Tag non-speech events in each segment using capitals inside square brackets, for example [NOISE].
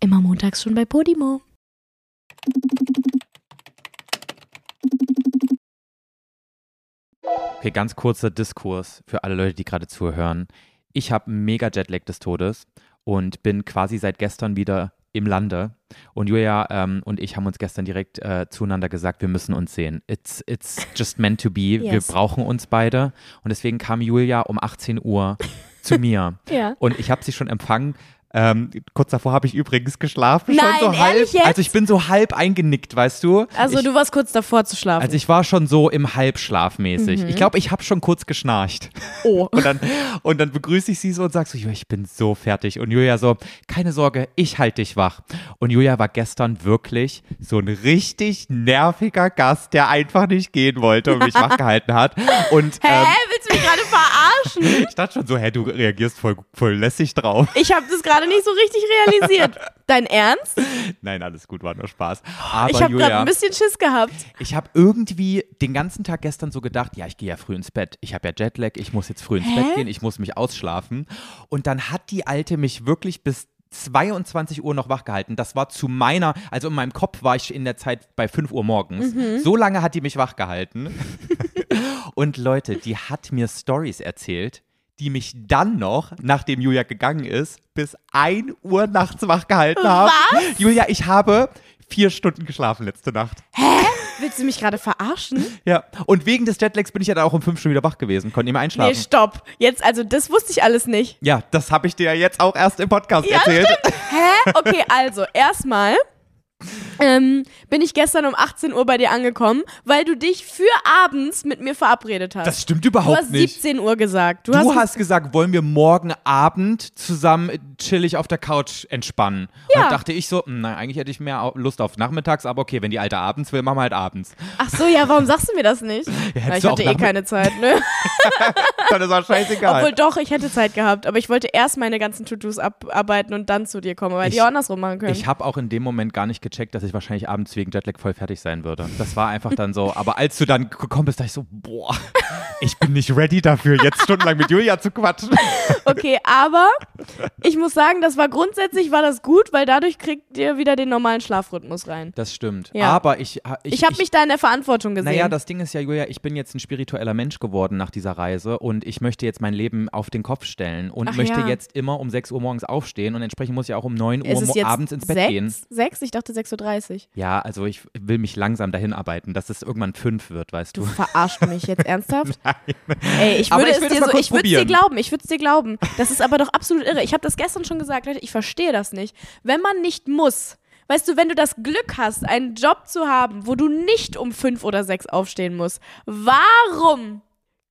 Immer montags schon bei Podimo. Okay, ganz kurzer Diskurs für alle Leute, die gerade zuhören. Ich habe einen mega Jetlag des Todes und bin quasi seit gestern wieder im Lande. Und Julia ähm, und ich haben uns gestern direkt äh, zueinander gesagt, wir müssen uns sehen. It's, it's just meant [LAUGHS] to be. Wir Yes. brauchen uns beide. Und deswegen kam Julia um 18 Uhr [LAUGHS] zu mir. Ja. Und ich habe sie schon empfangen. Ähm, kurz davor habe ich übrigens geschlafen. Nein, schon so halb. ehrlich jetzt? Also ich bin so halb eingenickt, weißt du? Also ich, du warst kurz davor zu schlafen. also ich war schon so im Halbschlaf mäßig. Mhm. Ich glaube, ich habe schon [LAUGHS] kurz geschnarcht. oh. Und dann, und dann begrüße ich sie so und sag so, "Julia, ich bin so fertig. Und Julia so, keine Sorge, ich halte dich wach. Und Julia war gestern wirklich so ein richtig nerviger Gast, der einfach nicht gehen wollte und [LAUGHS] mich wach gehalten hat. Und ähm, Hä, willst du mich gerade verarschen? ich dachte schon so, hä, du reagierst voll, voll lässig drauf. Ich habe das gerade nicht so richtig realisiert. Dein Ernst? Nein, alles gut, war nur Spaß. Aber ich habe gerade Julia, ein bisschen Schiss gehabt. ich habe irgendwie den ganzen Tag gestern so gedacht, ja, ich gehe ja früh ins Bett. Ich habe ja Jetlag, ich muss jetzt früh ins Bett gehen, ich muss mich ausschlafen. Und dann hat die Alte mich wirklich bis 22 Uhr noch wach gehalten. Das war zu meiner, also in meinem Kopf war ich in der Zeit bei 5 Uhr morgens. So lange hat die mich wach gehalten. [LAUGHS] Und Leute, die hat mir Stories erzählt, die mich dann noch, nachdem Julia gegangen ist, bis 1 Uhr nachts wach gehalten haben. Was? Julia, ich habe vier Stunden geschlafen letzte Nacht. Willst du mich gerade verarschen? Ja, und wegen des Jetlags bin ich ja dann auch um fünf schon wieder wach gewesen, konnte nicht mehr einschlafen. Nee, stopp. Jetzt, also das wusste ich alles nicht. ja, das habe ich dir ja jetzt auch erst im Podcast erzählt. Hä? Okay, also erstmal ähm, bin ich gestern um 18 Uhr bei dir angekommen, weil du dich für abends mit mir verabredet hast. Das stimmt du überhaupt hast nicht. 17 Uhr gesagt. Du, Du hast, hast, gesagt, wollen wir morgen Abend zusammen chillig auf der Couch entspannen. Ja. Und dann dachte ich so, hm, nein, eigentlich hätte ich mehr au- Lust auf nachmittags, aber okay, wenn die Alte abends will, machen wir [LAUGHS] halt abends. Ach so, ja, warum sagst du mir das [LAUGHS] nicht? Weil hättest ich du auch hatte eh nachmitt- keine Zeit, [LAUGHS] ne? Dann ist auch scheißegal. Obwohl doch, ich hätte Zeit gehabt, aber ich wollte erst meine ganzen To-Dos abarbeiten und dann zu dir kommen, weil Ich- die auch andersrum machen können. ich habe auch in dem Moment gar nicht gecheckt, dass ich wahrscheinlich abends wegen Jetlag voll fertig sein würde. Das war einfach dann so. Aber als du dann gekommen bist, dachte ich so, [LAUGHS] boah, ich bin nicht ready dafür, jetzt stundenlang mit Julia zu quatschen. Okay, [LAUGHS] aber ich muss sagen, das war grundsätzlich war das gut, weil dadurch kriegt ihr wieder den normalen Schlafrhythmus rein. Das stimmt. Ja. Aber ich, ha- ich, Ich, habe mich da in der Verantwortung gesehen. Naja, das Ding ist ja, Julia, ich bin jetzt ein spiritueller Mensch geworden nach dieser Reise und ich möchte jetzt mein Leben auf den Kopf stellen und Ach möchte ja. jetzt immer um 6 Uhr morgens aufstehen und entsprechend muss ich auch um 9 Uhr es mo- ist jetzt abends ins Bett sechs, gehen. Sechs? Ich dachte 6.30 Uhr. Ja, also ich will mich langsam dahin arbeiten, dass es irgendwann 5 wird, weißt Du du. verarscht mich [LAUGHS] jetzt ernsthaft? Ey, ich Aber würde ich es will das dir mal so, kurz ich würde es dir probieren. glauben, ich würde es dir glauben. Das ist aber doch absolut irre. Ich habe das gestern schon gesagt, Leute, ich verstehe das nicht. Wenn man nicht muss, weißt du, wenn du das Glück hast, einen Job zu haben, wo du nicht um fünf oder sechs aufstehen musst, warum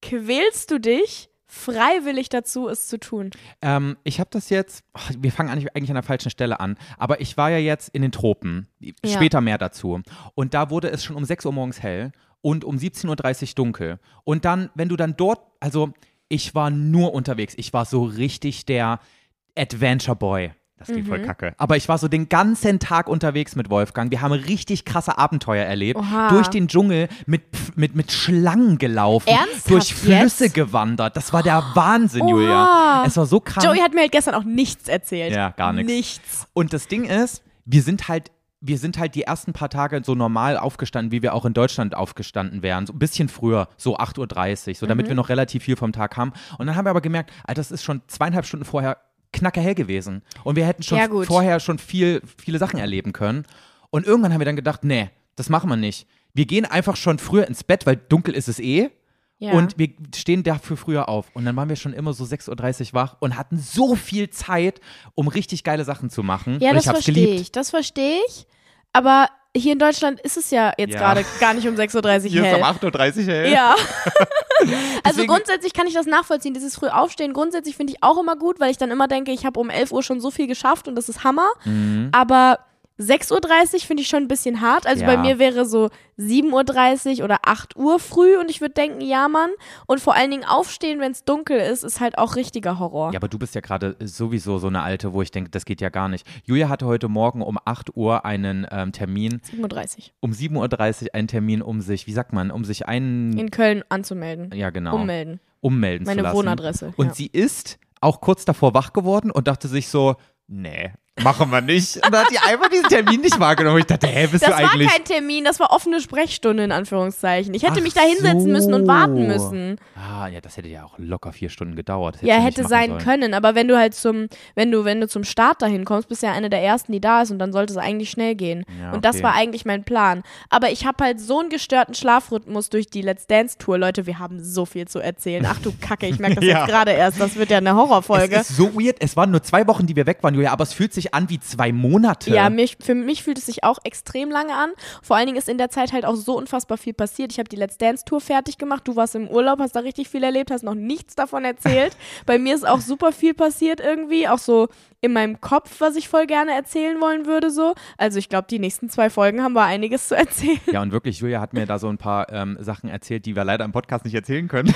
quälst du dich freiwillig dazu, es zu tun? Ähm, ich habe das jetzt, ach, wir fangen eigentlich, eigentlich an der falschen Stelle an, aber ich war ja jetzt in den Tropen, später mehr dazu. Und da wurde es schon um 6 Uhr morgens hell und um 17.30 Uhr dunkel. Und dann, wenn du dann dort, also ich war nur unterwegs, ich war so richtig der Adventure Boy. Das klingt Mhm. voll kacke. Aber ich war so den ganzen Tag unterwegs mit Wolfgang. Wir haben richtig krasse Abenteuer erlebt. Oha. Durch den Dschungel mit, Pf- mit, mit Schlangen gelaufen. Ernsthaft durch Flüsse jetzt? gewandert. Das war der Wahnsinn, Julia. Oha. Es war so krass. Joey hat mir halt gestern auch nichts erzählt. Ja, gar nichts. Nichts. Und das Ding ist, wir sind halt. Wir sind halt die ersten paar Tage so normal aufgestanden, wie wir auch in Deutschland aufgestanden wären. So ein bisschen früher, so 8.30 Mhm. Uhr, so damit wir noch relativ viel vom Tag haben. Und dann haben wir aber gemerkt, Alter, das ist schon zweieinhalb Stunden vorher knackerhell gewesen. Und wir hätten schon Ja, gut. vorher schon viel, viele Sachen erleben können. Und irgendwann haben wir dann gedacht, nee, das machen wir nicht. Wir gehen einfach schon früher ins Bett, weil dunkel ist es eh. Ja. Und wir stehen dafür früher auf. Und dann waren wir schon immer so 6.30 Uhr wach und hatten so viel Zeit, um richtig geile Sachen zu machen. Ja, und das ich hab's verstehe geliebt. ich. Das verstehe ich. Aber hier in Deutschland ist es ja jetzt Ja. gerade gar nicht um 6.30 Uhr hell. 8.30 Uhr hell. [LAUGHS] ja. [LAUGHS] also Deswegen- grundsätzlich kann ich das nachvollziehen, dieses früh aufstehen. Grundsätzlich finde ich auch immer gut, weil ich dann immer denke, ich habe um 11 Uhr schon so viel geschafft und das ist Hammer. Mhm. Aber 6.30 Uhr finde ich schon ein bisschen hart. Also Ja. bei mir wäre so 7.30 Uhr oder 8 Uhr früh und ich würde denken, ja, Mann. Und vor allen Dingen aufstehen, wenn es dunkel ist, ist halt auch richtiger Horror. Ja, aber du bist ja gerade sowieso so eine Alte, wo ich denke, das geht ja gar nicht. Julia hatte heute Morgen um 8 Uhr einen ähm, Termin, 7.30 Uhr um 7.30 Uhr einen Termin, um sich, wie sagt man, um sich einen, in Köln anzumelden. ja genau, Ummelden. ummelden Meine zu lassen. Wohnadresse, Und ja. sie ist auch kurz davor wach geworden und dachte sich so, nee, machen wir nicht. Und dann hat die einfach diesen Termin nicht wahrgenommen. Ich dachte, hä, bist Das du war eigentlich? kein Termin, das war offene Sprechstunde in Anführungszeichen. Ich hätte Ach mich da hinsetzen so. müssen und warten müssen. Ah, ja, das hätte ja auch locker vier Stunden gedauert. Das Ja, sie nicht hätte machen sein sollen. können, aber wenn du halt zum, wenn du, wenn du zum Start dahin kommst, bist du ja einer der ersten, die da ist und dann sollte es eigentlich schnell gehen. Ja, Und das okay. war eigentlich mein Plan. Aber ich habe halt so einen gestörten Schlafrhythmus durch die Let's Dance Tour. Leute, wir haben so viel zu erzählen. Ach du Kacke, ich [LAUGHS] merke das Ja. jetzt gerade erst. Das wird ja eine Horrorfolge. Es ist so weird. Es waren nur zwei Wochen, die wir weg waren, Julia, aber es fühlt sich an wie zwei Monate. Ja, mich, für mich fühlt es sich auch extrem lange an. Vor allen Dingen ist in der Zeit halt auch so unfassbar viel passiert. Ich habe die Let's Dance Tour fertig gemacht. Du warst im Urlaub, hast da richtig viel erlebt, hast noch nichts davon [LAUGHS] erzählt. Bei mir ist auch super viel passiert irgendwie. Auch so in meinem Kopf, was ich voll gerne erzählen wollen würde. so. Also ich glaube, die nächsten zwei Folgen haben wir einiges zu erzählen. Ja, und wirklich, Julia hat mir da so ein paar ähm, Sachen erzählt, die wir leider im Podcast nicht erzählen können.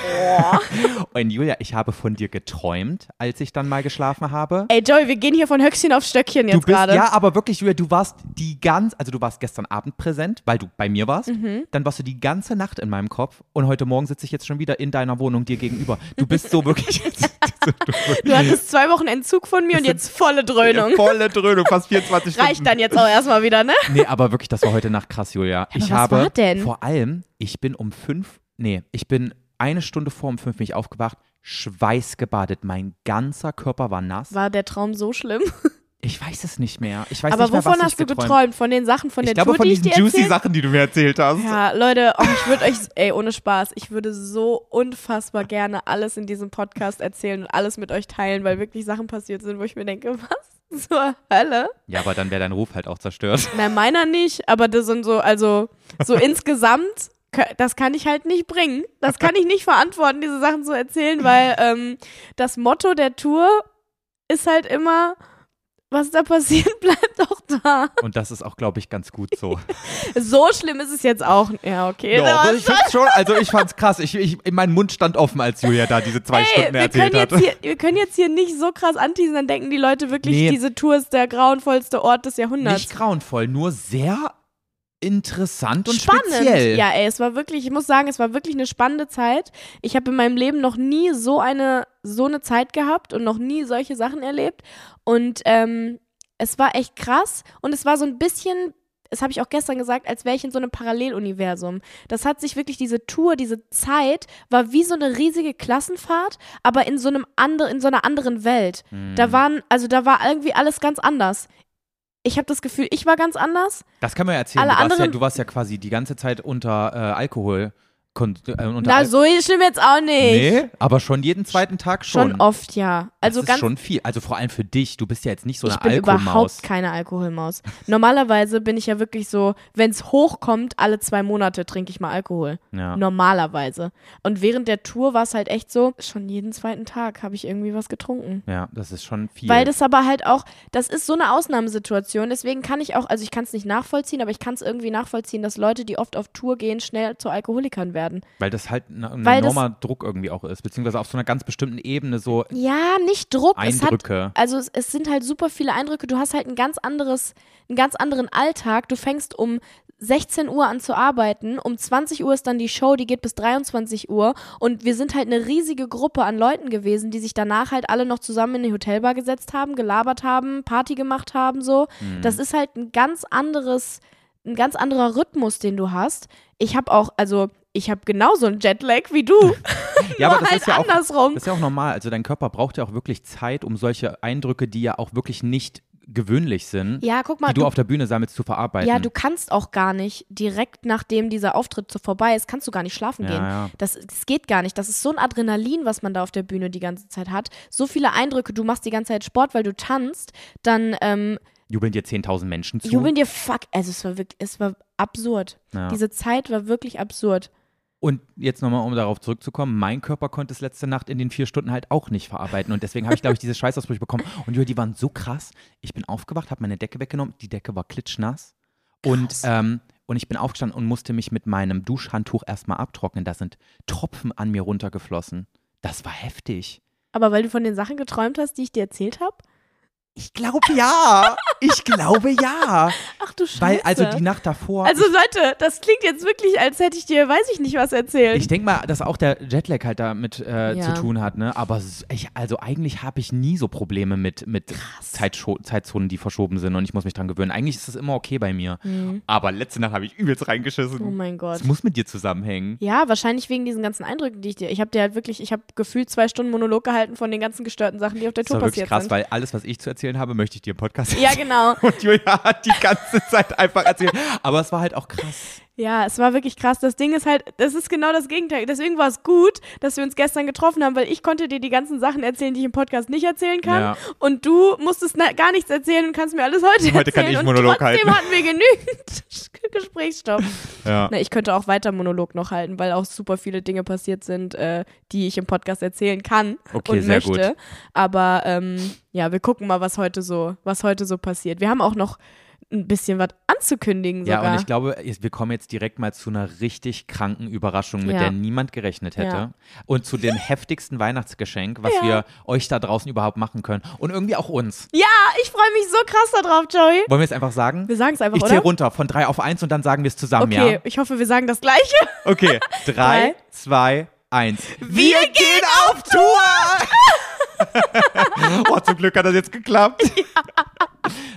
[LAUGHS] und Julia, ich habe von dir geträumt, als ich dann mal geschlafen habe. Ey Joey, wir gehen hier von Höchstchen auf Stöckchen Du jetzt bist, gerade. ja, aber wirklich, Julia, du warst die ganz, also du warst gestern Abend präsent, weil du bei mir warst. Mhm. Dann warst du die ganze Nacht in meinem Kopf und heute Morgen sitze ich jetzt schon wieder in deiner Wohnung dir gegenüber. Du bist so [LAUGHS] wirklich Du hattest zwei Wochen Entzug von mir und jetzt volle Dröhnung. volle Dröhnung, fast 24 [LAUGHS] Stunden. Reicht dann jetzt auch erstmal wieder, ne? Nee, aber wirklich, das war heute Nacht krass, Julia. ich was habe war denn? vor allem, ich bin um fünf, nee, ich bin eine Stunde vor um fünf bin ich aufgewacht, schweißgebadet. Mein ganzer Körper war nass. War der Traum so schlimm? Ich weiß es nicht mehr. Ich weiß Aber nicht mehr, wovon was hast ich du geträumt. geträumt? Von den Sachen von Ich der glaube Tour, von die ich diesen dir juicy erzählt Sachen, die du mir erzählt hast. Ja, Leute, oh, ich [LAUGHS] würde euch, ey, ohne Spaß, ich würde so unfassbar gerne alles in diesem Podcast erzählen und alles mit euch teilen, weil wirklich Sachen passiert sind, wo ich mir denke, [LAUGHS] was zur Hölle? Ja, aber dann wäre dein Ruf halt auch [LAUGHS] zerstört. Na, meiner nicht, aber das sind so, also, [LAUGHS] so insgesamt, kö- das kann ich halt nicht bringen. Das kann ich nicht verantworten, diese Sachen zu erzählen, [LAUGHS] weil ähm, das Motto der Tour ist halt immer, was da passiert, [LAUGHS] bleibt auch da. Und das ist auch, glaube ich, ganz gut [LAUGHS] so. So schlimm ist es jetzt auch. Ja, okay. Doch, Aber ich find's schon, also ich fand's krass. Ich, ich, mein Mund stand offen, als Julia da diese zwei Ey, Stunden wir erzählt können, hat. jetzt hier, wir können jetzt hier nicht so krass anteasen, dann denken die Leute wirklich, Nee. diese Tour ist der grauenvollste Ort des Jahrhunderts. Nicht grauenvoll, nur sehr interessant und Spannend. speziell. Ja, ey, es war wirklich, ich muss sagen, es war wirklich eine spannende Zeit. Ich habe in meinem Leben noch nie so eine, so eine Zeit gehabt und noch nie solche Sachen erlebt. Und ähm, es war echt krass und es war so ein bisschen. Das habe ich auch gestern gesagt, als wäre ich in so einem Paralleluniversum. Das hat sich wirklich, diese Tour, diese Zeit war wie so eine riesige Klassenfahrt, aber in so, einem andre, in so einer anderen Welt. Mhm. Hm. Da waren, also da war irgendwie alles ganz anders. Ich habe das Gefühl, ich war ganz anders. Das kann man ja erzählen. Alle Du warst ja, anderen- du warst ja quasi die ganze Zeit unter äh, Alkohol. kon- Äh, unter Na, Al- so schlimm jetzt auch nicht. nee, aber schon jeden zweiten Tag schon. Schon oft, ja. Also das ist ganz. schon viel. Also vor allem für dich. Du bist ja jetzt nicht so ich eine bin Alkoholmaus. überhaupt keine Alkoholmaus. Normalerweise bin ich ja wirklich so, wenn es hochkommt, alle zwei Monate trinke ich mal Alkohol. Ja. Normalerweise. Und während der Tour war es halt echt so, schon jeden zweiten Tag habe ich irgendwie was getrunken. Ja, das ist schon viel. Weil das aber halt auch, das ist so eine Ausnahmesituation. Deswegen kann ich auch, also ich kann es nicht nachvollziehen, aber ich kann es irgendwie nachvollziehen, dass Leute, die oft auf Tour gehen, schnell zu Alkoholikern werden. Weil das halt ein ein Weil das- enormer Druck irgendwie auch ist, beziehungsweise auf so einer ganz bestimmten [LAUGHS] Ebene so Ja, nicht Druck. Es hat Eindrücke. also es, es sind halt super viele Eindrücke. Du hast halt ein ganz anderes, einen ganz anderen Alltag. Du fängst um 16 Uhr an zu arbeiten, um 20 Uhr ist dann die Show, die geht bis 23 Uhr und wir sind halt eine riesige Gruppe an Leuten gewesen, die sich danach halt alle noch zusammen in die Hotelbar gesetzt haben, gelabert haben, Party gemacht haben so. Mhm. Das ist halt ein ganz anderes ein ganz anderer Rhythmus, den du hast. Ich habe auch, also ich habe genauso einen Jetlag wie du. ja, [LAUGHS] aber Nur das halt ist ja auch, andersrum. Das ist ja auch normal. Also dein Körper braucht ja auch wirklich Zeit, um solche Eindrücke, die ja auch wirklich nicht gewöhnlich sind, Ja, guck mal, die du, du auf der Bühne sammelst, zu verarbeiten. Ja, du kannst auch gar nicht direkt nachdem dieser Auftritt so vorbei ist, kannst du gar nicht schlafen Ja, gehen. ja. Das, das geht gar nicht. Das ist so ein Adrenalin, was man da auf der Bühne die ganze Zeit hat. So viele Eindrücke. Du machst die ganze Zeit Sport, weil du tanzt. Dann ähm, jubeln dir 10.000 Menschen zu. jubeln dir fuck. Also es war wirklich, es war absurd. Ja. Diese Zeit war wirklich absurd. Und jetzt nochmal, um darauf zurückzukommen, mein Körper konnte es letzte Nacht in den vier Stunden halt auch nicht verarbeiten. Und deswegen habe ich, glaube ich, diese Schweißausbrüche bekommen. Und Julia, die waren so krass. Ich bin aufgewacht, habe meine Decke weggenommen. Die Decke war klitschnass. Und, ähm, und ich bin aufgestanden und musste mich mit meinem Duschhandtuch erstmal abtrocknen. Da sind Tropfen an mir runtergeflossen. Das war heftig. Aber weil du von den Sachen geträumt hast, die ich dir erzählt habe? Ich glaube ja. Ich glaube ja. Ach du Scheiße. Weil also die Nacht davor. Also Leute, das klingt jetzt wirklich, als hätte ich dir, weiß ich nicht, was erzählt. Ich denke mal, dass auch der Jetlag halt damit äh, Ja. zu tun hat, ne? Aber s- ich, also eigentlich habe ich nie so Probleme mit, mit Zeitscho- Zeitzonen, die verschoben sind und ich muss mich dran gewöhnen. Eigentlich ist das immer okay bei mir. Aber letzte Nacht habe ich übelst reingeschissen. Mhm. oh mein Gott. Das muss mit dir zusammenhängen. Ja, wahrscheinlich wegen diesen ganzen Eindrücken, die ich dir. Ich habe dir halt wirklich, ich habe gefühlt zwei Stunden Monolog gehalten von den ganzen gestörten Sachen, die auf der Das Tour war wirklich passiert krass, sind. weil alles, was ich zu erzählen habe, möchte ich dir im Podcast [LAUGHS] Ja, genau. Und Julia hat die ganze Zeit einfach erzählt. Aber es war halt auch krass. Ja, es war wirklich krass. Das Ding ist halt, das ist genau das Gegenteil. Deswegen war es gut, dass wir uns gestern getroffen haben, weil ich konnte dir die ganzen Sachen erzählen, die ich im Podcast nicht erzählen kann. Ja. Und du musstest na- gar nichts erzählen und kannst mir alles heute erzählen. Heute kann ich und Monolog trotzdem halten. hatten wir genügend [LAUGHS] Gesprächsstoff. Ja. Na, ich könnte auch weiter Monolog noch halten, weil auch super viele Dinge passiert sind, äh, die ich im Podcast erzählen kann Okay, und sehr möchte. gut. Aber ähm, ja, wir gucken mal, was heute so, was heute so passiert. Wir haben auch noch ein bisschen was anzukündigen sogar. Ja, und ich glaube, jetzt- wir kommen jetzt direkt mal zu einer richtig kranken Überraschung, mit Ja. der niemand gerechnet hätte. Ja. Und zu dem heftigsten Weihnachtsgeschenk, was Ja. wir euch da draußen überhaupt machen können. Und irgendwie auch uns. Ja, ich freue mich so krass darauf, Joey. Wollen wir es einfach sagen? Wir sagen es einfach, ich zähle oder? runter von drei auf eins und dann sagen wir es zusammen, Okay, ja? ich hoffe, wir sagen das Gleiche. [LAUGHS] Okay, drei, Drei. zwei, eins. Wir gehen auf Tour! [LAUGHS] oh, zum Glück hat das [LAUGHS] jetzt geklappt.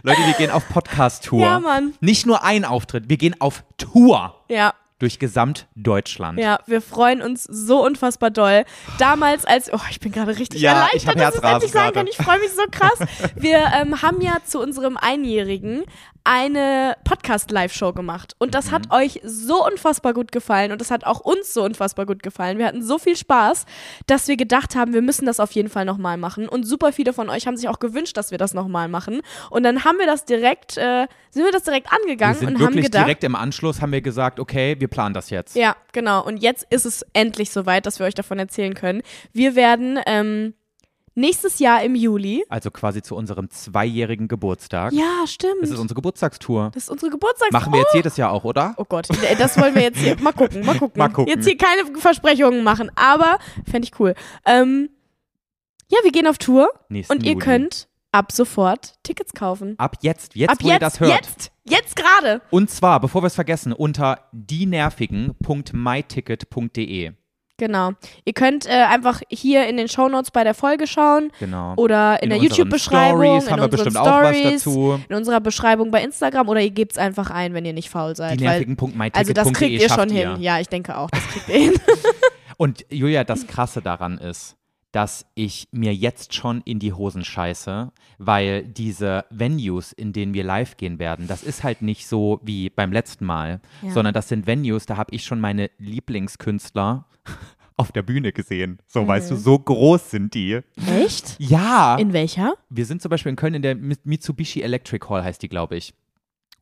Leute, wir gehen auf Podcast-Tour. Ja, Mann. Nicht nur ein Auftritt, wir gehen auf Tour Ja, durch Gesamtdeutschland. ja, wir freuen uns so unfassbar doll. Damals als, oh, ich bin gerade richtig Ja, erleichtert, ich hab dass ich es Herzrasen endlich sagen gerade. kann. Ich freue mich so krass. [LAUGHS] Wir ähm, haben ja zu unserem Einjährigen eine Podcast-Live-Show gemacht. Und das Mhm. hat euch so unfassbar gut gefallen. Und das hat auch uns so unfassbar gut gefallen. Wir hatten so viel Spaß, dass wir gedacht haben, wir müssen das auf jeden Fall nochmal machen. Und super viele von euch haben sich auch gewünscht, dass wir das nochmal machen. Und dann haben wir das direkt, äh, sind wir das direkt Wir angegangen sind und haben wirklich gedacht, direkt im Anschluss, haben wir gesagt, okay, wir planen das jetzt. ja, genau. Und jetzt ist es endlich soweit, dass wir euch davon erzählen können. Wir werden ähm, nächstes Jahr im Juli. Also quasi zu unserem zweijährigen Geburtstag. Ja, stimmt. Das ist unsere Geburtstagstour. das ist unsere Geburtstags. Machen wir jetzt jedes Jahr auch, oder? Oh Gott, das wollen wir jetzt hier. Mal gucken, [LAUGHS] mal gucken. Mal gucken. Jetzt hier keine Versprechungen machen, aber fände ich cool. Ähm, ja, wir gehen auf Tour Nächsten und ihr Juli. könnt ab sofort Tickets kaufen. Ab jetzt, jetzt, ab wo jetzt, ihr das hört. jetzt, jetzt gerade. Und zwar, bevor wir es vergessen, unter dienervigen.myticket.de. Genau. Ihr könnt äh, einfach hier in den Shownotes bei der Folge schauen Genau. oder in, der unseren YouTube-Beschreibung, Stories in haben wir unseren bestimmt Stories. auch was dazu. in unserer Beschreibung bei Instagram oder ihr gebt es einfach ein, wenn ihr nicht faul seid. Weil, Dienervigen.myticket.de. also das kriegt ihr schon schafft hin. Ja, ich denke auch, das kriegt ihr hin. Und Julia, das Krasse daran ist, dass ich mir jetzt schon in die Hosen scheiße, weil diese Venues, in denen wir live gehen werden, das ist halt nicht so wie beim letzten Mal, [LAUGHS] Ja. sondern das sind Venues, da habe ich schon meine Lieblingskünstler [LAUGHS] auf der Bühne gesehen. Mhm. So, weißt du, so groß sind die. Echt? Ja. In welcher? Wir sind zum Beispiel in Köln in der Mi- Mitsubishi Electric Hall, heißt die, glaube ich.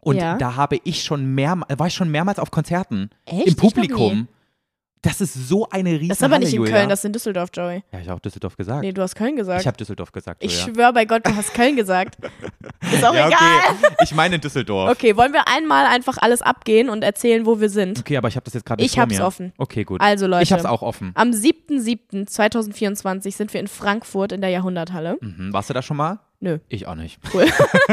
Und Ja. da habe ich schon mehrmals, war ich schon mehrmals auf Konzerten. Echt? Im Ich glaub nie. Publikum. Das ist so eine riesen Das ist aber nicht Halle, in Julia. Köln, das ist in Düsseldorf, Joey. Ja, ich habe auch Düsseldorf gesagt. Nee, du hast Köln gesagt. ich habe Düsseldorf gesagt, ich Julia. schwöre bei Gott, du hast Köln [LAUGHS] gesagt. Ist auch ja, egal. okay. [LAUGHS] Ich meine in Düsseldorf. Okay, wollen wir einmal einfach alles abgehen und erzählen, wo wir sind? Okay, aber ich habe das jetzt gerade Ich nicht vor hab's mir. offen. Okay, gut. Also, Leute. Ich habe es auch offen. Am 7.7.2024 sind wir in Frankfurt in der Jahrhunderthalle. Mhm. Warst du da schon mal? Nö. Ich auch nicht. Cool.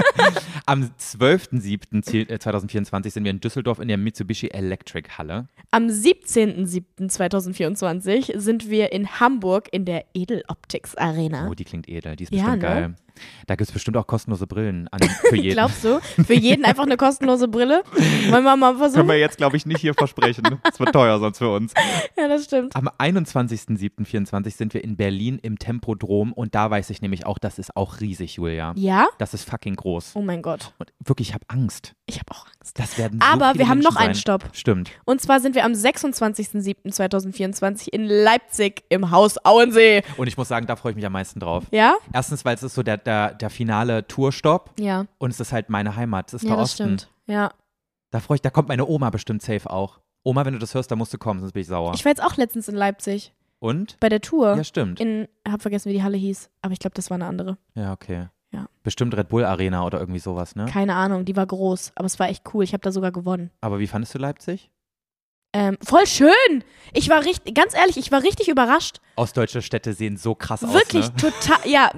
[LAUGHS] Am 12.07.2024 äh, sind wir in Düsseldorf in der Mitsubishi Electric Halle. Am 17.07.2024 sind wir in Hamburg in der Edeloptics Arena. Oh, die klingt edel. Die ist Ja, bestimmt ne? geil. Da gibt es bestimmt auch kostenlose Brillen an, [LAUGHS] für jeden. Glaubst du? Für jeden einfach eine kostenlose Brille? Wollen wir mal versuchen? jetzt, glaube ich, nicht hier versprechen. Es wird teuer sonst für uns. ja, das stimmt. Am 21.07.24 sind wir in Berlin im Tempodrom und da weiß ich nämlich auch, das ist auch riesig, Julia. Ja? Das ist fucking groß. Oh mein Gott. Und wirklich, ich habe Angst. Ich habe auch Angst. Das werden so Aber viele wir haben Menschen noch einen sein. Stopp. Stimmt. Und zwar sind wir am 26.07.2024 in Leipzig im Haus Auensee. Und ich muss sagen, da freue ich mich am meisten drauf. Ja? Erstens, weil es ist so der, der, der finale Tourstopp Ja. und es ist halt meine Heimat. Es ist Ja, der das Osten. stimmt. Ja. Da freue ich, da kommt meine Oma bestimmt safe auch. Oma, wenn du das hörst, dann musst du kommen, sonst bin ich sauer. Ich war jetzt auch letztens in Leipzig und? bei der Tour. Ja, stimmt. in, hab vergessen, wie die Halle hieß, aber ich glaube, das war eine andere. Ja, okay. Ja. Bestimmt Red Bull Arena oder irgendwie sowas, ne? Keine Ahnung, die war groß, aber es war echt cool. Ich habe da sogar gewonnen. Aber wie fandest du Leipzig? Ähm, voll schön. Ich war richtig, ganz ehrlich, ich war richtig überrascht. Ostdeutsche Städte sehen so krass aus. wirklich Ne? total, ja.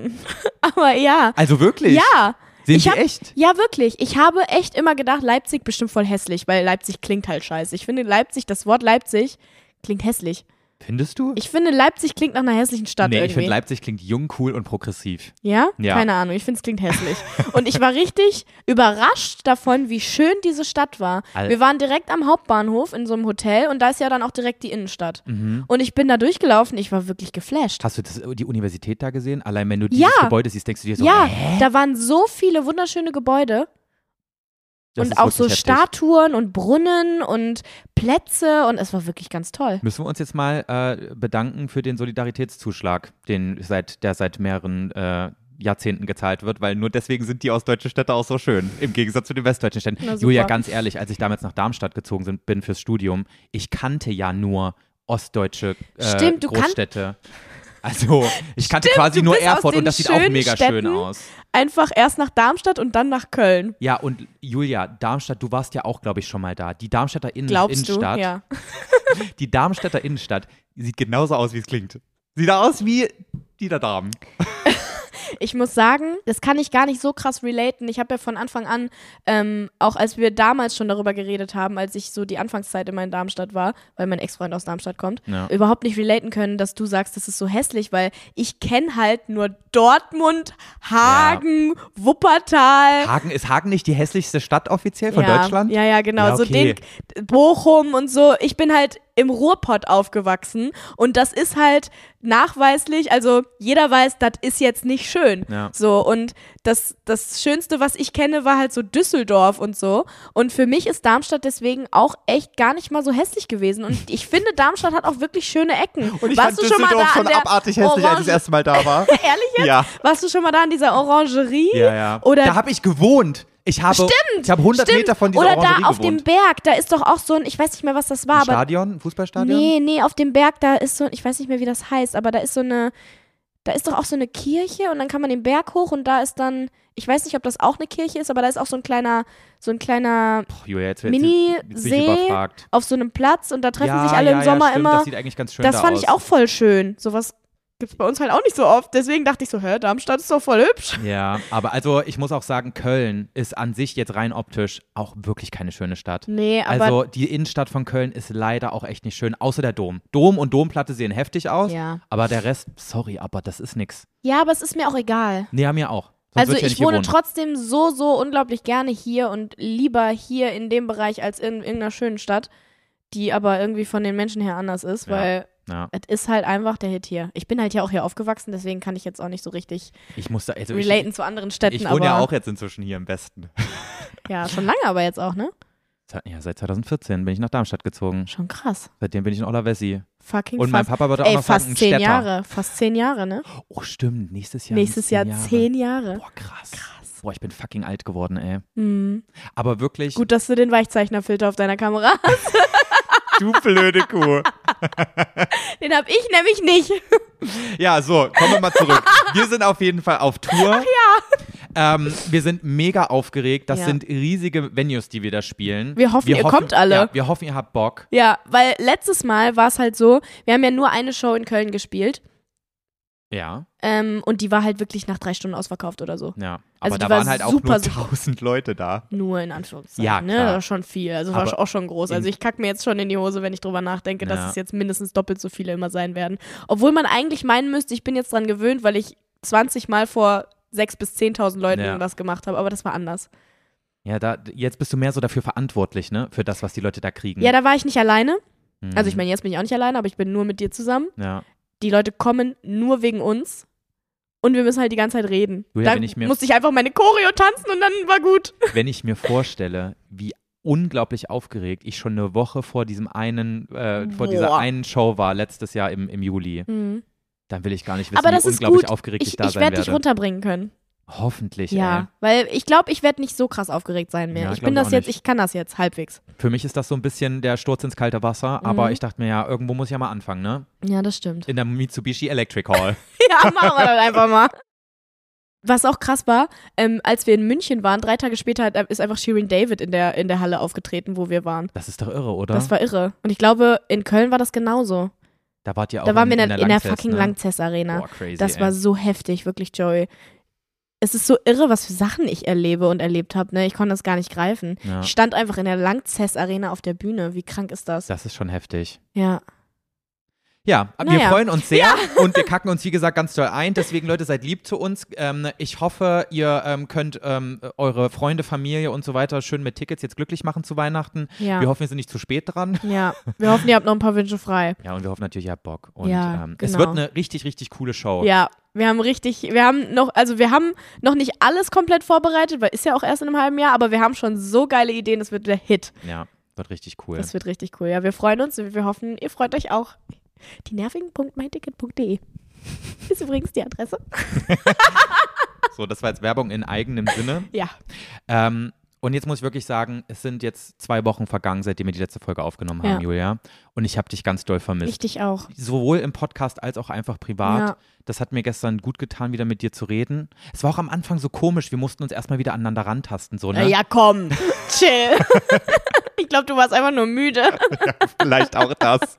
[LAUGHS] aber ja. Also wirklich? Ja, Sind ich die hab, echt? Ja, wirklich. Ich habe echt immer gedacht, Leipzig bestimmt voll hässlich, weil Leipzig klingt halt scheiße. Ich finde Leipzig, das Wort Leipzig klingt hässlich. Findest du? Ich finde Leipzig klingt nach einer hässlichen Stadt nee, irgendwie. ich finde Leipzig klingt jung, cool und progressiv. Ja? Ja. Keine Ahnung, ich finde es klingt [LAUGHS] hässlich. Und ich war richtig überrascht davon, wie schön diese Stadt war. Al- Wir waren direkt am Hauptbahnhof in so einem Hotel und da ist ja dann auch direkt die Innenstadt. Mhm. Und ich bin da durchgelaufen, ich war wirklich geflasht. Hast du das, äh, die Universität da gesehen? Allein wenn du dieses Ja. Gebäude siehst, denkst du dir so, ja, hä? da waren so viele wunderschöne Gebäude Das und ist auch wirklich so heftig. Statuen und Brunnen und Plätze und es war wirklich ganz toll. Müssen wir uns jetzt mal äh, bedanken für den Solidaritätszuschlag, den seit, der seit mehreren äh, Jahrzehnten gezahlt wird, weil nur deswegen sind die ostdeutschen Städte auch so schön, im Gegensatz zu den westdeutschen Städten. Na, super. Julia, ganz ehrlich, als ich damals nach Darmstadt gezogen sind, bin fürs Studium, ich kannte ja nur ostdeutsche äh, Stimmt, du kan- Großstädte. Also, ich kannte Stimmt, quasi du nur bist aus Erfurt den und das sieht auch schönen mega schön Städten. aus. Einfach erst nach Darmstadt und dann nach Köln. Ja, und Julia, Darmstadt, du warst ja auch, glaube ich, schon mal da. Die Darmstädter Innen Glaubst du? Innenstadt, Ja. die Darmstädter Innenstadt sieht genauso aus, wie es klingt. Sieht aus wie die da Darm. Ich muss sagen, das kann ich gar nicht so krass relaten. Ich habe ja von Anfang an, ähm, auch als wir damals schon darüber geredet haben, als ich so die Anfangszeit immer in Darmstadt war, weil mein Ex-Freund aus Darmstadt kommt, Ja. überhaupt nicht relaten können, dass du sagst, das ist so hässlich, weil ich kenne halt nur Dortmund, Hagen, Wuppertal. Hagen, ist Hagen nicht die hässlichste Stadt offiziell von ja, Deutschland? Ja, ja, genau. Ja, So okay. den Bochum und so. Ich bin halt im Ruhrpott aufgewachsen und das ist halt nachweislich, also jeder weiß, das ist jetzt nicht schön. Ja. So und das, das Schönste, was ich kenne, war halt so Düsseldorf und so. Und für mich ist Darmstadt deswegen auch echt gar nicht mal so hässlich gewesen. Und ich finde, Darmstadt hat auch wirklich schöne Ecken. Und ich Warst fand du schon mal Düsseldorf da an schon der abartig hässlich, als ich das Orange- erste Mal da war. [LAUGHS] Ehrlich jetzt? ja. Warst du schon mal da an dieser Orangerie? ja, ja. Oder da habe ich gewohnt. Ich habe, Stimmt! ich habe 100 Stimmt. Meter von dieser Oder Orangerie da auf dem gewohnt. Berg, da ist doch auch so ein, ich weiß nicht mehr, was das war, Ein aber. Stadion, ein Fußballstadion? Nee, nee, auf dem Berg, da ist so, ich weiß nicht mehr, wie das heißt, aber da ist so eine, da ist doch auch so eine Kirche und dann kann man den Berg hoch und da ist dann, ich weiß nicht, ob das auch eine Kirche ist, aber da ist auch so ein kleiner, so ein kleiner, Boah, Julia, jetzt, jetzt, Mini- jetzt bin ich See- überfragt. auf so einem Platz und da treffen ja, sich alle ja, im ja, Sommer stimmt, immer. Das sieht eigentlich ganz schön Das da fand aus. ich auch voll schön. Sowas gibt's bei uns halt auch nicht so oft, deswegen dachte ich so, hä, Darmstadt ist doch voll hübsch. Ja, aber also ich muss auch sagen, Köln ist an sich jetzt rein optisch auch wirklich keine schöne Stadt. Nee, aber. Also die Innenstadt von Köln ist leider auch echt nicht schön, außer der Dom. Dom und Domplatte sehen heftig aus, ja. aber der Rest, sorry, aber das ist nix. ja, aber es ist mir auch egal. Nee, mir auch. Sonst Also würd ja ich nicht hier wohne wohnen. trotzdem so, so unglaublich gerne hier und lieber hier in dem Bereich als in irgendeiner schönen Stadt, die aber irgendwie von den Menschen her anders ist, Ja. weil Ja, es ist halt einfach der Hit hier. Ich bin halt ja auch hier aufgewachsen, deswegen kann ich jetzt auch nicht so richtig ich muss da, also ich, relaten zu anderen Städten. ich aber, wohne ja auch jetzt inzwischen hier im Westen. Ja, schon lange aber jetzt auch, ne? Seit- Ja, seit 2014 bin ich nach Darmstadt gezogen. Schon krass. Seitdem bin ich in Ollerwessi. Fucking Und mein fast. Papa würde auch Ey, noch sagen, ein fast zehn Städter. Jahre. Fast zehn Jahre, ne? Oh, stimmt, nächstes Jahr. Nächstes Jahr Jahre. zehn Jahre. Boah, krass. krass. Mhm. Boah, ich bin fucking alt geworden, ey. Hm. Aber wirklich, Gut, dass du den Weichzeichnerfilter auf deiner Kamera [LAUGHS] hast. du blöde [LAUGHS] Kuh. Den hab ich nämlich nicht. Ja, so, kommen wir mal zurück. Wir sind auf jeden Fall auf Tour. ja. Ähm, wir sind mega aufgeregt. Das Ja. sind riesige Venues, die wir da spielen. Wir hoffen, ihr kommt alle. Ja, wir hoffen, ihr habt Bock. Ja, weil letztes Mal war es halt so, wir haben ja nur eine Show in Köln gespielt Ja, ähm, und die war halt wirklich nach drei Stunden ausverkauft oder so. ja. Aber Also da die war waren halt auch super, nur super. tausend Leute da. Nur in Anführungszeichen. Ja, ne? klar. Das war schon viel. Also war Aber auch schon groß. Also ich kack mir jetzt schon in die Hose, wenn ich drüber nachdenke, Ja. dass es jetzt mindestens doppelt so viele immer sein werden. Obwohl man eigentlich meinen müsste, ich bin jetzt dran gewöhnt, weil ich 20 Mal vor 6.000 bis 10.000 Leuten Ja. was gemacht habe, aber das war anders. Ja, da, jetzt bist du mehr so dafür verantwortlich, ne? Für das, was die Leute da kriegen. Ja, da war ich nicht alleine. Mhm. Also ich meine, jetzt bin ich auch nicht alleine, aber ich bin nur mit dir zusammen. Ja. die Leute kommen nur wegen uns und wir müssen halt die ganze Zeit reden. Julia, da wenn ich mir- musste ich einfach meine Choreo tanzen und dann war gut. Wenn ich mir vorstelle, wie unglaublich aufgeregt ich schon eine Woche vor diesem einen, äh, vor dieser Boah. einen Show war, letztes Jahr im, im Juli, dann will ich gar nicht wissen, Aber das wie ist unglaublich gut. aufgeregt ich, Hm. Ich, da ich sein werde werde. dich runterbringen können. Hoffentlich, ja, ey. weil ich glaube, ich werde nicht so krass aufgeregt sein mehr. Ja, ich glaub bin ich das auch jetzt, nicht. ich kann das jetzt halbwegs. [LAUGHS] Für mich ist das so ein bisschen der Sturz ins kalte Wasser, aber Mhm. ich dachte mir ja, irgendwo muss ich ja mal anfangen, ne? Ja, das stimmt. In der Mitsubishi Electric [LAUGHS] Hall. ja, machen wir das einfach mal. [LAUGHS] Was auch krass war, ähm, als wir in München waren, drei Tage später hat- äh, ist einfach Shirin David in der, in der Halle aufgetreten, wo wir waren. Das ist doch irre, oder? Das war irre. Und ich glaube, in Köln war das genauso. da wart ihr auch da waren in, wir in, in der, ne? in der Langzess, fucking ne? Langzess Arena. Boah, crazy, Das ey. war so heftig, wirklich, Joey. es ist so irre, was für Sachen ich erlebe und erlebt habe. Ne? Ich konnte das gar nicht greifen. Ja. Ich stand einfach in der Langzess-Arena auf der Bühne. Wie krank ist das? Das ist schon heftig. Ja. Ja, wir Naja. freuen uns sehr [LAUGHS] und wir kacken uns, wie gesagt, ganz toll ein. Deswegen, Leute, seid lieb zu uns. Ähm, ich hoffe, ihr ähm, könnt ähm, eure Freunde, Familie und so weiter schön mit Tickets jetzt glücklich machen zu Weihnachten. Ja. Wir hoffen, wir sind nicht zu spät dran. [LAUGHS] Ja, wir hoffen, ihr habt noch ein paar Wünsche frei. Ja, und wir hoffen natürlich, ihr habt Bock. Und Ja, ähm, es genau. wird eine richtig, richtig coole Show. Ja, wir haben richtig, wir haben noch, also wir haben noch nicht alles komplett vorbereitet, weil ist ja auch erst in einem halben Jahr, aber wir haben schon so geile Ideen, das wird der Hit. Ja, wird richtig cool. Das wird richtig cool. Ja, wir freuen uns und wir hoffen, ihr freut euch auch. Die nervigen.myticket.de [LAUGHS] ist übrigens die Adresse. So, das war jetzt Werbung in eigenem [LAUGHS] Sinne. Ja. Ähm, und jetzt muss ich wirklich sagen, es sind jetzt zwei Wochen vergangen, seitdem wir die letzte Folge aufgenommen haben, Ja. Julia. Und ich habe dich ganz doll vermisst. Ich dich auch. Sowohl im Podcast als auch einfach privat. Ja. Das hat mir gestern gut getan, wieder mit dir zu reden. Es war auch am Anfang so komisch. Wir mussten uns erstmal wieder aneinander rantasten. So, ne? Ja, komm. Chill. [LAUGHS] ich glaube, du warst einfach nur müde. [LAUGHS] Vielleicht auch das.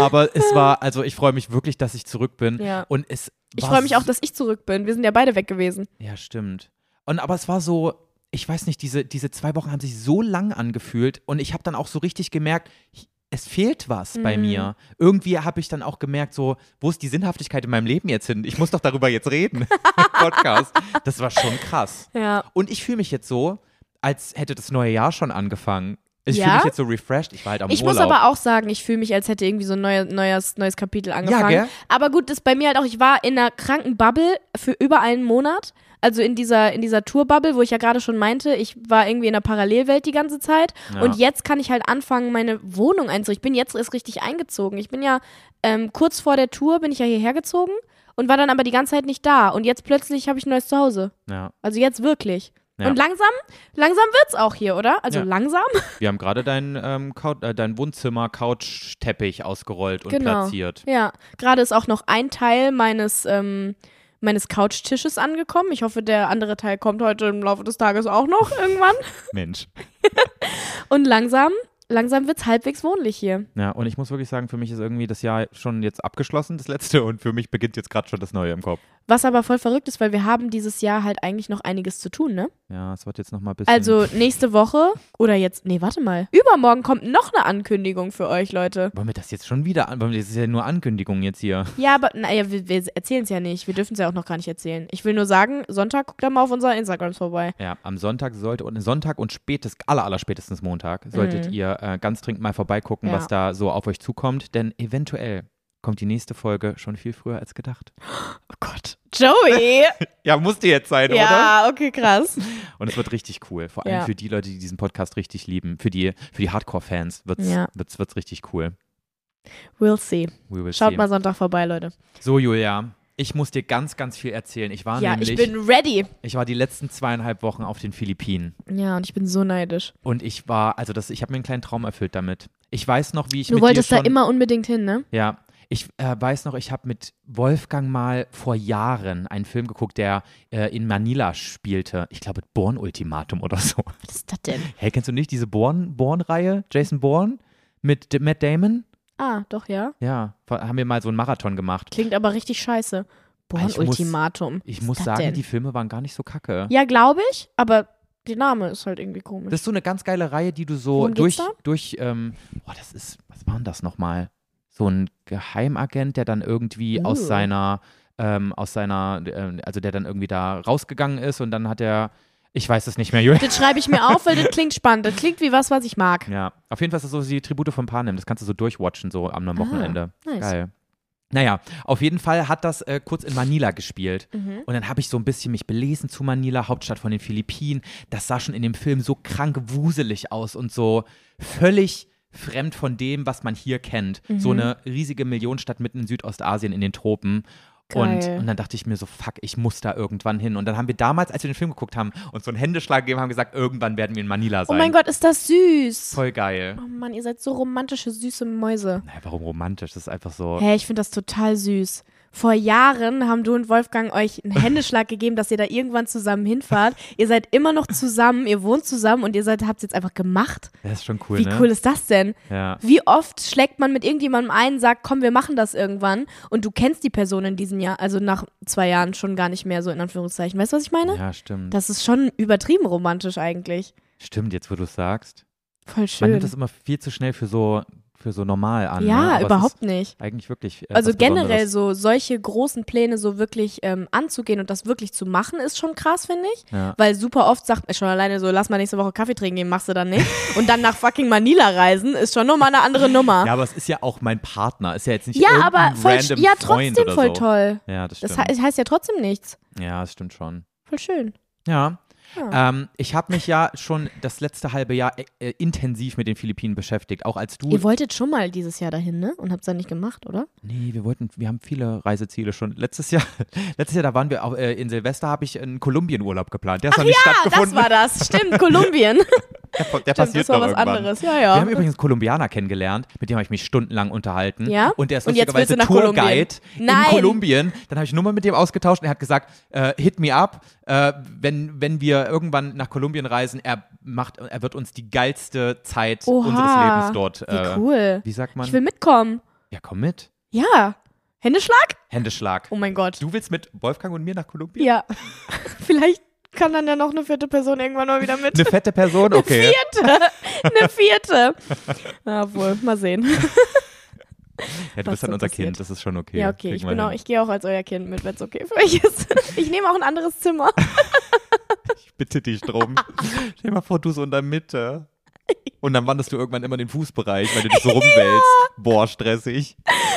Aber es war, also ich freue mich wirklich, dass ich zurück bin. Ja. Und es Ich war freue mich auch, so- dass ich zurück bin. Wir sind ja beide weg gewesen. Ja, stimmt. Und aber es war so, ich weiß nicht, diese, diese zwei Wochen haben sich so lang angefühlt und ich habe dann auch so richtig gemerkt, ich- es fehlt was Mhm. bei mir. Irgendwie habe ich dann auch gemerkt, so, wo ist die Sinnhaftigkeit in meinem Leben jetzt hin? Ich muss doch darüber jetzt [LAUGHS] reden. im Podcast. Das war schon krass. Ja. Und ich fühle mich jetzt so, als hätte das neue Jahr schon angefangen. Ich Ja? fühle mich jetzt so refreshed. Ich war halt am Ich Urlaub. muss aber auch sagen, ich fühle mich, als hätte irgendwie so ein neues, neues, neues Kapitel angefangen. gell? Aber gut, das bei mir halt auch, ich war in einer kranken Bubble für über einen Monat. Also in dieser, in dieser Tour-Bubble, wo ich ja gerade schon meinte, ich war irgendwie in einer Parallelwelt die ganze Zeit. Ja. Und jetzt kann ich halt anfangen, meine Wohnung einzurichten. Ich bin jetzt erst richtig eingezogen. Ich bin ja ähm, kurz vor der Tour, bin ich ja hierher gezogen und war dann aber die ganze Zeit nicht da. Und jetzt plötzlich habe ich ein neues Zuhause. ja. Also jetzt wirklich. Ja. Und langsam, langsam wird's auch hier, oder? Also Ja. langsam. Wir haben gerade dein, ähm, Cou- äh, dein Wohnzimmer-Couch-Teppich ausgerollt und Genau. platziert. Ja, gerade ist auch noch ein Teil meines, ähm, meines Couchtisches angekommen. Ich hoffe, der andere Teil kommt heute im Laufe des Tages auch noch irgendwann. Mensch. Und langsam, langsam wird's halbwegs wohnlich hier. Ja, und ich muss wirklich sagen, für mich ist irgendwie das Jahr schon jetzt abgeschlossen, das letzte, und für mich beginnt jetzt gerade schon das Neue im Kopf. Was aber voll verrückt ist, weil wir haben dieses Jahr halt eigentlich noch einiges zu tun, ne? Ja, es wird jetzt nochmal ein bisschen. Also nächste Woche oder jetzt, nee, warte mal. Übermorgen kommt noch eine Ankündigung für euch, Leute. Wollen wir das jetzt schon wieder an? wollen wir- Das ist ja nur Ankündigung jetzt hier. Ja, aber naja, wir, wir erzählen es ja nicht. Wir dürfen es ja auch noch gar nicht erzählen. Ich will nur sagen, Sonntag guckt da mal auf unserer Instagrams vorbei. Ja, am Sonntag sollte, und Sonntag und spätestens, aller, aller spätestens Montag, solltet ihr äh, ganz dringend mal vorbeigucken, Mhm. Ja. was da so auf euch zukommt, denn eventuell kommt die nächste Folge schon viel früher als gedacht. Oh Gott. Joey! Ja, musste jetzt sein, ja, okay, krass. Und es wird richtig cool. Vor allem Ja. für die Leute, die diesen Podcast richtig lieben. Für die, für die Hardcore-Fans wird es Ja. wird's, wird's richtig cool. We'll see. We will Schaut see. mal Sonntag vorbei, Leute. So, Julia, ich muss dir ganz, ganz viel erzählen. Ich war Ja, ich Ah, nämlich, bin ready. ich war die letzten zweieinhalb Wochen auf den Philippinen. Ja, und ich bin so neidisch. Und ich war, also das, ich habe mir einen kleinen Traum erfüllt damit. Ich weiß noch, wie ich Du mit wolltest dir da schon, immer unbedingt hin, ne? Ja, ich äh, weiß noch, ich habe mit Wolfgang mal vor Jahren einen Film geguckt, der äh, in Manila spielte. Ich glaube, Born Ultimatum oder so. [LAUGHS] Was ist das denn? Hey, kennst du nicht diese Born, Born-Reihe? Jason Born mit D Matt Damon? Ah, doch, ja. Ja, vor- haben wir mal so einen Marathon gemacht. Klingt aber richtig scheiße. Born Ah, Ich muss- Ultimatum. Ich Was muss ist das sagen, denn? die Filme waren gar nicht so kacke. Ja, glaube ich, aber der Name ist halt irgendwie komisch. Das ist so eine ganz geile Reihe, die du so Worum durch, geht's da? durch, ähm, boah, das ist, was war denn das nochmal? So ein Geheimagent, der dann irgendwie Uh. aus seiner, ähm, aus seiner, ähm, also der dann irgendwie da rausgegangen ist und dann hat er, ich weiß es nicht [LAUGHS] mehr, [LAUGHS] Julia. das schreibe ich mir auf, weil das klingt spannend. Das klingt wie was, was ich mag. Ja, auf jeden Fall ist das so die Tribute von Panem. Das kannst du so durchwatchen, so am am Ah, Wochenende. nice. Geil. Naja, auf jeden Fall hat das äh, kurz in Manila gespielt. Mhm. Und dann habe ich so ein bisschen mich belesen zu Manila, Hauptstadt von den Philippinen. Das sah schon in dem Film so krank wuselig aus und so völlig fremd von dem, was man hier kennt. So Mhm. eine riesige Millionenstadt mitten in Südostasien in den Tropen. Und, Geil. und dann dachte ich mir so, fuck, ich muss da irgendwann hin. Und dann haben wir damals, als wir den Film geguckt haben, uns so einen Händeschlag gegeben, haben gesagt, irgendwann werden wir in Manila Oh sein. mein Gott, ist das süß. Voll geil. Oh Mann, ihr seid so romantische, süße Mäuse. Naja, warum romantisch? Das ist einfach so. Hä, ich finde das total süß. vor Jahren haben du und Wolfgang euch einen Händeschlag gegeben, dass ihr da irgendwann zusammen hinfahrt. Ihr seid immer noch zusammen, ihr wohnt zusammen und ihr seid, habt es jetzt einfach gemacht. Das ist schon cool, Wie ne? cool ist das denn? Ja. Wie oft schlägt man mit irgendjemandem ein, sagt, komm, wir machen das irgendwann und du kennst die Person in diesem Jahr, also nach zwei Jahren schon gar nicht mehr so in Anführungszeichen. Weißt du, was ich meine? Ja, stimmt. Das ist schon übertrieben romantisch eigentlich. stimmt, jetzt wo du es sagst. Voll Man schön. nimmt das immer viel zu schnell für so, für so normal an. ne? ja, Aber es überhaupt Ist nicht. eigentlich wirklich. äh, Also was Besonderes. generell so solche großen Pläne so wirklich ähm, anzugehen und das wirklich zu machen, ist schon krass, finde ich. Ja. Weil super oft sagt man schon alleine so, lass mal nächste Woche Kaffee trinken gehen, machst du dann [LAUGHS] nicht. Und dann nach fucking Manila reisen, ist schon nochmal eine andere Nummer. Ja, aber es ist ja auch mein Partner. Ist ja jetzt nicht Ja, irgendein aber voll, random ja, Freund trotzdem oder voll so. toll. Ja, das stimmt. Das he heißt ja trotzdem nichts. ja, das stimmt schon. Voll schön. Ja. Ja. Ähm, ich habe mich ja schon das letzte halbe Jahr äh, intensiv mit den Philippinen beschäftigt, auch als du. Ihr wolltet schon mal dieses Jahr dahin, ne? Und habt's dann nicht gemacht, oder? nee, wir wollten, wir haben viele Reiseziele schon. Letztes Jahr, [LAUGHS] letztes Jahr, da waren wir auch, äh, in Silvester, habe ich einen Kolumbien-Urlaub geplant. Der ist noch nicht Ah, das stattgefunden. war das. [LAUGHS] Stimmt, Kolumbien. der der Stimmt, passiert das war noch was irgendwann. anderes. Ja, Wir ja. haben übrigens einen Kolumbianer kennengelernt, mit dem habe ich mich stundenlang unterhalten. Ja? Und der ist Und jetzt willst lustigerweise du nach Tourguide Kolumbien. in Nein. Kolumbien. Dann habe ich Nummer mit dem ausgetauscht und er hat gesagt, äh, hit me up, äh, wenn, wenn wir irgendwann nach Kolumbien reisen, er macht, er wird uns die geilste Zeit Oha. unseres Lebens dort. äh, Wie cool. Wie sagt Ich man? will mitkommen. Ja, komm mit. Ja. Händeschlag? Händeschlag. Oh mein Gott. Du willst mit Wolfgang und mir nach Kolumbien? Ja. [LAUGHS] Vielleicht kann dann ja noch eine vierte Person irgendwann mal wieder mit. Eine fette Person? Okay. [LAUGHS] Vierte. Eine vierte. Na wohl, mal sehen. Ja, du was bist dann so unser passiert. Kind, das ist schon okay. Ja, okay. Kriegen Ich, wir bin auch, hin. ich gehe auch als euer Kind mit, wenn es okay für euch ist. [LAUGHS] Ich nehme auch ein anderes Zimmer. Ich bitte dich drum. [LAUGHS] Stell dir mal vor, du so in der Mitte. Und dann wanderst du irgendwann immer in den Fußbereich, weil du [LAUGHS] dich so rumwälzt. Boah, stressig.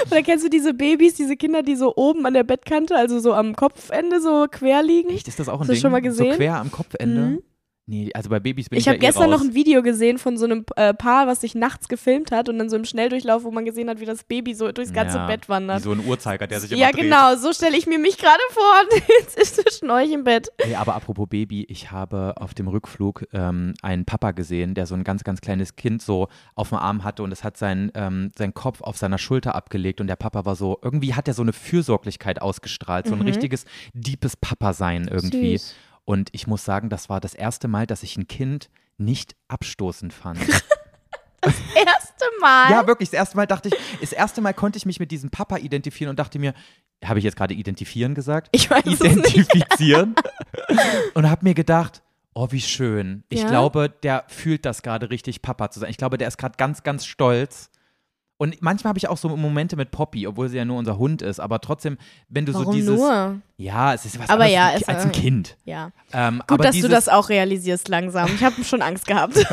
Oder kennst du diese Babys, diese Kinder, die so oben an der Bettkante, also so am Kopfende so quer liegen? Echt, ist das auch ein Hast du das Ding? schon mal gesehen? So quer am Kopfende? Mhm. Nee, also bei Babys bin ich, Ich habe ja eh gestern raus. noch ein Video gesehen von so einem äh, Paar, was sich nachts gefilmt hat und dann so im Schnelldurchlauf, wo man gesehen hat, wie das Baby so durchs ganze Ja, Bett Wie wandert. so ein Uhrzeiger, der sich immer Ja, dreht. genau, so stelle ich mir mich gerade vor [LAUGHS] und jetzt ist zwischen euch im Bett. Hey, aber apropos Baby, ich habe auf dem Rückflug ähm, einen Papa gesehen, der so ein ganz, ganz kleines Kind so auf dem Arm hatte und es hat seinen ähm, seinen Kopf auf seiner Schulter abgelegt und der Papa war so, irgendwie hat er so eine Fürsorglichkeit ausgestrahlt, so ein richtiges, deepes Papa-Sein irgendwie. Mhm. Süß. Und ich muss sagen, das war das erste Mal, dass ich ein Kind nicht abstoßend [LAUGHS] fand. Erste Mal. ja, wirklich, das erste Mal dachte ich, das erste Mal konnte ich mich mit diesem Papa identifizieren und dachte mir, habe ich jetzt gerade identifieren gesagt? ich weiß es nicht. [LAUGHS] identifizieren und habe mir gedacht, oh, wie schön. Ich Ja? glaube, der fühlt das gerade richtig, Papa zu sein. Ich glaube, der ist gerade ganz, ganz stolz. Und manchmal habe ich auch so Momente mit Poppy, obwohl sie ja nur unser Hund ist, aber trotzdem, wenn du so Warum dieses nur? ja, es ist was Aber anderes ja, als, es- als ein Kind. Ja. Ähm, Gut, aber dass dieses, du das auch realisierst langsam. Ich habe schon Angst gehabt.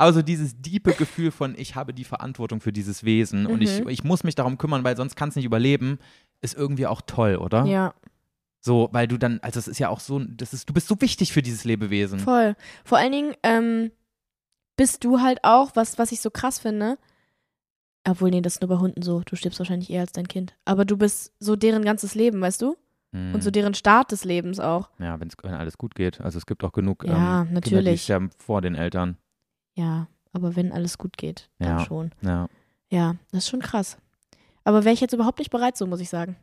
also dieses diepe Gefühl von ich habe die Verantwortung für dieses Wesen und ich, Mhm. ich muss mich darum kümmern, weil sonst kann es nicht überleben, ist irgendwie auch toll, oder? ja. So, weil du dann, also es ist ja auch so, das ist, du bist so wichtig für dieses Lebewesen. Voll. Vor allen Dingen ähm, bist du halt auch, was, was ich so krass finde, obwohl, nee, das ist nur bei Hunden so. Du stirbst wahrscheinlich eher als dein Kind. Aber du bist so deren ganzes Leben, weißt du? Mhm. Und so deren Start des Lebens auch. Ja, wenn's, wenn alles gut geht. Also es gibt auch genug Ja, ähm, Kinder, die natürlich. sterben vor den Eltern. Ja, aber wenn alles gut geht, dann Ja. schon. Ja. Ja, das ist schon krass. Aber wäre ich jetzt überhaupt nicht bereit, so muss ich [LAUGHS] sagen.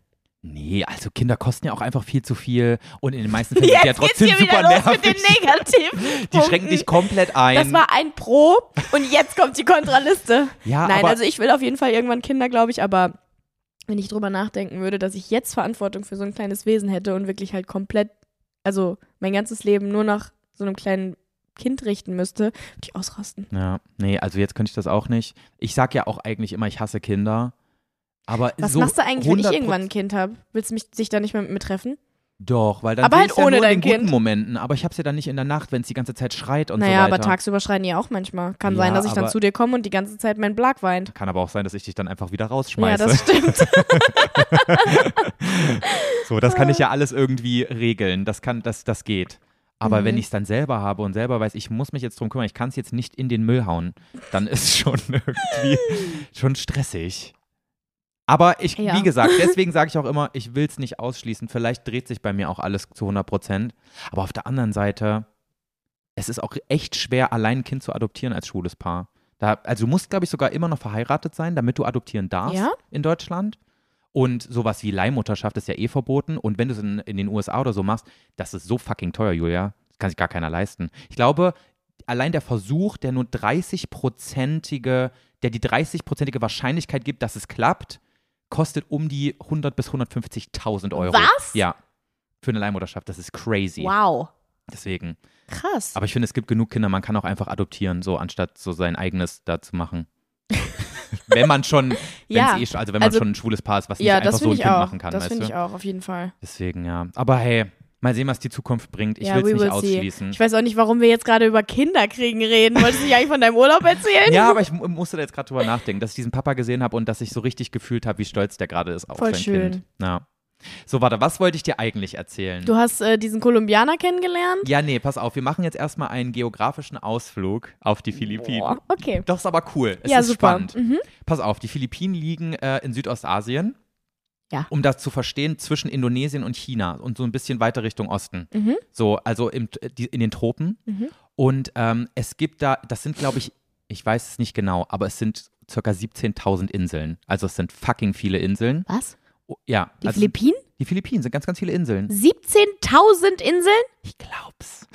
Nee, also Kinder kosten ja auch einfach viel zu viel und in den meisten [LAUGHS] Fällen sind die ja trotzdem hier super wieder los mit den nervig. Negativen. Die schränken dich komplett Das ein. war ein Pro und jetzt kommt die Kontraliste. ja, Nein, Ah, aber also ich will auf jeden Fall irgendwann Kinder, glaube ich, aber wenn ich drüber nachdenken würde, dass ich jetzt Verantwortung für so ein kleines Wesen hätte und wirklich halt komplett, also mein ganzes Leben nur nach so einem kleinen Kind richten müsste, würde ich ausrasten. ja, nee, also jetzt könnte ich das auch nicht. Ich sag ja auch eigentlich immer, ich hasse Kinder. Aber Was so machst du eigentlich, wenn ich 100% irgendwann ein Kind habe? Willst du mich dich da nicht mehr mit treffen? Doch, weil dann Aber sehe halt ich's ja ohne nur in dein den guten Kind. Momenten. Aber ich hab's ja dann nicht in der Nacht, wenn's die ganze Zeit schreit und naja, so weiter. aber tagsüber schreien die auch manchmal. Kann Ja, sein, dass ich dann aber- zu dir komme und die ganze Zeit mein Blag weint. Kann aber auch sein, dass ich dich dann einfach wieder Ja, rausschmeiße. das stimmt. [LAUGHS] So, das kann ich ja alles irgendwie regeln. Das kann, das, das geht. Aber Mhm. wenn ich es dann selber habe und selber weiß, ich muss mich jetzt drum kümmern, ich kann es jetzt nicht in den Müll hauen, dann ist [LAUGHS] schon irgendwie schon stressig. Aber ich, Ja. [LAUGHS] wie gesagt, deswegen sage ich auch immer, ich will es nicht ausschließen. Vielleicht dreht sich bei mir auch alles zu 100 Prozent. Aber auf der anderen Seite, es ist auch echt schwer, allein ein Kind zu adoptieren als schwules Paar. Da, also du musst, glaube ich, sogar immer noch verheiratet sein, damit du adoptieren darfst Ja? in Deutschland. Und sowas wie Leihmutterschaft ist ja eh verboten. Und wenn du es in, in den USA oder so machst, das ist so fucking teuer, Julia. Das kann sich gar keiner leisten. Ich glaube, allein der Versuch, der nur 30-prozentige, der die 30-prozentige Wahrscheinlichkeit gibt, dass es klappt, kostet um die 100 bis 150.000 Euro. Was? Ja. Für eine Leihmutterschaft. Das ist crazy. Wow. Deswegen. Krass. Aber ich finde, es gibt genug Kinder, man kann auch einfach adoptieren, so anstatt so sein eigenes da zu [LAUGHS] machen. wenn man schon, Ja. ja. eh, schon- also wenn man Also- schon ein schwules Paar ist, was nicht ja, einfach das so ein finde Kind ich auch. machen kann, das weißt finde du? ich auch, auf jeden Fall. Deswegen, ja. Aber hey, mal sehen, was die Zukunft bringt. Ich ja, will we es will nicht See. ausschließen. Ich weiß auch nicht, warum wir jetzt gerade über Kinderkriegen reden. Wolltest du nicht eigentlich von deinem Urlaub erzählen? Ja, aber ich mu- musste da jetzt gerade drüber nachdenken, dass ich diesen Papa gesehen habe und dass ich so richtig gefühlt habe, wie stolz der gerade ist auf Voll sein schön. Kind. Ja. So, warte, was wollte ich dir eigentlich erzählen? Du hast äh, diesen Kolumbianer kennengelernt? ja, nee, pass auf, wir machen jetzt erstmal einen geografischen Ausflug auf die Philippinen. Boah, okay. Doch, ist aber cool. Es ja, ist super. spannend. Mhm. Pass auf, die Philippinen liegen äh, in Südostasien. Ja. Um das zu verstehen, zwischen Indonesien und China und so ein bisschen weiter Richtung Osten. Mhm. So, also im, die, in den Tropen. Mhm. Und ähm, es gibt da, das sind, glaube ich, ich weiß es nicht genau, aber es sind circa 17.000 Inseln. Also es sind fucking viele Inseln. Was? Oh, ja. Die also, Philippinen? die Philippinen sind ganz, ganz [LAUGHS] viele Inseln. 17.000 [LAUGHS] Inseln? Ich glaub's.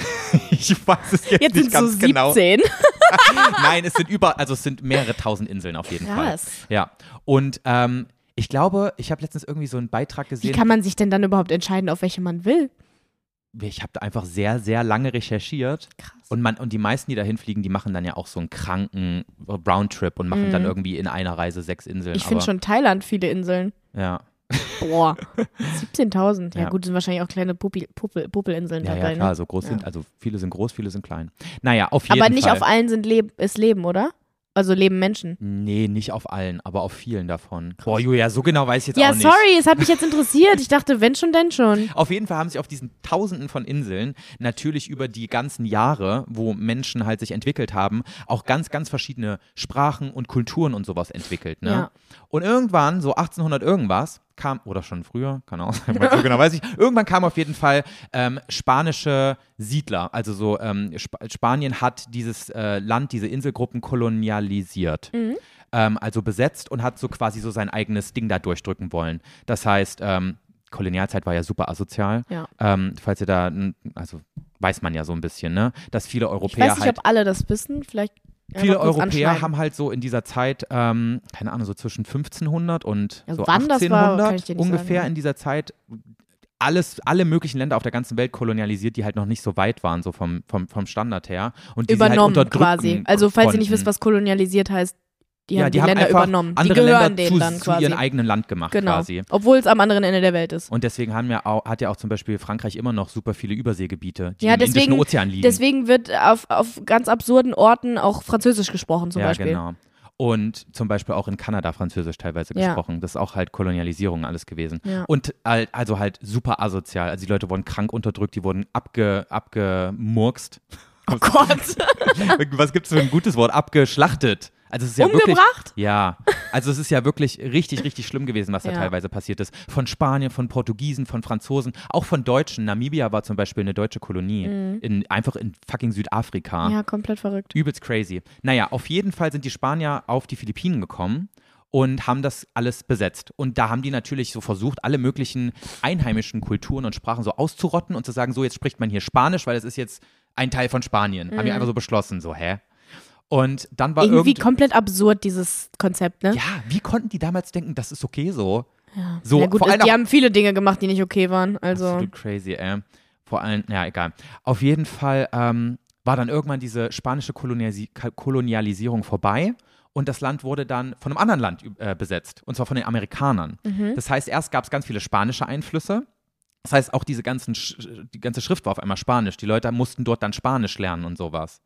ich weiß es jetzt, Jetzt nicht sind so ganz 17. genau. [LAUGHS] Nein, es sind über, also es sind mehrere tausend Inseln auf jeden Krass. Fall. Ja. Und ähm, ich glaube, ich habe letztens irgendwie so einen Beitrag Wie gesehen. kann man sich denn dann überhaupt entscheiden, auf welche man will? ich habe da einfach sehr, sehr lange recherchiert. Krass. Und, man, und die meisten, die dahin fliegen, die machen dann ja auch so einen kranken Roundtrip und machen Mhm. dann irgendwie in einer Reise sechs Inseln. Ich finde aber- schon Thailand viele Inseln. Ja, [LAUGHS] Boah. 17.000. Ja, Ja. gut, sind wahrscheinlich auch kleine Pupi- Puppe- Puppelinseln ja, ja dabei. klar, ne? so groß Ja. sind, also viele sind groß, viele sind klein. Naja, auf jeden Aber nicht Fall. auf allen sind Leb ist Leben, oder? Also leben Menschen. Nee, nicht auf allen, aber auf vielen davon. Boah, Julia, so genau weiß ich jetzt Ja, auch nicht. sorry, es hat mich jetzt interessiert. Ich dachte, wenn schon, denn schon. Auf jeden Fall haben sich auf diesen Tausenden von Inseln natürlich über die ganzen Jahre, wo Menschen halt sich entwickelt haben, auch ganz, ganz verschiedene Sprachen und Kulturen und sowas entwickelt. Ne? Ja. Und irgendwann, so 1800 irgendwas, kam, oder schon früher, kann auch sein, weil so genau weiß ich, irgendwann kam auf jeden Fall ähm, spanische Siedler. Also so, ähm, Sp Spanien hat dieses äh, Land, diese Inselgruppen kolonialisiert ähm, also besetzt und hat so quasi so sein eigenes Ding da durchdrücken wollen. Das heißt, ähm, Kolonialzeit war ja super asozial. Ja. Ähm, falls ihr da, n- also weiß man ja so ein bisschen, ne, dass viele Ich Europäer weiß nicht, halt ob alle das wissen. Vielleicht. Viele einfach kurz Europäer anschneiden. haben halt so in dieser Zeit, ähm, keine Ahnung, so zwischen 1500 und Ja, so wann das war, 1800 kann ich dir nicht ungefähr sagen. in dieser Zeit alles, alle möglichen Länder auf der ganzen Welt kolonialisiert, die halt noch nicht so weit waren, so vom, vom, vom Standard her. Und die sie übernommen halt unterdrücken quasi. Also falls ihr nicht konnten. wisst, was kolonialisiert heißt, die ja, haben die die haben Länder einfach übernommen. Die Andere gehören Länder denen zu, dann zu quasi. ihrem eigenen Land gemacht genau. quasi. Obwohl es am anderen Ende der Welt ist. Und deswegen haben ja auch, hat ja auch zum Beispiel Frankreich immer noch super viele Überseegebiete, die Ja, im deswegen- Indischen Ozean liegen. Deswegen wird auf, auf ganz absurden Orten auch Französisch gesprochen zum ja, Beispiel. genau. Und zum Beispiel auch in Kanada Französisch teilweise Ja. gesprochen. Das ist auch halt Kolonialisierung alles gewesen. Ja. Und halt- also halt super asozial. Also die Leute wurden krank unterdrückt, die wurden abge, abgemurkst. Oh Gott. Was gibt es für ein gutes Wort? Abgeschlachtet. Also es ist ja wirklich, Umgebracht? Ja, also es ist ja wirklich richtig, richtig schlimm gewesen, was da Ja. teilweise passiert ist. Von Spanien, von Portugiesen, von Franzosen, auch von Deutschen. Namibia war zum Beispiel eine deutsche Kolonie, in, einfach in fucking Südafrika. Mhm. Ja, komplett verrückt. Übelst crazy. Naja, auf jeden Fall sind die Spanier auf die Philippinen gekommen und haben das alles besetzt. Und da haben die natürlich so versucht, alle möglichen einheimischen Kulturen und Sprachen so auszurotten und zu sagen, so jetzt spricht man hier Spanisch, weil das ist jetzt ein Teil von Spanien. Haben die einfach so beschlossen, so hä? Und dann war Mhm. Irgendwie irgend- komplett absurd, dieses Konzept, ne? ja, wie konnten die damals denken, das ist okay so? Ja. So, Na gut, also vor allem die auch- haben viele Dinge gemacht, die nicht okay waren. Also, Absolut crazy, ey. Vor allem, ja, egal. Auf jeden Fall ähm, war dann irgendwann diese spanische Koloniasi Ka- Kolonialisierung vorbei und das Land wurde dann von einem anderen Land äh, besetzt, und zwar von den Amerikanern. Mhm. Das heißt, erst gab es ganz viele spanische Einflüsse. Das heißt, auch diese ganzen, Sch- die ganze Schrift war auf einmal Spanisch. Die Leute mussten dort dann Spanisch lernen und sowas.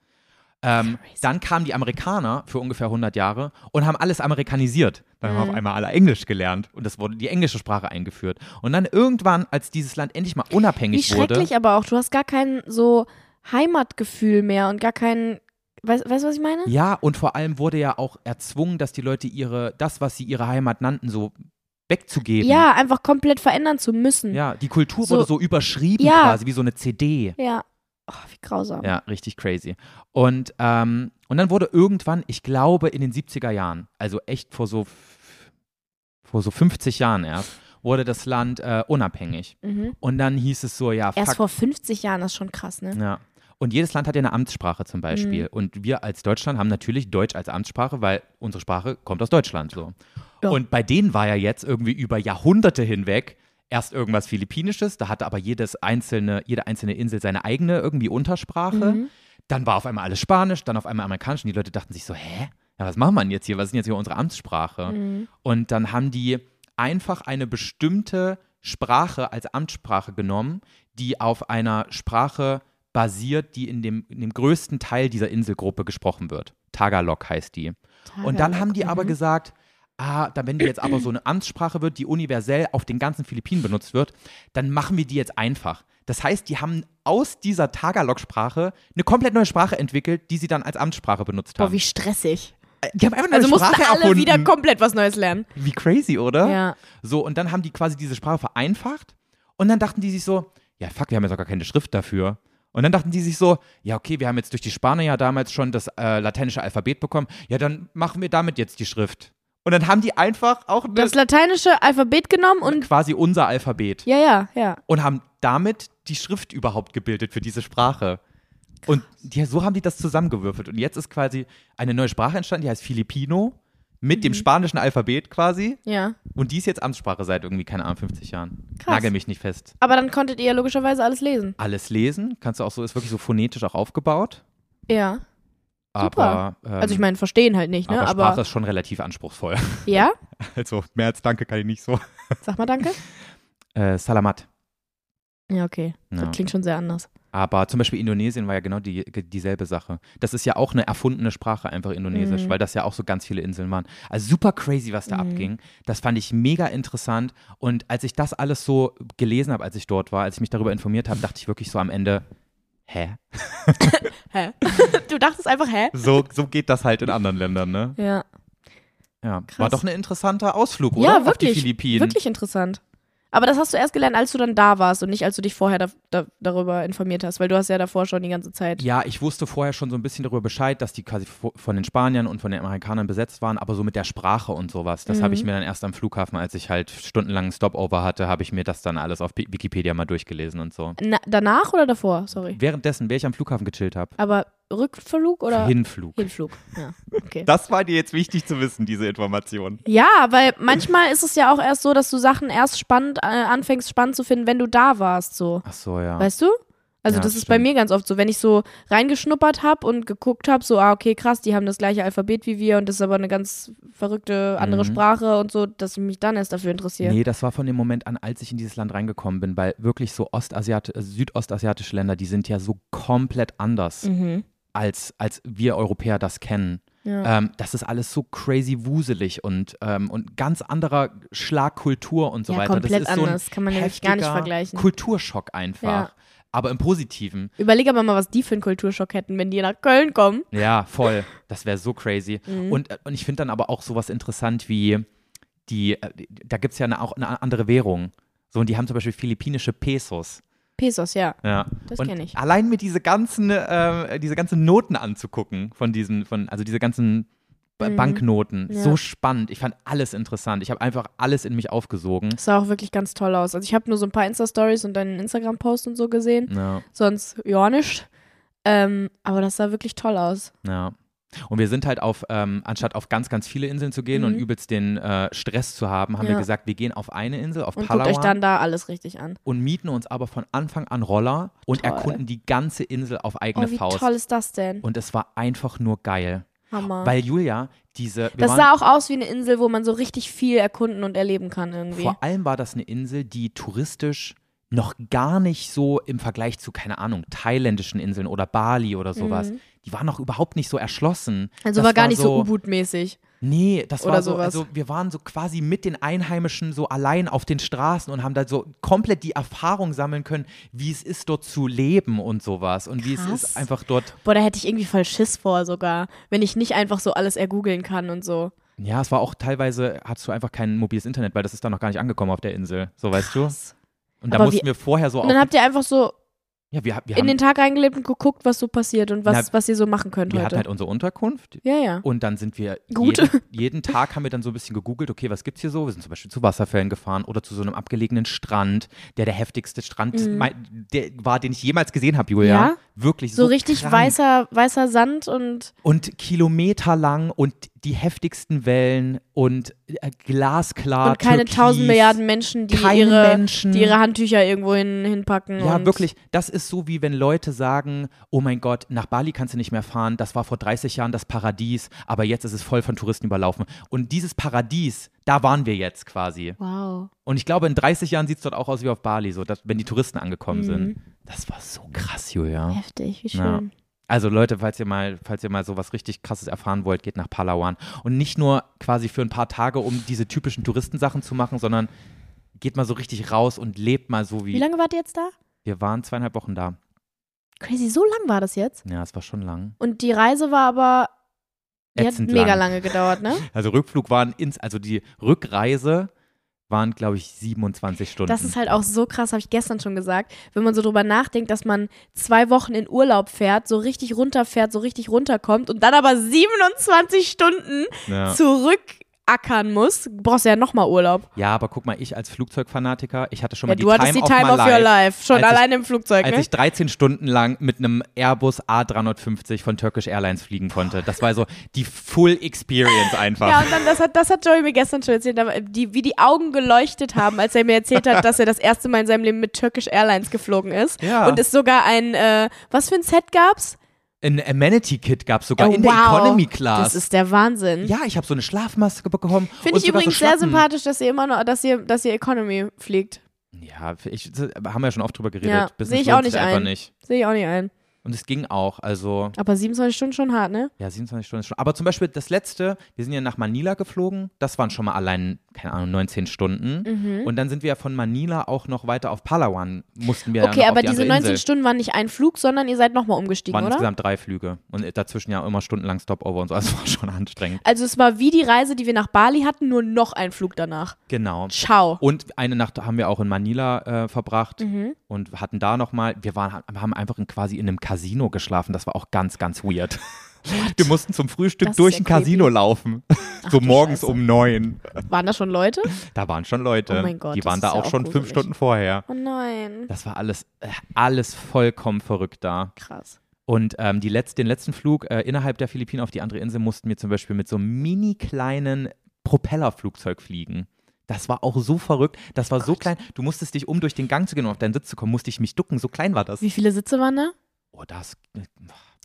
Ähm, dann kamen die Amerikaner für ungefähr 100 Jahre und haben alles amerikanisiert. Dann Mhm. haben auf einmal alle Englisch gelernt und es wurde die englische Sprache eingeführt. Und dann irgendwann, als dieses Land endlich mal wie unabhängig wurde, schrecklich aber auch. Du hast gar kein so Heimatgefühl mehr und gar kein. Weißt weißt du, was ich meine? ja, und vor allem wurde ja auch erzwungen, dass die Leute ihre, das, was sie ihre Heimat nannten, so wegzugeben. Ja, einfach komplett verändern zu müssen. Ja, die Kultur So- wurde so überschrieben Ja. quasi, wie so eine CD. Ja. Oh, wie grausam. Ja, richtig crazy. Und, ähm, und dann wurde irgendwann, ich glaube, in den 70er Jahren, also echt vor so f- vor so 50 Jahren erst, wurde das Land äh, unabhängig. Und dann hieß es so, ja, Mhm. Erst fuck, vor 50 Jahren, das ist schon krass, ne? ja. Und jedes Land hat ja eine Amtssprache zum Beispiel. Mhm. Und wir als Deutschland haben natürlich Deutsch als Amtssprache, weil unsere Sprache kommt aus Deutschland so. Ja. Und bei denen war ja jetzt irgendwie über Jahrhunderte hinweg erst irgendwas Philippinisches, da hatte aber jedes einzelne, jede einzelne Insel seine eigene irgendwie Untersprache. Mhm. Dann war auf einmal alles Spanisch, dann auf einmal Amerikanisch und die Leute dachten sich so, hä? Ja, was machen wir denn jetzt hier? Was ist denn jetzt hier unsere Amtssprache? Und dann haben die einfach eine bestimmte Sprache als Amtssprache genommen, die auf einer Sprache basiert, die in dem, in dem größten Teil dieser Inselgruppe gesprochen wird. Tagalog heißt die. Und dann haben die Mhm. aber gesagt, ah, dann wenn die jetzt aber so eine Amtssprache wird, die universell auf den ganzen Philippinen benutzt wird, dann machen wir die jetzt einfach. Das heißt, die haben aus dieser Tagalog-Sprache eine komplett neue Sprache entwickelt, die sie dann als Amtssprache benutzt Boah, haben. Äh, wie stressig. die haben einfach eine Also neue mussten Sprache alle erfunden. wieder komplett was Neues lernen. wie crazy, oder? Ja. So, und dann haben die quasi diese Sprache vereinfacht und dann dachten die sich so, ja fuck, wir haben jetzt auch gar keine Schrift dafür. Und dann dachten die sich so, ja okay, wir haben jetzt durch die Spanier ja damals schon das äh, lateinische Alphabet bekommen, ja dann machen wir damit jetzt die Schrift. Und dann haben die einfach auch eine, Das lateinische Alphabet genommen und. quasi unser Alphabet Ja, ja, ja. und haben damit die Schrift überhaupt gebildet für diese Sprache. Und die, so haben die das zusammengewürfelt. Und jetzt ist quasi eine neue Sprache entstanden, die heißt Filipino mit Mhm. dem spanischen Alphabet quasi. Ja. Und die ist jetzt Amtssprache seit irgendwie, keine Ahnung, 50 Jahren. Krass. Nagel mich nicht fest. Aber dann konntet ihr ja logischerweise alles lesen. Alles lesen, kannst du auch so, ist wirklich so phonetisch auch aufgebaut. Ja. Aber, ähm, Also ich meine, verstehen halt nicht, ne? aber Aber, Sprache ist schon relativ anspruchsvoll. [LAUGHS] [LAUGHS] ja, Also mehr als Danke kann ich nicht so. sag mal danke. Äh, Salamat. Ja, okay. Ja. Das klingt schon sehr anders. Aber zum Beispiel Indonesien war ja genau die, dieselbe Sache. Das ist ja auch eine erfundene Sprache, einfach Mhm. Indonesisch, weil das ja auch so ganz viele Inseln waren. Also super crazy, was da abging. Das fand ich mega interessant. Und als ich das alles so gelesen habe, als ich dort war, als ich mich darüber informiert habe, dachte ich wirklich so am Ende, hä? Hä? [LAUGHS] du dachtest einfach, hä? So, so geht das halt in anderen Ländern, ne? Ja. Ja. Krass. War doch ein interessanter Ausflug, oder? Ja, Auf wirklich. die Philippinen. Wirklich interessant. Aber das hast du erst gelernt, als du dann da warst und nicht, als du dich vorher da, da, darüber informiert hast, weil du hast ja davor schon die ganze Zeit. Ja, ich wusste vorher schon so ein bisschen darüber Bescheid, dass die quasi vo- von den Spaniern und von den Amerikanern besetzt waren, aber so mit der Sprache und sowas. Das Mhm. habe ich mir dann erst am Flughafen, als ich halt stundenlang einen Stopover hatte, habe ich mir das dann alles auf Pi- Wikipedia mal durchgelesen und so. Na, danach oder davor? Sorry. Währenddessen, während ich am Flughafen gechillt habe. Aber Rückflug oder? Hinflug. Hinflug. Ja, [LAUGHS] okay. Das war dir jetzt wichtig zu wissen, diese Information. Ja, weil manchmal ist es ja auch erst so, dass du Sachen erst spannend äh, anfängst, spannend zu finden, wenn du da warst, so. Ach so, ja. Weißt du? Also Ja, das das ist bei stimmt. mir ganz oft so, wenn ich so reingeschnuppert habe und geguckt habe, so, ah, okay, krass, die haben das gleiche Alphabet wie wir und das ist aber eine ganz verrückte andere Mhm. Sprache und so, dass ich mich dann erst dafür interessiere. Nee, das war von dem Moment an, als ich in dieses Land reingekommen bin, weil wirklich so Ostasiate, äh, südostasiatische Länder, die sind ja so komplett anders, Mhm. als, als wir Europäer das kennen. Ja. Ähm, das ist alles so crazy wuselig und, ähm, und ganz anderer Schlagkultur und so Ja, weiter. das komplett ist anders. So ein Kann man nämlich gar nicht heftiger vergleichen. Kulturschock einfach. Ja. Aber im Positiven. Überleg aber mal, was die für einen Kulturschock hätten, wenn die nach Köln kommen. Ja, voll. Das wäre so crazy. Mhm. Und, äh, und ich finde dann aber auch sowas interessant wie die, äh, da gibt es ja eine, auch eine andere Währung. So, und die haben zum Beispiel philippinische Pesos. Pesos, ja. Ja. Das und ah. kenn ich. Allein mir diese ganzen, äh, diese ganzen Noten anzugucken von diesen, von, also diese ganzen B- Banknoten, Mhm. Ja. so spannend. Ich fand alles interessant. Ich habe einfach alles in mich aufgesogen. Das sah auch wirklich ganz toll aus. Also ich habe nur so ein paar Insta-Stories und deinen Instagram-Post und so gesehen. Ja, sonst ja nicht. Ähm, aber das sah wirklich toll aus. ja. Und wir sind halt auf, ähm, anstatt auf ganz, ganz viele Inseln zu gehen und übelst den äh, Stress zu haben, haben wir Mhm. Ja. gesagt, wir gehen auf eine Insel, auf Und guckt euch Palawan dann da alles richtig an. und mieten uns aber von Anfang an Roller und Toll. erkunden die ganze Insel auf eigene Oh, wie Faust. toll ist das denn? Und es war einfach nur geil. Hammer. Weil Julia diese. wir Ah. das waren- sah auch aus wie eine Insel, wo man so richtig viel erkunden und erleben kann irgendwie. Vor allem war das eine Insel, die touristisch noch gar nicht so im Vergleich zu, keine Ahnung, thailändischen Inseln oder Bali oder sowas. Die war noch überhaupt nicht so erschlossen. Mhm. also Das war gar nicht so U-Boot-mäßig. Nee, das oder war so, sowas. also wir waren so quasi mit den Einheimischen so allein auf den Straßen und haben da so komplett die Erfahrung sammeln können, wie es ist, dort zu leben und sowas. Und wie es Krass. ist, einfach dort. Boah, da hätte ich irgendwie voll Schiss vor sogar, wenn ich nicht einfach so alles ergoogeln kann und so. Ja, es war auch teilweise, hattest du einfach kein mobiles Internet, weil das ist da noch gar nicht angekommen auf der Insel. So weißt du? Und da Aber mussten wie- wir vorher so Und dann habt ihr einfach so Ja, wir, ha- wir in den haben, Tag eingelebt und geguckt, was so passiert und was, Na, was ihr so machen könnt wir hatten heute. halt Oh, unsere Unterkunft. ja, ja. Und dann sind wir Gut. Jeden, jeden Tag haben wir dann so ein bisschen gegoogelt, okay, was gibt's hier so? Wir sind zum Beispiel zu Wasserfällen gefahren oder zu so einem abgelegenen Strand, der der heftigste Strand mein- der war, den ich jemals gesehen habe, Julia. Mhm. Ja? Wirklich so. So, richtig krank. weißer, weißer Sand und Und kilometerlang und die heftigsten Wellen und äh, glasklar. und keine türkis. tausend Milliarden Menschen, die keine ihre, Menschen. die ihre Handtücher irgendwo hin, hinpacken. Ja, und wirklich. Das ist so, wie wenn Leute sagen, oh mein Gott, nach Bali kannst du nicht mehr fahren, das war vor 30 Jahren das Paradies, aber jetzt ist es voll von Touristen überlaufen. Und dieses Paradies, da waren wir jetzt quasi. Wow. Und ich glaube, in 30 Jahren sieht es dort auch aus wie auf Bali, so, dass, wenn die Touristen angekommen Mhm. sind. Das war so krass, Julia. Heftig, wie ne? Ja. schön. Also Leute, falls ihr mal, falls ihr mal so was richtig krasses erfahren wollt, geht nach Palawan. Und nicht nur quasi für ein paar Tage, um diese typischen Touristensachen zu machen, sondern geht mal so richtig raus und lebt mal so Wie wie. lange wart ihr jetzt da? Wir waren zweieinhalb Wochen da. Crazy, so lang war das jetzt. Ja, es war schon lang. Und die Reise war aber, die hat Ätzend mega lang. lange gedauert, ne? Also Rückflug waren ins, also die Rückreise waren, glaube ich, 27 Stunden. Das ist halt auch so krass, habe ich gestern schon gesagt. Wenn man so drüber nachdenkt, dass man zwei Wochen in Urlaub fährt, so richtig runterfährt, so richtig runterkommt und dann aber 27 Stunden ja. zurückackern muss, brauchst du ja nochmal Urlaub. ja, aber guck mal, ich als Flugzeugfanatiker, ich hatte schon Ja, mal die du hattest Time die Time of of my your life. life, schon Als ich- allein im Flugzeug, Als ne? ich 13 Stunden lang mit einem Airbus A350 von Turkish Airlines fliegen konnte. Das war so die Full Experience einfach. Ja, und dann, das hat, das hat Joey mir gestern schon erzählt, aber die, wie die Augen geleuchtet haben, als er mir erzählt [LAUGHS] hat, dass er das erste Mal in seinem Leben mit Turkish Airlines geflogen ist. Ja. Und es sogar ein, äh, was für ein Set gab's? Ein Amenity-Kit gab es sogar Oh, in der wow. Economy Class. Das ist der Wahnsinn. ja, ich habe so eine Schlafmaske bekommen. Finde und ich sogar übrigens so sehr Schlappen. sympathisch, dass ihr immer noch, dass ihr, dass ihr Economy fliegt. Ja, ich, haben wir ja schon oft drüber geredet. Ja, Business sehe ich auch lohnt sich nicht einfach ein. nicht. Sehe ich auch nicht ein. Und es ging auch. Also Aber 27 Stunden schon hart, ne? Ja, 27 Stunden ist schon. Aber zum Beispiel das letzte, wir sind ja nach Manila geflogen. Das waren schon mal allein, keine Ahnung, 19 Stunden. Mhm. Und dann sind wir ja von Manila auch noch weiter auf Palawan, mussten wir ja okay, noch aber auf die diese andere 19 Insel. Stunden waren nicht ein Flug, sondern ihr seid nochmal umgestiegen, waren oder? insgesamt drei Flüge. Und dazwischen ja immer stundenlang Stopover und so. Also [LAUGHS] war schon anstrengend. Also es war wie die Reise, die wir nach Bali hatten, nur noch ein Flug danach. Genau. Ciao. Und eine Nacht haben wir auch in Manila äh, verbracht Mhm. und hatten da nochmal, wir waren, haben einfach in, quasi in einem Casino geschlafen. Das war auch ganz, ganz weird. Wir mussten zum Frühstück Das ist durch ja ein Casino laufen. so du morgens Scheiße. um neun. Waren da schon Leute? Da waren schon Leute. Oh mein Gott, die das waren ist da ja auch auch schon fünf gruselig. Stunden vorher. Oh nein. Das war alles, äh, alles vollkommen verrückt da. Krass. Und ähm, die Letz-, den letzten Flug äh, innerhalb der Philippinen auf die andere Insel mussten wir zum Beispiel mit so einem mini kleinen Propellerflugzeug fliegen. Das war auch so verrückt. Das war Oh so klein. Du musstest dich, um durch den Gang zu gehen und auf deinen Sitz zu kommen, musste ich mich ducken. So klein war das. Wie viele Sitze waren da? Oh, das.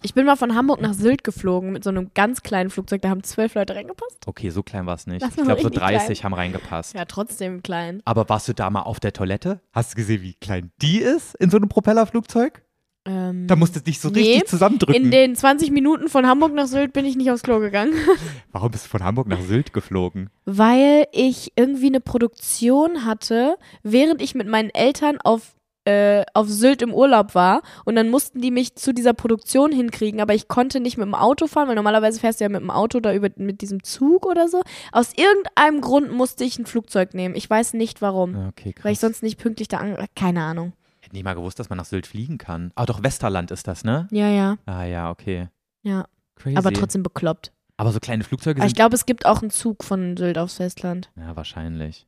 Ich bin mal von Hamburg nach Sylt geflogen mit so einem ganz kleinen Flugzeug. Da haben zwölf Leute reingepasst. Okay, so klein war es nicht. Das Ich war glaube, so richtig 30 haben reingepasst. Ja, trotzdem klein. Aber warst du da mal auf der Toilette? Hast du gesehen, wie klein die ist in so einem Propellerflugzeug? Ähm, Da musstest du dich so Nee, richtig zusammendrücken. in den 20 Minuten von Hamburg nach Sylt bin ich nicht aufs Klo gegangen. [LAUGHS] Warum bist du von Hamburg nach Sylt geflogen? Weil ich irgendwie eine Produktion hatte, während ich mit meinen Eltern auf, äh, auf Sylt im Urlaub war. Und dann mussten die mich zu dieser Produktion hinkriegen, aber ich konnte nicht mit dem Auto fahren, weil normalerweise fährst du ja mit dem Auto da über mit diesem Zug oder so. Aus irgendeinem Grund musste ich ein Flugzeug nehmen. Ich weiß nicht warum. Okay, krass. Weil ich sonst nicht pünktlich da an. Keine Ahnung. Hätte nicht mal gewusst, dass man nach Sylt fliegen kann. Ah, doch, Westerland ist das, ne? Ja, ja. Ah ja, okay. Ja. Crazy. Aber trotzdem bekloppt. Aber so kleine Flugzeuge Aber ich sind. glaube, es gibt auch einen Zug von Sylt aufs Festland. Ja, wahrscheinlich.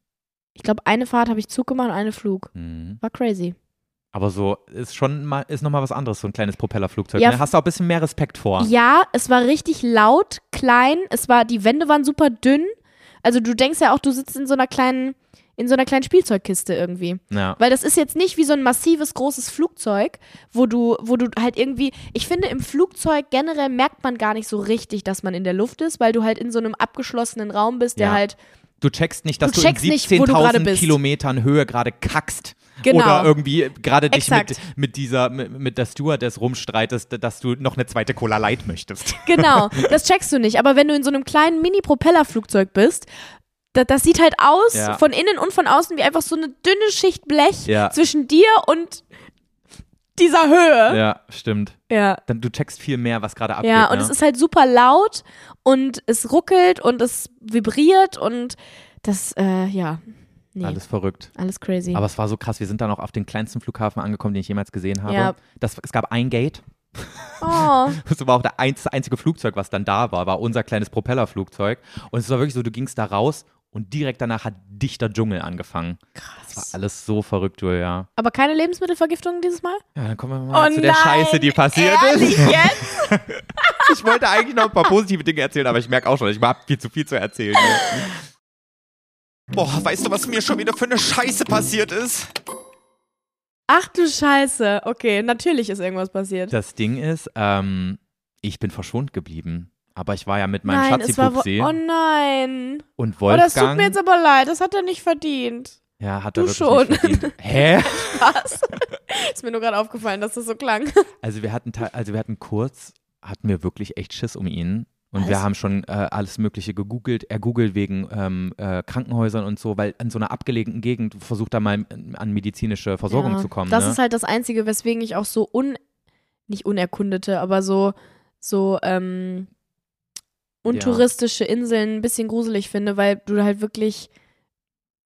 Ich glaube, eine Fahrt habe ich Zug gemacht und eine Flug. Mhm. War crazy. Aber so ist schon mal, ist nochmal was anderes, so ein kleines Propellerflugzeug. Ja, ne? Hast du auch ein bisschen mehr Respekt vor. Ja, es war richtig laut, klein, es war, die Wände waren super dünn. Also du denkst ja auch, du sitzt in so einer kleinen, in so einer kleinen Spielzeugkiste irgendwie. Ja. Weil das ist jetzt nicht wie so ein massives, großes Flugzeug, wo du, wo du halt irgendwie, ich finde, im Flugzeug generell merkt man gar nicht so richtig, dass man in der Luft ist, weil du halt in so einem abgeschlossenen Raum bist, der Ja. halt, Du checkst nicht, dass Du du, checkst in nicht, wo du gerade 17.000 bist. Kilometern Höhe gerade kackst. Genau. Oder irgendwie gerade dich mit, Exakt. mit dieser, mit, mit der Stewardess rumstreitest, dass du noch eine zweite Cola Light möchtest. genau, das checkst du nicht. Aber wenn du in so einem kleinen Mini-Propellerflugzeug bist, da, das sieht halt aus, Ja. von innen und von außen, wie einfach so eine dünne Schicht Blech Ja. zwischen dir und dieser Höhe. ja, stimmt. Ja. Ja, Dann du checkst viel mehr, was gerade abgeht. und ne? es ist halt super laut und es ruckelt und es vibriert und das, äh, ja. Nee, alles, Alles verrückt. crazy. Aber es war so krass. Wir sind dann auch auf den kleinsten Flughafen angekommen, den ich jemals gesehen habe. Ja. Das, es gab ein Gate. [LAUGHS] oh, Das war auch der einz- das einzige Flugzeug, was dann da war, war unser kleines Propellerflugzeug. Und es war wirklich so, du gingst da raus und direkt danach hat dichter Dschungel angefangen. krass. Das war alles so verrückt, Julia. Aber keine Lebensmittelvergiftung dieses Mal? Ja, dann kommen wir mal Oh zu der nein, Scheiße, die passiert ist. Ehrlich jetzt? [LAUGHS] Ich wollte eigentlich noch ein paar positive Dinge erzählen, aber ich merke auch schon, ich habe viel zu viel zu [LAUGHS] erzählen. hier. Boah, weißt du, was mir schon wieder für eine Scheiße passiert ist? Ach du Scheiße. Okay, natürlich ist irgendwas passiert. Das Ding ist, ähm, ich bin verschont geblieben. Aber ich war ja mit meinem nein, es war wo Schatzipupsi Oh nein. und Oh, Wolfgang. das tut mir jetzt aber leid. Das hat er nicht verdient. Ja, hat Du er wirklich schon. [LAUGHS] Nicht verdient. Hä? Was? ist mir nur gerade aufgefallen, dass das so klang. Also wir hatten, te- also wir hatten kurz, hatten wir wirklich echt Schiss um ihn. Und wir Was? haben schon äh, alles Mögliche gegoogelt, er googelt wegen ähm, äh, Krankenhäusern und so, weil in so einer abgelegenen Gegend versucht er mal ähm, an medizinische Versorgung Ja, zu kommen. Das ne? ist halt das Einzige, weswegen ich auch so un. nicht unerkundete, aber so. so, ähm. untouristische Inseln ein bisschen gruselig finde, weil du halt wirklich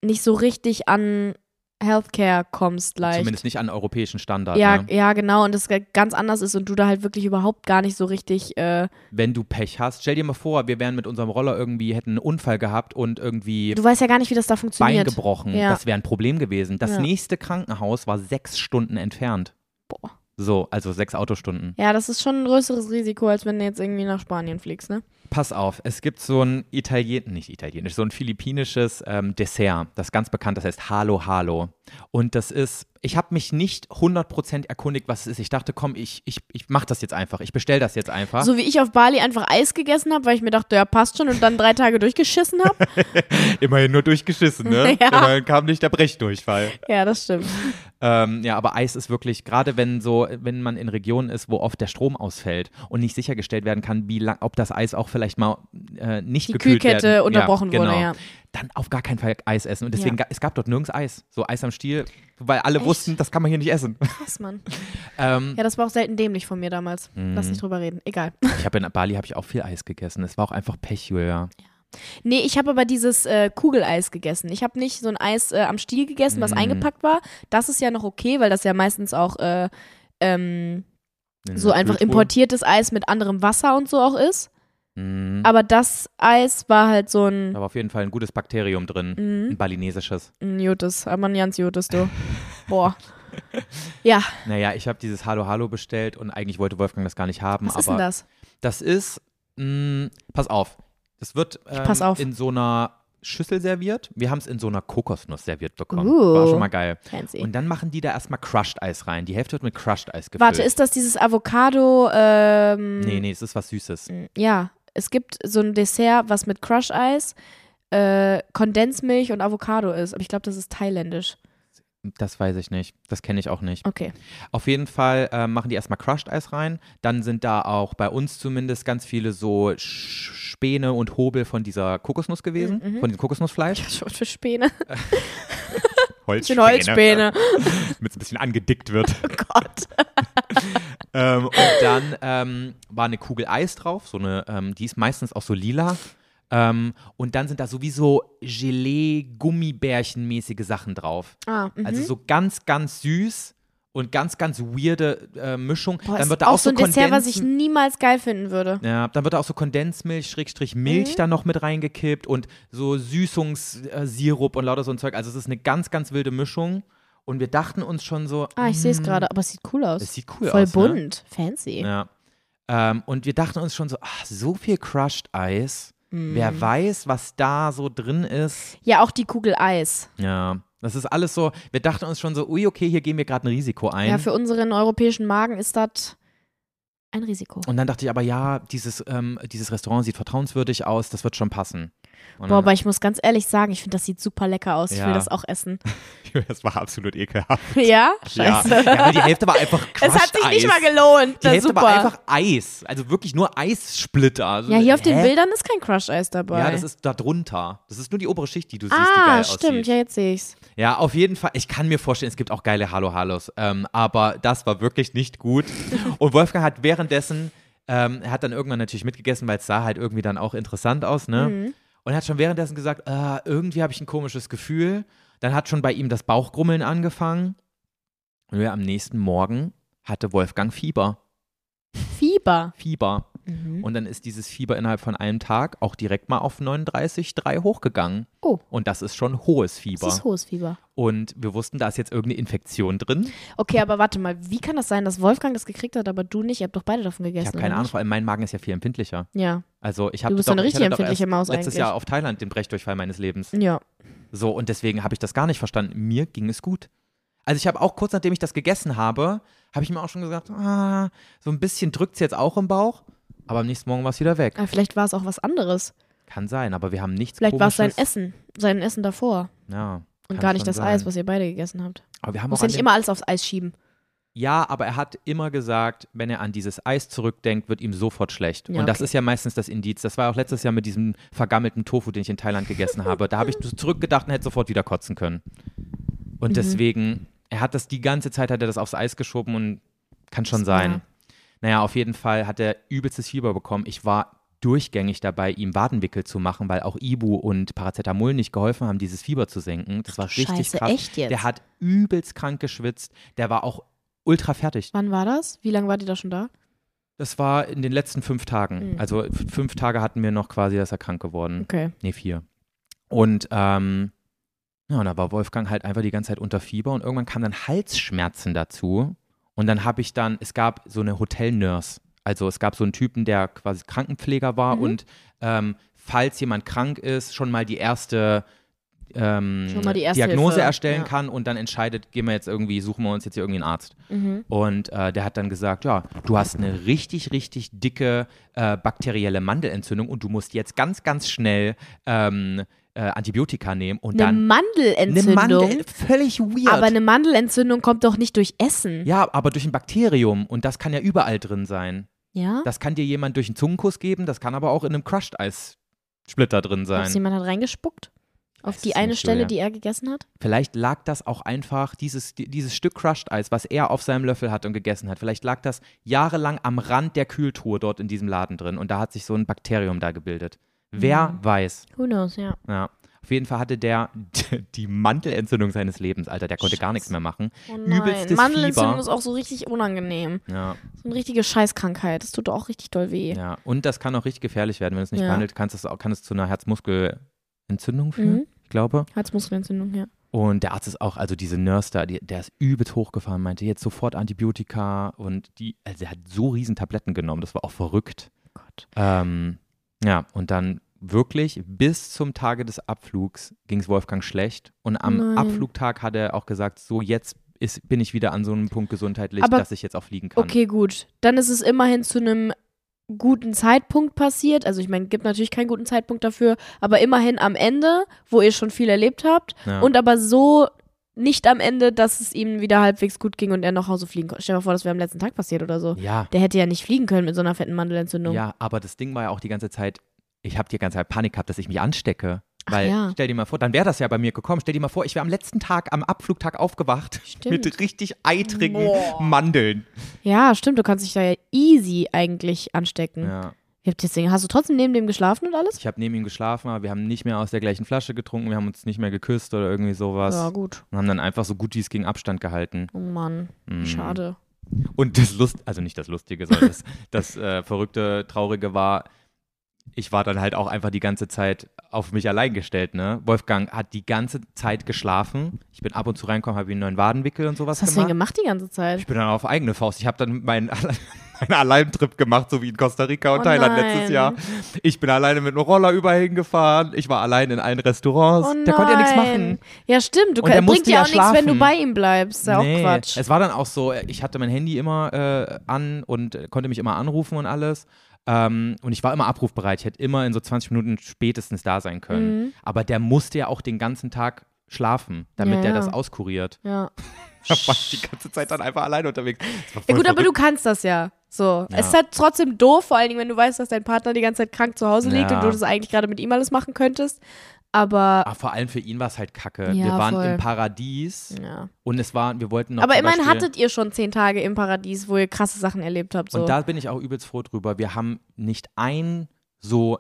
nicht so richtig an Healthcare kommst leicht. Zumindest nicht an europäischen Standard. halt ja, ne? ja, genau, und das ganz anders ist und du da halt wirklich überhaupt gar nicht so richtig äh, Wenn du Pech hast, stell dir mal vor, wir wären mit unserem Roller irgendwie, hätten einen Unfall gehabt und irgendwie Du weißt ja gar nicht, wie das da Bein funktioniert. gebrochen. Ja. Das wäre ein Problem gewesen. Das Ja. nächste Krankenhaus war sechs Stunden entfernt. Boah. So, also sechs Autostunden. Ja, das ist schon ein größeres Risiko, als wenn du jetzt irgendwie nach Spanien fliegst, ne? Pass auf, es gibt so ein Italien, nicht italienisch, so ein philippinisches ähm, Dessert, das ganz bekannt, das heißt Halo Halo. Und das ist, ich habe mich nicht 100% erkundigt, was es ist. Ich dachte, komm, ich, ich, ich mache das jetzt einfach, ich bestell das jetzt einfach. So wie ich auf Bali einfach Eis gegessen habe, weil ich mir dachte, ja, passt schon und dann drei Tage durchgeschissen [LAUGHS] habe. Immerhin nur durchgeschissen, ne? [LAUGHS] Ja. Immerhin kam nicht der Brechdurchfall. ja, das stimmt. Ähm, ja, aber Eis ist wirklich, gerade wenn so, wenn man in Regionen ist, wo oft der Strom ausfällt und nicht sichergestellt werden kann, wie lang, ob das Eis auch vielleicht mal äh, nicht Die gekühlt Kühlkette werden. unterbrochen ja, wurde, genau. ja. Dann auf gar keinen Fall Eis essen. Und deswegen, Ja. ga- es gab dort nirgends Eis. So Eis am Stiel, weil alle Echt? wussten, das kann man hier [LAUGHS] nicht essen. Krass, Mann. ähm, Ja, das war auch selten dämlich von mir damals. Mhm. Lass nicht drüber reden. Egal. Ich habe in Bali habe ich auch viel Eis gegessen. Es war auch einfach Pech, Julia. Nee, ich habe aber dieses äh, Kugeleis gegessen. Ich habe nicht so ein Eis äh, am Stiel gegessen, was Mm. eingepackt war. Das ist ja noch okay, weil das ja meistens auch äh, ähm, so einfach importiertes Eis mit anderem Wasser und so auch ist. Mhm. Aber das Eis war halt so ein, Da war auf jeden Fall ein gutes Bakterium drin. Ein Mhm. balinesisches. ein Jutes, aber ein ganz Jutes, du. [LAUGHS] Boah. Ja, Naja, ich habe dieses Halo Halo bestellt und eigentlich wollte Wolfgang das gar nicht haben. was ist aber denn das? Das ist, mh, pass auf, es wird ähm, pass auf. in so einer Schüssel serviert. Wir haben es in so einer Kokosnuss serviert bekommen. Uh. War schon mal geil. Fancy. Und dann machen die da erstmal Crushed Eis rein. Die Hälfte wird mit Crushed Eis gefüllt. Warte, ist das dieses Avocado? Ähm, Nee, nee, es ist was Süßes. Ja, es gibt so ein Dessert, was mit Crush-Eis, äh, Kondensmilch und Avocado ist. Aber ich glaube, das ist thailändisch. Das weiß ich nicht. Das kenne ich auch nicht. Okay. [LAUGHS] Auf jeden Fall äh, machen die erstmal Crushed Eis rein. Dann sind da auch bei uns zumindest ganz viele so Sch- Späne und Hobel von dieser Kokosnuss gewesen. Mhm, Von diesem Kokosnussfleisch. Was für Späne? [LAUGHS] Sind Holzspäne. [LAUGHS] Holzspäne. Damit es ein bisschen angedickt wird. Oh Gott. Ähm, [LAUGHS] und dann ähm, war eine Kugel Eis drauf, so eine, ähm, die ist meistens auch so lila. Ähm, und dann sind da sowieso Gelee-Gummibärchen-mäßige Sachen drauf. Ah, mhm. Also so ganz, ganz süß und ganz, ganz weirde äh, Mischung. Boah, dann ist wird da auch, so ein Dessert, was ich Kondensen- niemals geil finden würde. ja, dann wird da auch so Kondensmilch, Schrägstrich Mhm. Milch da noch mit reingekippt und so Süßungssirup und lauter so ein Zeug. Also es ist eine ganz, ganz wilde Mischung. Und wir dachten uns schon so, Ah, ich sehe es mm, gerade, aber es sieht cool aus. Es sieht cool Voll aus. Ne? bunt, fancy. Ja. Ähm, und wir dachten uns schon so, ach, so viel Crushed Eis. Mm. Wer weiß, was da so drin ist. Ja, auch die Kugel Eis. Ja. Das ist alles so, wir dachten uns schon so, ui, okay, hier gehen wir gerade ein Risiko ein. Ja, für unseren europäischen Magen ist das ein Risiko. und dann dachte ich aber, ja, dieses, ähm, dieses Restaurant sieht vertrauenswürdig aus, das wird schon passen. Und Boah, dann- aber ich muss ganz ehrlich sagen, ich finde, das sieht super lecker aus. Ich Ja. will das auch essen. das war absolut ekelhaft. ja? [LAUGHS] Ja. Scheiße. ja, weil die Hälfte war einfach [LAUGHS] Es Crushed hat sich Eis. nicht mal gelohnt. Die Das ist Hälfte super. war einfach Eis. Also wirklich nur Eissplitter. Also, ja, hier auf den hä? Bildern ist kein Crush-Eis dabei. Ja, das ist da drunter. Das ist nur die obere Schicht, die du siehst, die ah, geil stimmt. aussieht. Ja, jetzt sehe ich's. Ja, auf jeden Fall. Ich kann mir vorstellen, es gibt auch geile Hallo-Halos. Ähm, aber das war wirklich [LAUGHS] nicht gut. Und Wolfgang hat währenddessen, ähm, er hat dann irgendwann natürlich mitgegessen, weil es sah halt irgendwie ne? Mhm. dann auch interessant aus, ne? Und er hat schon währenddessen gesagt, äh, irgendwie habe ich ein komisches Gefühl. Dann hat schon bei ihm das Bauchgrummeln angefangen. Und am nächsten Morgen hatte Wolfgang Fieber. Fieber. Fieber. Mhm. Und dann ist dieses Fieber innerhalb von einem Tag auch direkt mal auf 39,3 hochgegangen. Oh. Und das ist schon hohes Fieber. Das ist Mhm. hohes Fieber. Und wir wussten, da ist jetzt irgendeine Infektion drin. Okay, aber warte mal, wie kann das sein, dass Wolfgang das gekriegt hat, aber du nicht? Ihr habt doch beide davon gegessen. Ich habe keine oder Ahnung, nicht? vor allem mein Magen ist ja viel empfindlicher. Ja. Also ich habe Du bist so eine doch, ich richtig hatte doch empfindliche erst Maus letztes eigentlich. Jahr auf Thailand den Brechdurchfall meines Lebens. Ja. So, und deswegen habe ich das gar nicht verstanden. Mir ging es gut. Also ich habe auch kurz nachdem ich das gegessen habe, habe ich mir auch schon gesagt, ah, so ein bisschen drückt es jetzt auch im Bauch. Aber am nächsten Morgen war es wieder weg. Aber Ah, vielleicht war es auch was anderes. Kann sein, aber wir haben nichts Vielleicht war es Komisches. sein Essen. Sein Essen davor. Ja, Und kann gar nicht schon das sein. Eis, was ihr beide gegessen habt. Aber wir haben Muss auch ja an nicht dem immer alles aufs Eis schieben. Ja, aber er hat immer gesagt, wenn er an dieses Eis zurückdenkt, wird ihm sofort schlecht. Ja, und das okay. ist ja meistens das Indiz. Das war auch letztes Jahr mit diesem vergammelten Tofu, den ich in Thailand gegessen habe. Da habe ich zurückgedacht und hätte sofort wieder kotzen können. Mhm. Und deswegen, er hat das die ganze Zeit, hat er das aufs Eis geschoben und kann schon sein. Ja. Naja, auf jeden Fall hat er übelstes Fieber bekommen. Ich war durchgängig dabei, ihm Wadenwickel zu machen, weil auch Ibu und Paracetamol nicht geholfen haben, dieses Fieber zu senken. Das war du richtig Scheiße, krass. echt jetzt? Der hat übelst krank geschwitzt. Der war auch ultra fertig. Wann war das? Wie lange wart ihr da schon da? Das war in den letzten fünf Tagen. Mhm. Also f- fünf Tage hatten wir noch quasi, dass er krank geworden. Okay. Nee, vier. Und ähm, ja, und da war Wolfgang halt einfach die ganze Zeit unter Fieber und irgendwann kamen dann Halsschmerzen dazu. Und dann habe ich dann, es gab so eine Hotel-Nurse. Also es gab so einen Typen, der quasi Krankenpfleger war Mhm. und ähm, falls jemand krank ist, schon mal die erste, ähm, Schon mal die erste Diagnose Hilfe, erstellen ja. kann und dann entscheidet, gehen wir jetzt irgendwie, suchen wir uns jetzt hier irgendwie einen Arzt. Mhm. Und äh, der hat dann gesagt, ja, du hast eine richtig, richtig dicke äh, bakterielle Mandelentzündung und du musst jetzt ganz, ganz schnell ähm, äh, Antibiotika nehmen und Eine dann Mandelentzündung. Mandel, völlig weird. aber eine Mandelentzündung kommt doch nicht durch Essen. ja, aber durch ein Bakterium und das kann ja überall drin sein. Ja? Das kann dir jemand durch einen Zungenkuss geben, das kann aber auch in einem Crushed Eis Splitter drin Glaubst du, sein. jemand hat reingespuckt? Auf weiß die es eine nicht, Stelle, Julia. die er gegessen hat? Vielleicht lag das auch einfach dieses di- dieses Stück Crushed Eis, was er auf seinem Löffel hat und gegessen hat. Vielleicht lag das jahrelang am Rand der Kühltruhe dort in diesem Laden drin und da hat sich so ein Bakterium da gebildet. Wer Mhm. weiß? Who knows, ja. Ja. Auf jeden Fall hatte der [LAUGHS] die Mandelentzündung seines Lebens, Alter. Der konnte gar nichts mehr machen. Oh nein. Übelstes Mandelentzündung Fieber. ist auch so richtig unangenehm. Ja, So eine richtige Scheißkrankheit. Das tut auch richtig doll weh. ja. Und das kann auch richtig gefährlich werden, wenn du es nicht Ja. behandelt kannst. Das auch, kann es zu einer Herzmuskelentzündung führen, Mhm. ich glaube. Halsmuskelentzündung, ja. Und der Arzt ist auch, also diese Nurse da, die, der ist übelst hochgefahren, meinte jetzt sofort Antibiotika und die, also er hat so riesen Tabletten genommen, das war auch verrückt. Gott. Ähm, ja, und dann wirklich bis zum Tage des Abflugs ging es Wolfgang schlecht und am Nein. Abflugtag hat er auch gesagt, so jetzt ist, bin ich wieder an so einem Punkt gesundheitlich, Aber- dass ich jetzt auch fliegen kann. Okay, gut. Dann ist es immerhin zu einem guten Zeitpunkt passiert. Also ich meine, gibt natürlich keinen guten Zeitpunkt dafür, aber immerhin am Ende, wo ihr schon viel erlebt habt Ja. und aber so nicht am Ende, dass es ihm wieder halbwegs gut ging und er nach Hause fliegen konnte. Stell dir mal vor, das wäre am letzten Tag passiert oder so. ja, Der hätte ja nicht fliegen können mit so einer fetten Mandelentzündung. ja, aber das Ding war ja auch die ganze Zeit, ich habe die ganze Zeit Panik gehabt, dass ich mich anstecke. Ach Weil, ja. stell dir mal vor, dann wäre das ja bei mir gekommen. Stell dir mal vor, ich wäre am letzten Tag, am Abflugtag aufgewacht [LAUGHS] Stimmt. mit richtig eitrigen Boah. Mandeln. Ja, stimmt, du kannst dich da ja easy eigentlich anstecken. Ja. Wie habt ihr das Ding? Hast du trotzdem neben dem geschlafen und alles? Ich habe neben ihm geschlafen, aber wir haben nicht mehr aus der gleichen Flasche getrunken, wir haben uns nicht mehr geküsst oder irgendwie sowas. Ja, gut. Und haben dann einfach so gut wie es ging Abstand gehalten. Oh Mann, Mhm. schade. Und das Lust, also nicht das Lustige, [LAUGHS] sondern das, das äh, verrückte, traurige war, ich war dann halt auch einfach die ganze Zeit auf mich allein gestellt, ne? Wolfgang hat die ganze Zeit geschlafen. Ich bin ab und zu reingekommen, habe ihm einen neuen Wadenwickel und sowas Was hast du denn gemacht. gemacht die ganze Zeit? ich bin dann auf eigene Faust. Ich habe dann meinen [LAUGHS] meinen Alleintrip gemacht, so wie in Costa Rica und Oh Thailand letztes nein. Jahr. Ich bin alleine mit einem Roller überall hingefahren. Ich war allein in allen Restaurants. Der konnte ja nichts machen. Oh nein. Ja, stimmt. Du Und der kann, bringt musste dir ja auch nichts, wenn du schlafen. bei ihm bleibst. Ist ja auch Quatsch. Es war dann auch so, ich hatte mein Handy immer äh, an und äh, konnte mich immer anrufen und alles. Ähm, und ich war immer abrufbereit. Ich hätte immer in so 20 Minuten spätestens da sein können. Mhm. Aber der musste ja auch den ganzen Tag schlafen, damit Ja, der ja. das auskuriert. [LAUGHS] ja. Da war ich die ganze Zeit dann einfach allein unterwegs. Das war ja, voll gut, aber verrückt. du kannst das ja. So. Ja. Es ist halt trotzdem doof, vor allen Dingen, wenn du weißt, dass dein Partner die ganze Zeit krank zu Hause liegt Ja. und du das eigentlich gerade mit ihm alles machen könntest. Aber. Ah, vor allem für ihn war es halt kacke. Ja, wir waren voll. im Paradies Ja. und es war, wir wollten noch. Aber zum immerhin Beispiel- hattet ihr schon zehn Tage im Paradies, wo ihr krasse Sachen erlebt habt. So. Und da bin ich auch übelst froh drüber. Wir haben nicht ein so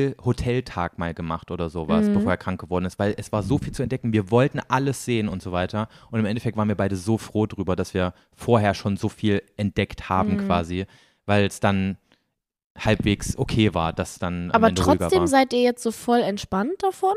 Chill-Hoteltag mal gemacht oder sowas, Mhm. bevor er krank geworden ist, weil es war so viel zu entdecken. Wir wollten alles sehen und so weiter. Und im Endeffekt waren wir beide so froh drüber, dass wir vorher schon so viel entdeckt haben Mhm. quasi, weil es dann halbwegs okay war, dass dann am Aber Ende ruhiger trotzdem war. seid ihr jetzt so voll entspannt davon?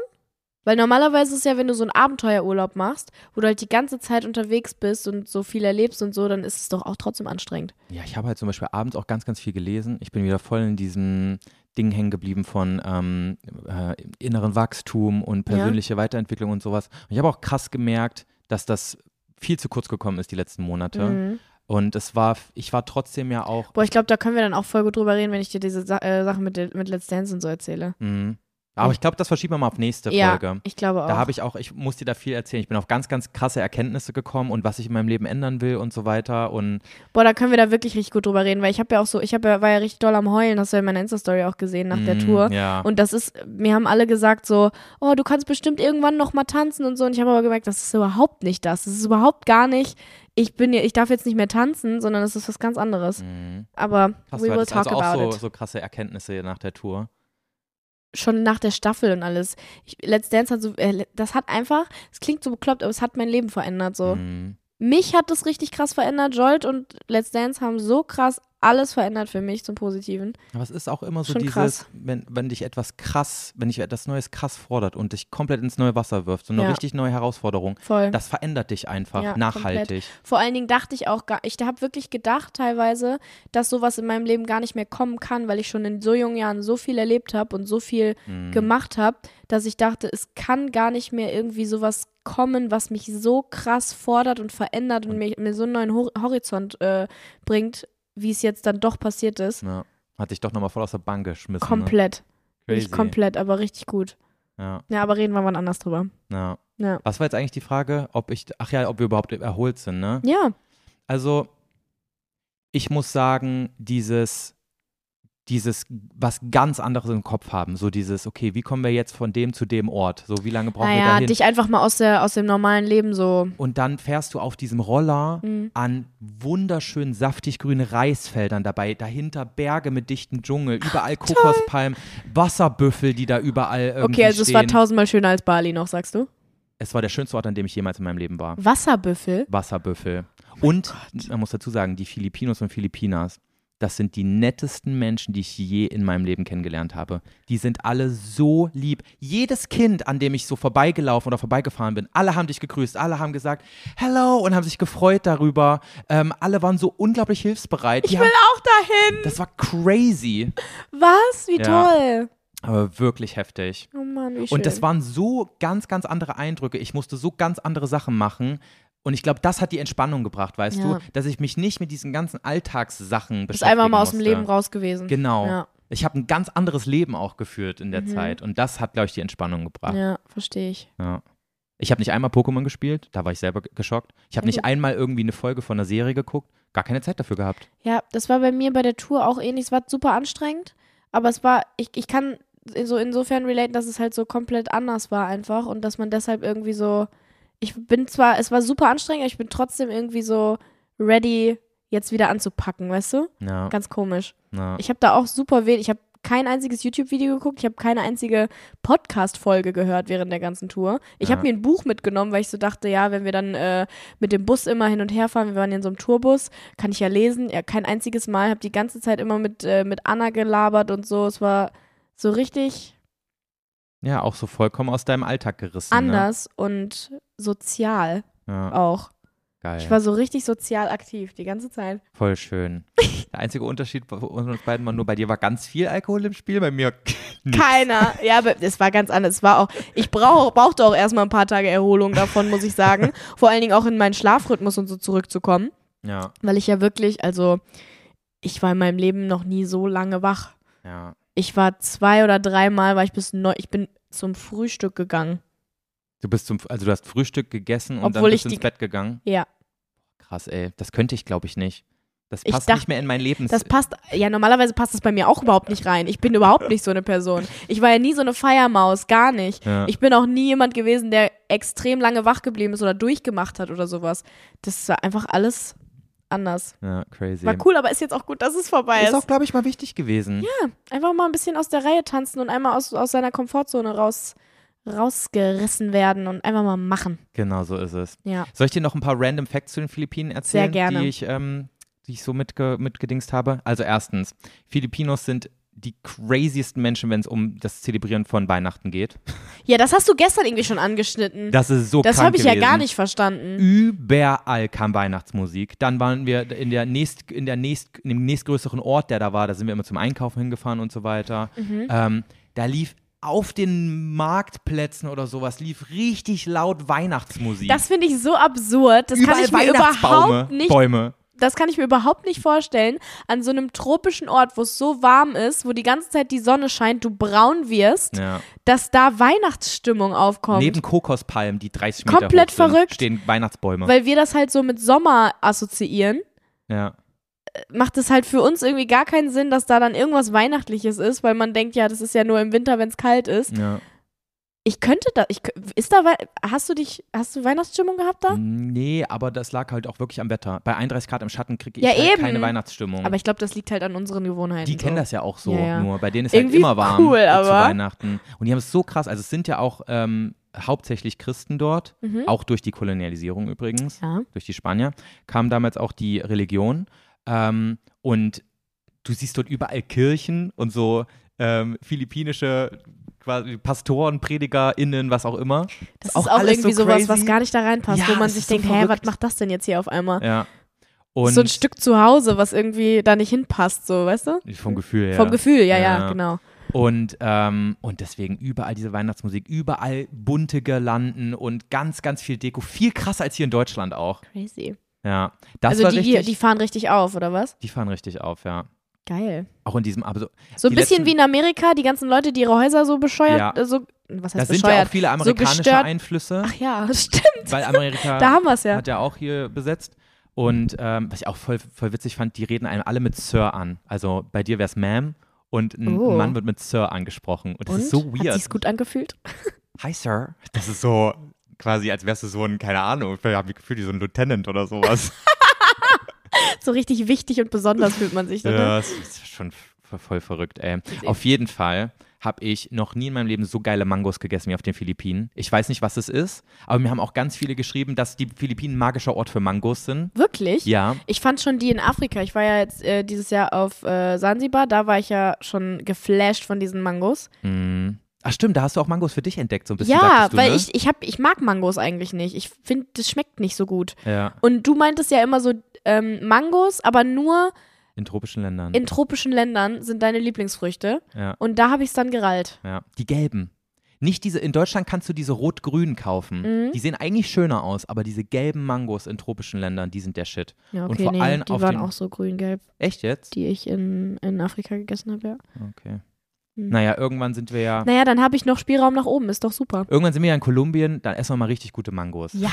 Weil normalerweise ist ja, wenn du so einen Abenteuerurlaub machst, wo du halt die ganze Zeit unterwegs bist und so viel erlebst und so, dann ist es doch auch trotzdem anstrengend. Ja, ich habe halt zum Beispiel abends auch ganz, ganz viel gelesen. Ich bin wieder voll in diesem Ding hängen geblieben von ähm, äh, inneren Wachstum und Ja. persönliche Weiterentwicklung und sowas. Und ich habe auch krass gemerkt, dass das viel zu kurz gekommen ist die letzten Monate. Mhm. Und es war, ich war trotzdem ja auch. Boah, ich glaube, da können wir dann auch voll gut drüber reden, wenn ich dir diese Sa äh, Sachen mit, der- mit Let's Dance und so erzähle. Mh. mhm. Aber ich glaube, das verschieben wir mal auf nächste Ja, Folge. ich glaube auch. Da habe ich auch, ich muss dir da viel erzählen. Ich bin auf ganz, ganz krasse Erkenntnisse gekommen und was ich in meinem Leben ändern will und so weiter. Und Boah, da können wir da wirklich richtig gut drüber reden, weil ich habe ja auch so, ich hab ja, war ja richtig doll am Heulen, hast du ja in meiner Insta-Story auch gesehen nach der mh, Tour. mhm, Ja. Und das ist, mir haben alle gesagt so, oh, du kannst bestimmt irgendwann noch mal tanzen und so. Und ich habe aber gemerkt, das ist überhaupt nicht das. Das ist überhaupt gar nicht, ich bin ja, ich darf jetzt nicht mehr tanzen, sondern das ist was ganz anderes. Mh. Aber Mhm. Krass, we du will hattest talk also auch about so, it. so krasse Erkenntnisse nach der Tour. Schon nach der Staffel und alles. Ich, Let's Dance hat so, äh, das hat einfach, es klingt so bekloppt, aber es hat mein Leben verändert so. Mhm. Mich hat das richtig krass verändert. Jolt und Let's Dance haben so krass alles verändert für mich zum Positiven. Aber es ist auch immer so Schon dieses, krass. wenn, wenn dich etwas krass, wenn dich etwas Neues krass fordert und dich komplett ins neue Wasser wirft, so eine Ja. richtig neue Herausforderung, Voll. das verändert dich einfach Ja, nachhaltig. Vor allen Dingen dachte ich auch gar, ich habe wirklich gedacht teilweise, dass sowas in meinem Leben gar nicht mehr kommen kann, weil ich schon in so jungen Jahren so viel erlebt habe und so viel Mhm. gemacht habe, dass ich dachte, es kann gar nicht mehr irgendwie sowas kommen, was mich so krass fordert und verändert und mir, mir so einen neuen Hor Horizont äh, bringt, wie es jetzt dann doch passiert ist. Ja. Hat dich doch nochmal voll aus der Bank geschmissen. Komplett. Ne? Nicht komplett, aber richtig gut. Ja, Ja, aber reden wir mal anders drüber. ja. Ja. Was war jetzt eigentlich die Frage, ob ich, ach ja, ob wir überhaupt erholt sind, ne? Ja. Also, ich muss sagen, dieses, dieses, was ganz anderes im Kopf haben, so dieses, okay, wie kommen wir jetzt von dem zu dem Ort? So, wie lange brauchen wir Naja, dahin? dich einfach mal aus, der, aus dem normalen Leben so. Und dann fährst du auf diesem Roller Mhm. an wunderschön saftig grünen Reisfeldern dabei. Dahinter Berge mit dichtem Dschungel, überall Kokospalmen, Wasserbüffel, die da überall irgendwie Okay, also es stehen. war tausendmal schöner als Bali noch, sagst du? es war der schönste Ort, an dem ich jemals in meinem Leben war. Wasserbüffel? Wasserbüffel. Und man muss dazu sagen, die Filipinos und Filipinas, das sind die nettesten Menschen, die ich je in meinem Leben kennengelernt habe. Die sind alle so lieb. Jedes Kind, an dem ich so vorbeigelaufen oder vorbeigefahren bin, alle haben dich gegrüßt, alle haben gesagt Hello und haben sich gefreut darüber. Ähm, alle waren so unglaublich hilfsbereit. Die haben, Auch dahin! das war crazy, Was? Wie Ja. toll! aber wirklich heftig. Oh Mann, wie schön. Und das waren so ganz, ganz andere Eindrücke. Ich musste so ganz andere Sachen machen. Und ich glaube, das hat die Entspannung gebracht, weißt Ja. du, dass ich mich nicht mit diesen ganzen Bist Alltagssachen beschäftigen einfach mal aus dem musste. Leben raus gewesen. Genau. Ja, Mhm. Ich habe ein ganz anderes Leben auch geführt in der Zeit. Und das hat, glaube ich, die Entspannung gebracht. ja verstehe ich. Ja. Ich habe nicht einmal Pokémon gespielt, da war ich selber ge- geschockt. Ich habe Ja, nicht gut. einmal irgendwie eine Folge von einer Serie geguckt, gar keine Zeit dafür gehabt. Ja, das war bei mir bei der Tour auch ähnlich. Es war super anstrengend, aber es war, ich, ich kann so insofern relaten, dass es halt so komplett anders war einfach und dass man deshalb irgendwie so, ich bin zwar, es war super anstrengend, aber ich bin trotzdem irgendwie so ready, jetzt wieder anzupacken, weißt du? Ja, Ganz komisch. ja. Ich habe da auch super wenig. Ich habe kein einziges YouTube-Video geguckt. Ich habe keine einzige Podcast-Folge gehört während der ganzen Tour. Ich Ja. habe mir ein Buch mitgenommen, weil ich so dachte, ja, wenn wir dann äh, mit dem Bus immer hin und her fahren, wir waren ja in so einem Tourbus, kann ich ja lesen. Ja, kein einziges Mal. Habe die ganze Zeit immer mit, äh, mit Anna gelabert und so. Es war so richtig ja, auch so vollkommen aus deinem Alltag gerissen. anders und sozial Ne? Ja, auch. geil. Ich war so richtig sozial aktiv die ganze Zeit. Voll schön. Der einzige Unterschied bei uns beiden war nur, bei dir war ganz viel Alkohol im Spiel, bei mir [LAUGHS] nichts. Keiner. Ja, aber es war ganz anders. Es war auch, ich brauch, brauchte auch erstmal ein paar Tage Erholung davon, muss ich sagen. Vor allen Dingen auch in meinen Schlafrhythmus und so zurückzukommen, Ja, weil ich ja wirklich, also ich war in meinem Leben noch nie so lange wach. ja. Ich war zwei oder dreimal, war ich bis neun, ich bin zum Frühstück gegangen. Du bist zum, also du hast Frühstück gegessen und Obwohl dann bist ich du ins die- Bett gegangen. Ja. Krass, ey. Das könnte ich, glaube ich, nicht. Das Ich passt dacht- nicht mehr in mein Lebens. Das passt, ja, normalerweise passt das bei mir auch überhaupt nicht rein. Ich bin überhaupt nicht so eine Person. Ich war ja nie so eine Feiermaus, gar nicht. ja. Ich bin auch nie jemand gewesen, der extrem lange wach geblieben ist oder durchgemacht hat oder sowas. Das war einfach alles anders. Ja, crazy. War cool, aber ist jetzt auch gut, dass es vorbei ist. Ist auch, glaube ich, mal wichtig gewesen. ja, einfach mal ein bisschen aus der Reihe tanzen und einmal aus, aus seiner Komfortzone raus, rausgerissen werden und einfach mal machen. Genau so ist es. Ja. Soll ich dir noch ein paar random Facts zu den Philippinen erzählen, Sehr gerne. die ich, ähm, die ich so mitge mitgedingst habe? Also erstens, Filipinos sind die craziesten Menschen, wenn es um das Zelebrieren von Weihnachten geht. Ja, das hast du gestern irgendwie schon angeschnitten. Das ist so das krank habe ich ja gewesen. gar nicht verstanden. Überall kam Weihnachtsmusik. Dann waren wir in, der nächst, in, der nächst, in dem nächstgrößeren Ort, der da war, da sind wir immer zum Einkaufen hingefahren und so weiter. Mhm. Ähm, da lief auf den Marktplätzen oder sowas, lief richtig laut Weihnachtsmusik. Das finde ich so absurd. Das kann Überall ich mir Weihnachtsbäume, überhaupt nicht Bäume. das kann ich mir überhaupt nicht vorstellen, an so einem tropischen Ort, wo es so warm ist, wo die ganze Zeit die Sonne scheint, du braun wirst, Ja. dass da Weihnachtsstimmung aufkommt. Neben Kokospalmen, die 30 Meter Komplett hoch sind, verrückt. stehen Weihnachtsbäume. Weil wir das halt so mit Sommer assoziieren, ja. macht es halt für uns irgendwie gar keinen Sinn, dass da dann irgendwas Weihnachtliches ist, weil man denkt, ja, das ist ja nur im Winter, wenn es kalt ist. Ja. Ich könnte da, ich, kö- ist da, Wei- hast du dich, hast du Weihnachtsstimmung gehabt da? Nee, aber das lag halt auch wirklich am Wetter. Bei 31 Grad im Schatten kriege ich Ja, halt eben. keine Weihnachtsstimmung. Aber ich glaube, das liegt halt an unseren Gewohnheiten. die kennen so. das ja auch so Ja, ja. nur. Bei denen ist Irgendwie halt immer warm cool, zu aber- Weihnachten. Und die haben es so krass. Also es sind ja auch ähm, hauptsächlich Christen dort, Hm? auch durch die Kolonialisierung übrigens, Mhm. Ja. durch die Spanier, kam damals auch die Religion. Ähm, und du siehst dort überall Kirchen und so ähm, philippinische quasi Pastoren, PredigerInnen, was auch immer. Das ist Auch auch, alles irgendwie so sowas, was crazy. gar nicht da reinpasst, Ja, wo man das sich ist so denkt, hä, was verrückt. macht das denn jetzt hier auf einmal? Ja. so ein Stück zu Hause, was irgendwie da nicht hinpasst, so, weißt du? Vom Gefühl her. Vom Gefühl, ja, ja, Ja. genau. Und, ähm, und deswegen überall diese Weihnachtsmusik, überall bunte Girlanden und ganz, ganz viel Deko. Viel krasser als hier in Deutschland auch. Crazy. Ja. Das also war die, richtig. die fahren richtig auf, oder was? die fahren richtig auf, ja. Geil. Auch in diesem, also, aber so, So ein Die bisschen letzten- wie in Amerika, die ganzen Leute, die ihre Häuser so bescheuert, Ja. äh, so, was da heißt sind ja auch bescheuert? viele amerikanische gestört- Einflüsse, [LAUGHS] Ach [LAUGHS] ja, stimmt, weil Amerika da haben wir es ja. hat ja auch hier besetzt. Und ähm, was ich auch voll, voll witzig fand, die reden einem alle mit Sir an. Also bei dir wär's Ma'am und ein Oh. Mann wird mit Sir angesprochen. Und das Und? ist so Hat weird. sich's gut angefühlt? [LAUGHS] Hi, Sir. Das ist so quasi, als wärst du so ein, keine Ahnung, ich habe Gefühl, wie so ein Lieutenant oder [LAUGHS] sowas. So richtig wichtig und besonders fühlt man sich dann. Ne? ja, das ist schon f- voll verrückt, ey. Auf jeden Fall habe ich noch nie in meinem Leben so geile Mangos gegessen wie auf den Philippinen. Ich weiß nicht, was es ist, aber mir haben auch ganz viele geschrieben, dass die Philippinen ein magischer Ort für Mangos sind. Wirklich? Ja, Ich fand schon die in Afrika. Ich war ja jetzt äh, dieses Jahr auf äh, Sansibar, da war ich ja schon geflasht von diesen Mangos. mm. Ach stimmt, da hast du auch Mangos für dich entdeckt, so ein bisschen. Ja, sagtest du, weil ne? ich, ich, hab, ich mag Mangos eigentlich nicht. Ich finde, das schmeckt nicht so gut. Ja, Und du meintest ja immer so, ähm, Mangos, aber nur in tropischen Ländern. in tropischen Ländern sind deine Lieblingsfrüchte. ja, Und da habe ich es dann gerallt. ja. Die gelben. Nicht diese, in Deutschland kannst du diese rot-grünen kaufen. Mhm. Die sehen eigentlich schöner aus, aber diese gelben Mangos in tropischen Ländern, die sind der Shit. Ja, Und okay, vor nee, allem die auf waren den- auch so grün-gelb, Echt jetzt? die ich in, in Afrika gegessen habe, ja. Okay. Mhm. Naja, irgendwann sind wir ja. Naja, dann habe ich noch Spielraum nach oben, ist doch [LAUGHS] super. Irgendwann sind wir ja in Kolumbien, dann essen wir mal richtig gute Mangos. Ja.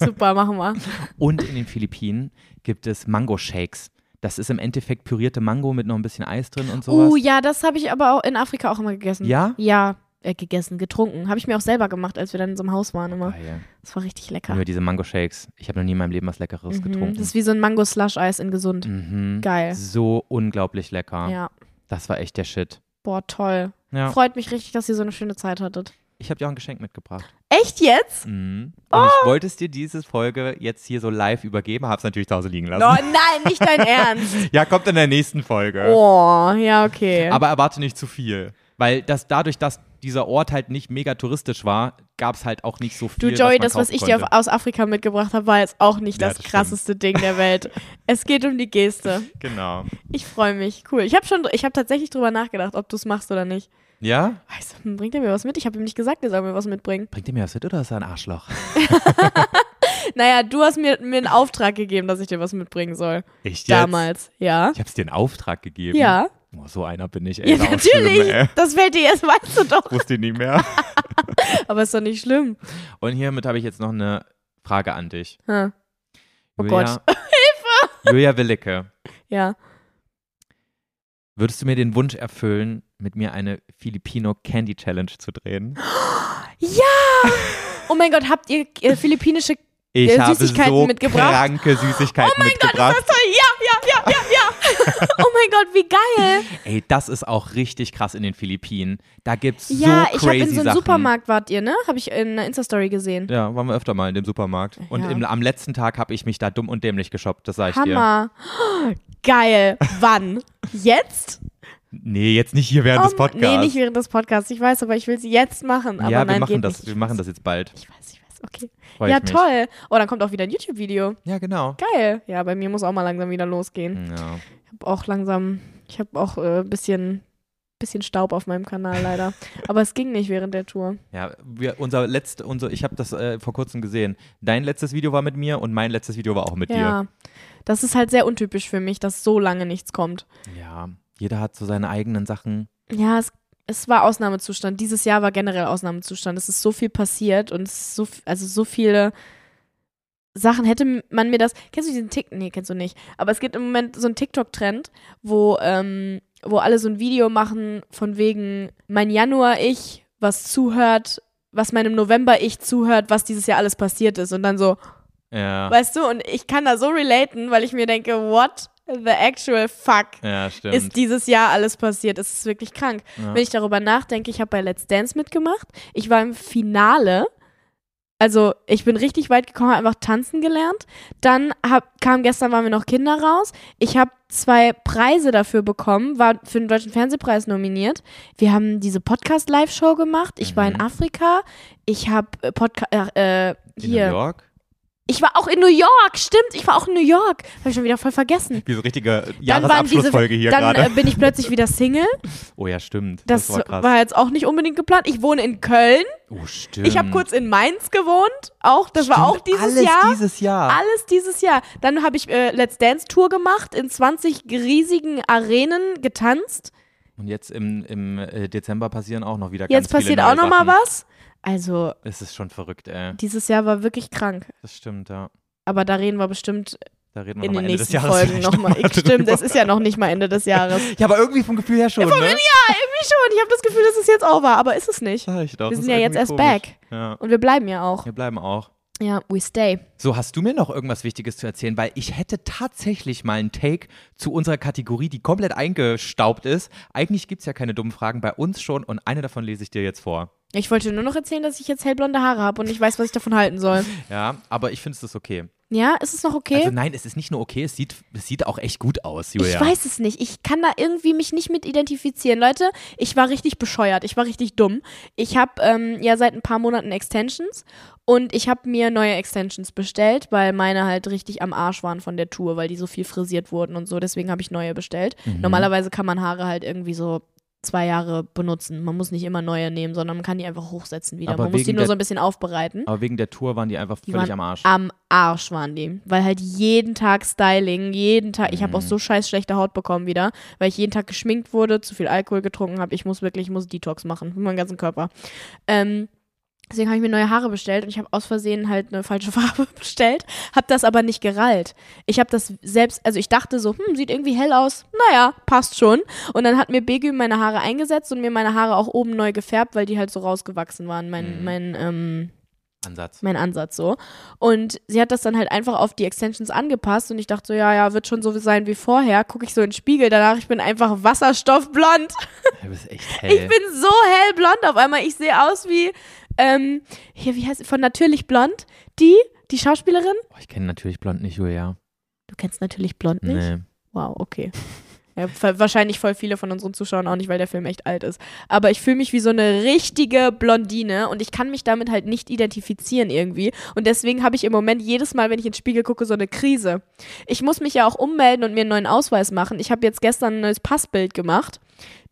Super, machen wir. Und in den Philippinen gibt es Mango-Shakes. Das ist im Endeffekt pürierte Mango mit noch ein bisschen Eis drin und sowas. Oh ja, das habe ich aber auch in Afrika auch immer gegessen. Ja? Ja, äh, gegessen, getrunken. Habe ich mir auch selber gemacht, als wir dann in so einem Haus waren immer. Geil. Das war richtig lecker. Nur diese Mango-Shakes. Ich habe noch nie in meinem Leben was Leckeres Mhm, getrunken. das ist wie so ein Mango-Slush-Eis in gesund. mhm. Geil. So unglaublich lecker. Ja. Das war echt der Shit. Boah, toll. Ja. Freut mich richtig, dass ihr so eine schöne Zeit hattet. Ich habe dir auch ein Geschenk mitgebracht. Echt jetzt? Mhm. Ah! Und ich wollte es dir diese Folge jetzt hier so live übergeben, habe es natürlich zu Hause liegen lassen. Oh, nein, nicht [LAUGHS] dein Ernst. Ja, kommt in der nächsten Folge. Oh, ja, okay. Aber erwarte nicht zu viel. Weil das, dadurch, dass dieser Ort halt nicht mega touristisch war, gab es halt auch nicht so du, viel. Joey, was das, was ich dir auf, aus Afrika mitgebracht habe, war jetzt auch nicht Ja, das, das krasseste Ding der [LAUGHS] Welt. es geht um die Geste. Genau. Ich freue mich. Cool. Ich habe schon, ich habe tatsächlich drüber nachgedacht, ob du es machst oder nicht. Ja? Weißt du, hm, bringt er mir was mit? Ich habe ihm nicht gesagt, er soll mir was mitbringen. Bringt ihr mir was mit oder ist er ein Arschloch? Naja, du hast mir, mir einen Auftrag gegeben, dass ich dir was mitbringen soll. Ich Damals, ja. Ich hab's dir in Auftrag gegeben. Ja. Oh, so einer bin ich, ey. Ja, Ist auch natürlich. Schlimm, ey. das fällt dir jetzt, [LAUGHS] weißt du doch. Wusste ich nicht mehr. Aber ist doch nicht schlimm. Und hiermit habe ich jetzt noch eine Frage an dich. Hm. Oh Gott. [LAUGHS] Hilfe! Julia Willicke, Ja. würdest du mir den Wunsch erfüllen, mit mir eine Filipino Candy Challenge zu drehen? [LAUGHS] Oh mein Gott, habt ihr äh, philippinische Ich Äh, habe Süßigkeiten so mitgebracht. Oh kranke Süßigkeiten mein Gott, ist mitgebracht. das toll. Ja, ja, ja, ja, ja. [LAUGHS] oh mein Gott, wie geil. Ey, das ist auch richtig krass in den Philippinen. Da gibt's Ja, so ich crazy habe in so einem Sachen. Supermarkt wart ihr, ne? Habe ich in einer Insta-Story gesehen. Ja, waren wir öfter mal in dem Supermarkt. Und Ja. im, am letzten Tag habe ich mich da dumm und dämlich geshoppt, das sag ich dir. Hammer. [GASPS] Geil. Wann? Jetzt? Nee, jetzt nicht hier während des Um, Podcasts. Nee, nicht während des Podcasts. Ich weiß, aber ich will sie jetzt machen. Aber ja, wir nein, machen geht das, nicht. wir machen das jetzt bald. Ich weiß, ich weiß. Okay. Freu ja, ich mich. toll. Oh, dann kommt auch wieder ein YouTube-Video. Ja, genau. Geil. Ja, bei mir muss auch mal langsam wieder losgehen. Ja. Ich habe auch langsam, ich habe auch ein äh, bisschen, bisschen Staub auf meinem Kanal leider. aber es ging nicht während der Tour. Ja, wir, unser letztes, unser, ich habe das äh, vor kurzem gesehen. Dein letztes Video war mit mir und mein letztes Video war auch mit Ja. Das ist halt sehr untypisch für mich, dass so lange nichts kommt. dir. Ja, jeder hat so seine eigenen Sachen. Ja, es, es war Ausnahmezustand. Dieses Jahr war generell Ausnahmezustand. Es ist so viel passiert und es ist so, f- also so viele Sachen hätte man mir das. Kennst du diesen TikTok? Nee, kennst du nicht. Aber es gibt im Moment so einen TikTok-Trend, wo, ähm, wo alle so ein Video machen von wegen mein Januar-Ich, was zuhört, was meinem November-Ich zuhört, was dieses Jahr alles passiert ist. Und dann so, Ja, weißt du, und ich kann da so relaten, weil ich mir denke, what the actual fuck ja stimmt. ist dieses Jahr alles passiert. Es ist wirklich krank. ja. Wenn ich darüber nachdenke, ich habe bei Let's Dance mitgemacht. Ich war im Finale. Also ich bin richtig weit gekommen, habe einfach tanzen gelernt. Dann hab, kam gestern, waren wir noch Kinder raus. Ich habe zwei Preise dafür bekommen, war für den Deutschen Fernsehpreis nominiert. Wir haben diese Podcast-Live-Show gemacht. Ich war in Mhm. Afrika. Ich habe Podcast, äh, äh, in New hier. York? Ich war auch in New York, stimmt. Ich war auch in New York. Habe ich schon wieder voll vergessen. Wie so richtige Dann waren diese- Jahresabschlussfolge hier Dann gerade. äh, bin ich plötzlich wieder Single. oh ja, stimmt. Das, Das, war krass. war jetzt auch nicht unbedingt geplant. Ich wohne in Köln. oh, stimmt. Ich habe kurz in Mainz gewohnt. Auch, das war auch Stimmt, dieses alles Jahr. dieses Jahr. alles dieses Jahr. Dann habe ich äh, Let's Dance Tour gemacht, in 20 riesigen Arenen getanzt. Und jetzt im, im äh, Dezember passieren auch noch wieder Jetzt ganz viele passiert auch neue nochmal Sachen. was. Also, Es ist schon verrückt, ey. dieses Jahr war wirklich krank. Das stimmt, ja. Aber da reden wir bestimmt Da reden wir in den noch mal Ende des nächsten Jahres Folgen vielleicht [LAUGHS] nochmal. noch mal Stimmt, drüber. es ist ja noch nicht mal Ende [LAUGHS] des Jahres. Ja, aber irgendwie vom Gefühl her schon, Von mir, ja, ne? irgendwie schon. Ich habe das Gefühl, dass es jetzt auch war, aber ist es nicht. Ja, ich doch, Wir das sind ist ja jetzt irgendwie erst komisch. back. Ja, Und wir bleiben ja auch. wir bleiben auch. Ja, we stay. So, hast du mir noch irgendwas Wichtiges zu erzählen? Weil ich hätte tatsächlich mal einen Take zu unserer Kategorie, die komplett eingestaubt ist. Eigentlich gibt es ja keine dummen Fragen bei uns schon und eine davon lese ich dir jetzt vor. Ich wollte nur noch erzählen, dass ich jetzt hellblonde Haare habe und ich weiß, was ich davon halten soll. Ja, aber ich finde es ist okay. Ja, ist es noch okay? Also nein, es ist nicht nur okay, es sieht, es sieht auch echt gut aus, ich Julia. weiß es nicht. Ich kann da irgendwie mich nicht mit identifizieren. Leute, ich war richtig bescheuert. Ich war richtig dumm. Ich habe ähm, ja seit ein paar Monaten Extensions und ich habe mir neue Extensions bestellt, weil meine halt richtig am Arsch waren von der Tour, weil die so viel frisiert wurden und so. Deswegen habe ich neue bestellt. Mhm. Normalerweise kann man Haare halt irgendwie so zwei Jahre benutzen. Man muss nicht immer neue nehmen, sondern man kann die einfach hochsetzen wieder. Aber man muss die wegen nur der- so ein bisschen aufbereiten. Aber wegen der Tour waren die einfach Die völlig waren am Arsch. Am Arsch waren die. Weil halt jeden Tag Styling, jeden Tag. Ich habe auch Mhm. so scheiß schlechte Haut bekommen wieder, weil ich jeden Tag geschminkt wurde, zu viel Alkohol getrunken habe. Ich muss wirklich, ich muss Detox machen für meinen ganzen Körper. Ähm, deswegen habe ich mir neue Haare bestellt und ich habe aus Versehen halt eine falsche [LAUGHS] Farbe bestellt, habe das aber nicht gerallt. Ich habe das selbst, also ich dachte so, hm, sieht irgendwie hell aus. Naja, passt schon. Und dann hat mir Begüm meine Haare eingesetzt und mir meine Haare auch oben neu gefärbt, weil die halt so rausgewachsen waren. Mein, Mhm. mein, ähm, [LAUGHS] Ansatz. mein Ansatz so. Und sie hat das dann halt einfach auf die Extensions angepasst und ich dachte so, ja, ja, wird schon so sein wie vorher. Gucke ich so in den Spiegel, danach, ich bin einfach wasserstoffblond. Du bist echt Ich hell. bin so hellblond auf einmal. Ich sehe aus wie, ähm, hier, wie heißt sie? Von Natürlich Blond. Die, die Schauspielerin. oh, ich kenne natürlich blond nicht, Julia. Du kennst Natürlich Blond nicht? Nee. Wow, okay. Ja, ver- wahrscheinlich voll viele von unseren Zuschauern auch nicht, weil der Film echt alt ist. Aber ich fühle mich wie so eine richtige Blondine und ich kann mich damit halt nicht identifizieren irgendwie. Und deswegen habe ich im Moment jedes Mal, wenn ich in den Spiegel gucke, so eine Krise. Ich muss mich ja auch ummelden und mir einen neuen Ausweis machen. Ich habe jetzt gestern ein neues Passbild gemacht.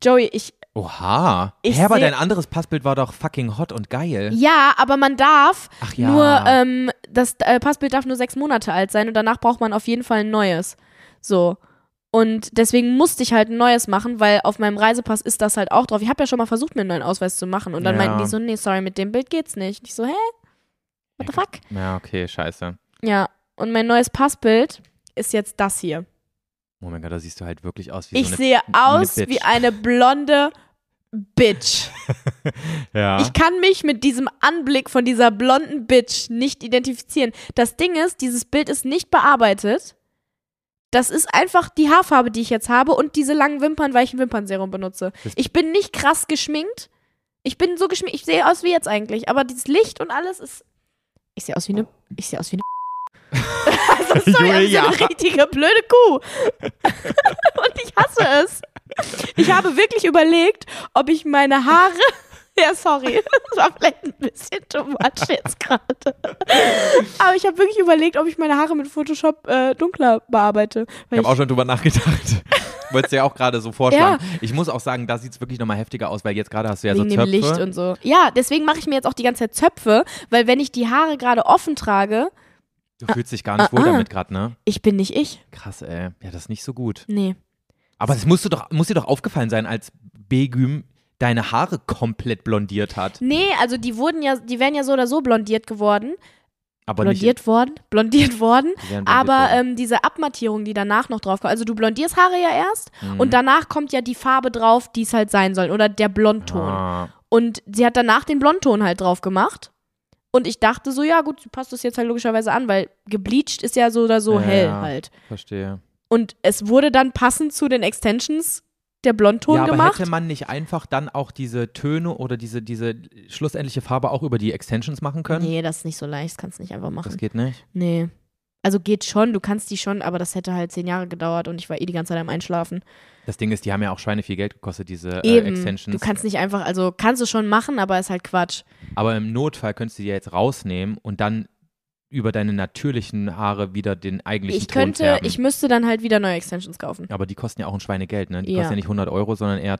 Joey, ich. Oha. Ich Hä, aber seh- dein anderes Passbild war doch fucking hot und geil. Ja, aber man darf Ach ja. nur, ähm, das äh, Passbild darf nur sechs Monate alt sein und danach braucht man auf jeden Fall ein neues. So. Und deswegen musste ich halt ein neues machen, weil auf meinem Reisepass ist das halt auch drauf. Ich habe ja schon mal versucht, mir einen neuen Ausweis zu machen. Und dann Ja. meinten die so, nee, sorry, mit dem Bild geht's nicht. Und ich so, hä? What the fuck? ja, okay, scheiße. Ja. Und mein neues Passbild ist jetzt das hier. Oh mein Gott, da siehst du halt wirklich aus wie Ich so eine sehe aus Bitch. wie eine blonde Bitch. Ja. Ich kann mich mit diesem Anblick von dieser blonden Bitch nicht identifizieren. Das Ding ist, dieses Bild ist nicht bearbeitet. Das ist einfach die Haarfarbe, die ich jetzt habe und diese langen Wimpern, weil ich ein Wimpernserum benutze. Das- Ich bin nicht krass geschminkt. Ich bin so geschminkt, ich sehe aus wie jetzt eigentlich, aber dieses Licht und alles ist ich sehe aus wie eine ich sehe aus wie eine [LAUGHS] also, sorry, aber ich bin Julia. eine richtige blöde [LAUGHS] Kuh. und ich hasse es. Ich habe wirklich überlegt, ob ich meine Haare ja, sorry. Das war vielleicht ein bisschen too much jetzt gerade. Aber ich habe wirklich überlegt, ob ich meine Haare mit Photoshop äh, dunkler bearbeite. Ich Weil habe auch schon [LAUGHS] drüber nachgedacht. Wolltest du ja auch gerade so vorschlagen. Ich muss auch sagen, da sieht es wirklich nochmal heftiger aus, weil jetzt gerade hast du ja wegen so dem Zöpfe. Licht und so. Ja, deswegen mache ich mir jetzt auch die ganze Zeit Zöpfe, weil wenn ich die Haare gerade offen trage, du fühlst dich gar nicht Ah, wohl ah. damit gerade, ne? ich bin nicht ich. Krass, ey. Ja, das ist nicht so gut. Nee. Aber es musst du doch, muss dir doch aufgefallen sein, als Begüm deine Haare komplett blondiert hat. Nee, also die wurden ja, die wären ja so oder so blondiert geworden. Aber Blondiert worden? Blondiert worden. nicht. die wären blondiert Aber worden. ähm, diese Abmattierung, die danach noch drauf kommt, also du blondierst Haare ja erst Mhm. äh, und danach kommt ja die Farbe drauf, die es halt sein soll oder der Blondton. Ah. Und sie hat danach den Blondton halt drauf gemacht. Und ich dachte so, ja gut, sie passt das jetzt halt logischerweise an, weil gebleached ist ja so oder so Ja, hell ja. halt. Verstehe. Und es wurde dann passend zu den Extensions der Blondton ja, aber gemacht. hätte man nicht einfach dann auch diese Töne oder diese, diese schlussendliche Farbe auch über die Extensions machen können? Nee, das ist nicht so leicht, das kannst du nicht einfach Das machen. geht nicht. Nee. Also geht schon, du kannst die schon, aber das hätte halt zehn Jahre gedauert und ich war eh die ganze Zeit am Einschlafen. Das Ding ist, die haben ja auch Schweine viel Geld gekostet, diese äh, Eben. Extensions. Du kannst nicht einfach, also kannst du schon machen, aber ist halt Quatsch. Aber im Notfall könntest du die ja jetzt rausnehmen und dann über deine natürlichen Haare wieder den eigentlichen Ich Ton könnte, färben. ich müsste dann halt wieder neue Extensions kaufen. Aber die kosten ja auch ein Schweinegeld, ne? Die Ja. kosten ja nicht 100 Euro, sondern eher,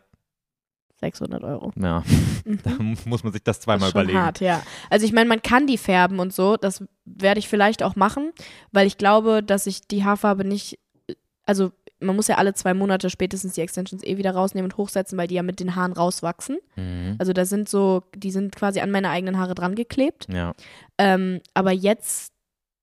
600 Euro. ja, [LAUGHS] da muss man sich das zweimal ist Mhm. schon überlegen. hart, ja. Also ich meine, man kann die färben und so. Das werde ich vielleicht auch machen, weil ich glaube, dass ich die Haarfarbe nicht, also man muss ja alle zwei Monate spätestens die Extensions eh wieder rausnehmen und hochsetzen, weil die ja mit den Haaren rauswachsen. Mhm. Also da sind so, die sind quasi an meine eigenen Haare dran geklebt. Ja, Ähm, aber jetzt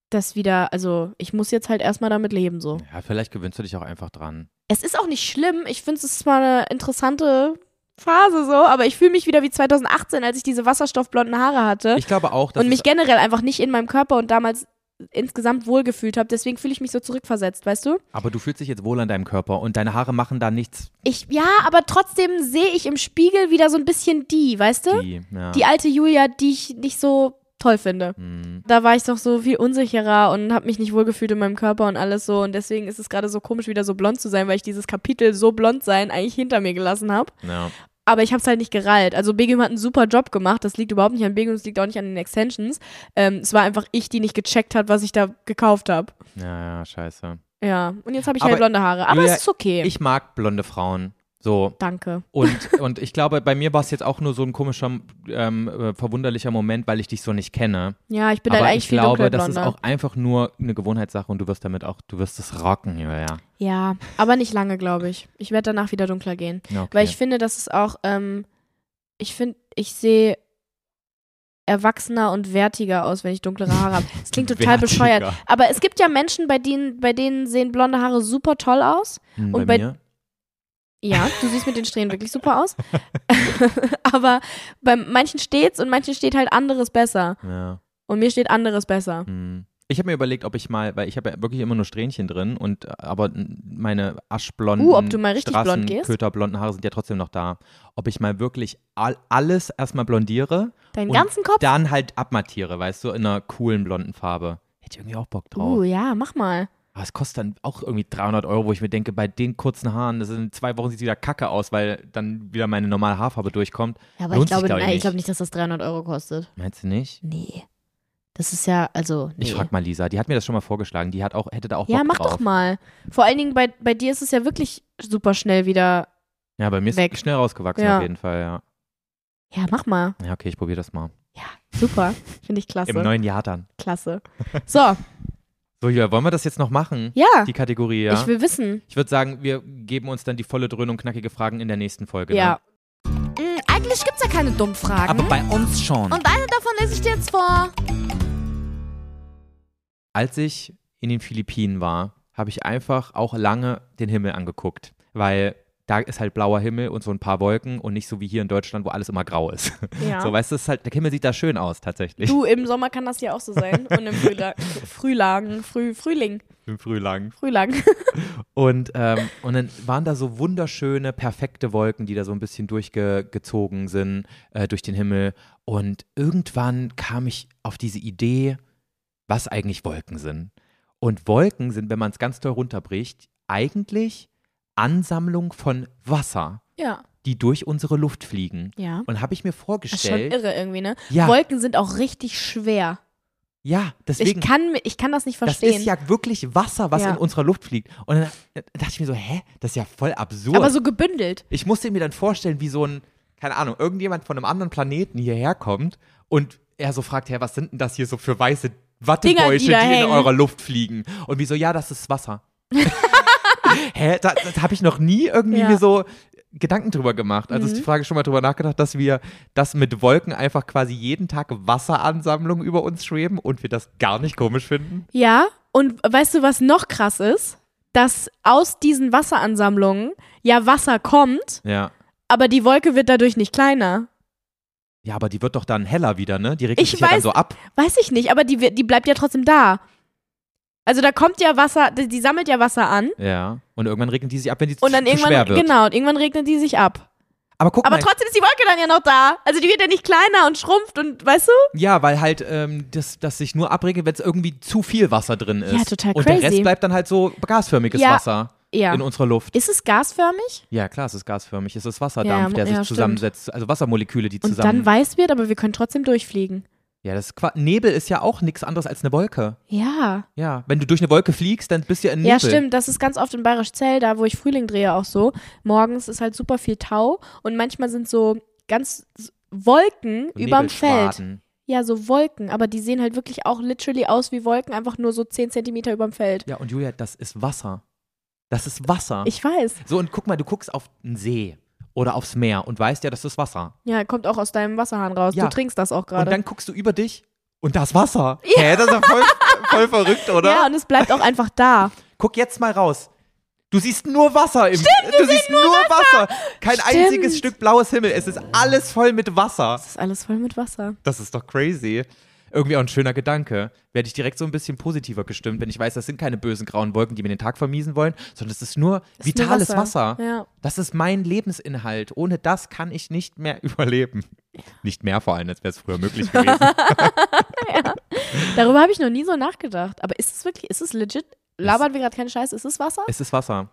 das wieder, also ich muss jetzt halt erstmal damit leben so. ja, vielleicht gewöhnst du dich auch einfach dran. Es ist auch nicht schlimm. Ich finde, es ist zwar eine interessante Phase so, aber ich fühle mich wieder wie 2018, als ich diese wasserstoffblonden Haare hatte Ich glaube auch, dass Äh, und mich es, generell einfach nicht in meinem Körper und damals insgesamt wohlgefühlt habe. Deswegen fühle ich mich so zurückversetzt, weißt du? aber du fühlst dich jetzt wohl an deinem Körper und deine Haare machen da nichts. Ich, ja, aber trotzdem sehe ich im Spiegel wieder so ein bisschen die, weißt du? Die, ja. Äh, Die alte Julia, die ich nicht so toll finde. Mhm. Da war ich doch so viel unsicherer und habe mich nicht wohlgefühlt in meinem Körper und alles so. Und deswegen ist es gerade so komisch, wieder so blond zu sein, weil ich dieses Kapitel so blond sein eigentlich hinter mir gelassen habe. ja. aber ich habe es halt nicht gerallt. Also Begum hat einen super Job gemacht. Das liegt überhaupt nicht an Begum, das liegt auch nicht an den Extensions. Ähm, es war einfach ich, die nicht gecheckt hat, was ich da gekauft habe. ja, ja, scheiße. Ja, und jetzt habe ich Aber- halt blonde Haare. Aber Julia, es ist okay. Ich mag blonde Frauen. So, Danke. Und, [LAUGHS] und ich glaube, bei mir war es jetzt auch nur so ein komischer, ähm, äh, verwunderlicher Moment, weil ich dich so nicht kenne. Ja, ich bin Aber halt eigentlich ich viel glaube, das dunkelblonder. ist auch einfach nur eine Gewohnheitssache und du wirst damit auch, du wirst es rocken, Julia. ja, aber nicht lange, glaube ich. Ich werde danach wieder dunkler gehen. Ja, okay. Weil ich finde, das ist auch, ähm, ich finde, ich sehe erwachsener und wertiger aus, wenn ich dunklere Haare [LAUGHS] habe. Das klingt total bescheuert. Wertiger. Aber es gibt ja Menschen, bei denen, bei denen sehen blonde Haare super toll aus. Hm, und bei- bei mir? Ja, du siehst mit den Strähnen wirklich super aus. [LAUGHS] Aber bei manchen steht's und manchen steht halt anderes besser. Ja. Und mir steht anderes besser. Hm. Ich habe mir überlegt, ob ich mal, weil ich habe ja wirklich immer nur Strähnchen drin und äh, aber n- meine aschblonden, Uh, ob du mal richtig blond gehst? Köterblonden Haare sind ja trotzdem noch da. Ob ich mal wirklich all, alles erstmal blondiere, Deinen Und ganzen Kopf? dann halt abmattiere, weißt du, in einer coolen blonden Farbe. Hätte ich irgendwie auch Bock drauf. Uh, ja, mach mal. Aber es kostet dann auch irgendwie 300 Euro, wo ich mir denke, bei den kurzen Haaren, das sind zwei Wochen sieht wieder kacke aus, weil dann wieder meine normale Haarfarbe durchkommt. Ja, aber Lohnt ich glaube, sich, glaub ich, nein, nicht. ich glaube nicht, dass das 300 Euro kostet. Meinst du nicht? Nee. Das ist ja, also. Nee. Ich frag mal Lisa, die hat mir das schon mal vorgeschlagen, die hat auch, hätte da auch Ja, Bock mach drauf. doch mal. Vor allen Dingen bei, bei dir ist es ja wirklich super schnell wieder. Ja, bei mir ist Weg. schnell rausgewachsen Ja. auf jeden Fall, ja. Ja, mach mal. Ja, okay, ich probiere das mal. [LAUGHS] Super. Finde ich Im klasse. neuen Jahr dann. Klasse. So, So, Julia, wollen wir das jetzt noch machen? ja. Die Kategorie, ja? Ich will wissen. Ich würde sagen, wir geben uns dann die volle Dröhnung knackige Fragen in der nächsten Folge. Ja. Mm, eigentlich gibt's ja keine dummen Ne? Fragen. Genau. Aber bei uns schon. Und eine davon lese ich dir jetzt vor. Als ich in den Philippinen war, habe ich einfach auch lange den Himmel angeguckt, weil da ist halt blauer Himmel und so ein paar Wolken und nicht so wie hier in Deutschland, wo alles immer grau ist. [LAUGHS] Ja. So, weißt du, es ist halt, der Himmel sieht da schön aus, tatsächlich. Du, im Sommer kann das ja auch so sein. Und im Frühla Frühlagen, Früh, Frühling, Im Frühlang. Frühlagen. Und, ähm, und dann waren da so wunderschöne, perfekte Wolken, die da so ein bisschen durchgezogen sind äh, durch den Himmel. Und irgendwann kam ich auf diese Idee, was eigentlich Wolken sind. Und Wolken sind, wenn man es ganz doll runterbricht, eigentlich Ansammlung von Wasser, Ja. die durch unsere Luft fliegen. Ja. Und habe ich mir Das ist schon vorgestellt, irre irgendwie, ne? Ja. Wolken sind auch richtig schwer. ja, deswegen, ich, kann, mi- ich kann das nicht das verstehen. ist ja wirklich Wasser, was Ja. in unserer Luft fliegt. Und dann äh, dachte ich mir so, hä, das ist ja voll absurd. aber so gebündelt. Ich musste mir dann vorstellen, wie so ein, keine Ahnung, irgendjemand von einem anderen Planeten hierher kommt und er so fragt, hey, was sind denn das hier so für weiße Dinger, Wattebäusche, die die, da in hängen." eurer Luft fliegen? Und wie so, ja, das ist [LAUGHS] Wasser. Hä, da, das habe ich noch nie irgendwie Ja. Mhm. mir so Gedanken drüber gemacht. Also ist die Frage schon mal drüber nachgedacht, dass wir das mit Wolken einfach quasi jeden Tag Wasseransammlungen über uns schweben und wir das gar nicht komisch finden. Ja, und weißt du, was noch krass ist? Dass aus diesen Wasseransammlungen ja Wasser kommt, Ja. aber die Wolke wird dadurch nicht kleiner. Ja, aber die wird doch dann heller wieder, ne? Die regnet Ich sich ja dann weiß- so ab. Weiß ich nicht, aber die, wird- die bleibt ja trotzdem da. Also da kommt ja Wasser, die, die sammelt ja Wasser an Ja. Und irgendwann regnet die sich ab, wenn die zu, und dann zu irgendwann, schwer wird. genau, und irgendwann regnet die sich ab. Aber guck Aber mal, trotzdem ist die Wolke dann ja noch da. Also die wird ja nicht kleiner und schrumpft und weißt du? ja, weil halt ähm, das, das sich nur abregelt, wenn es irgendwie zu viel Wasser drin ist. Ja, total Und crazy. der Rest bleibt dann halt so gasförmiges Ja, Wasser Ja. in unserer Luft. Ist es gasförmig? Ja, klar, es ist gasförmig. Es ist Wasserdampf, Ja, der sich ja, stimmt. zusammensetzt. Also Wassermoleküle, die Und dann zusammen. weiß wird, aber wir können trotzdem durchfliegen. ja, das ist Qua- Nebel ist ja auch nichts anderes als eine Wolke. Ja. Ja, wenn du durch eine Wolke fliegst, dann bist du ja in Nebel. Ja, stimmt. Das ist ganz oft in Bayerisch Zell, da wo ich Frühling drehe, auch so. Morgens ist halt super viel Tau und manchmal sind so ganz s- Wolken So überm Feld. Nebelschwaden. Ja, so Wolken, aber die sehen halt wirklich auch literally aus wie Wolken, einfach nur so 10 Zentimeter überm Feld. Ja, und Julia, das ist Wasser. Das ist Wasser. Ich weiß. so, und guck mal, du guckst auf einen See oder aufs Meer und weißt ja, das ist Wasser. Ja, kommt auch aus deinem Wasserhahn raus. Ja. Du trinkst das auch Und gerade. dann guckst du über dich und da ist Wasser. Hä, das ist ja voll, voll verrückt, oder? Ja, und es bleibt auch einfach da. Guck jetzt mal raus. Du siehst nur Wasser im Stimmt, du, siehst nur Wasser. Kein Stimmt. einziges Stück blaues Himmel. Es ist alles voll mit Wasser. Das ist alles voll mit Wasser. Das ist doch crazy. Irgendwie auch ein schöner Gedanke. Werde ich direkt so ein bisschen positiver gestimmt, wenn ich weiß, das sind keine bösen grauen Wolken, die mir den Tag vermiesen wollen, sondern es ist nur Es ist nur vitales Wasser. Ja. Das ist mein Lebensinhalt. Ohne das kann ich nicht mehr [LAUGHS] überleben. Nicht mehr vor allem, als wäre es früher möglich gewesen. Darüber habe ich noch nie so nachgedacht. Aber ist es wirklich, ist es legit? Labern wir gerade keinen Scheiß? Ist es Wasser? Es ist Wasser.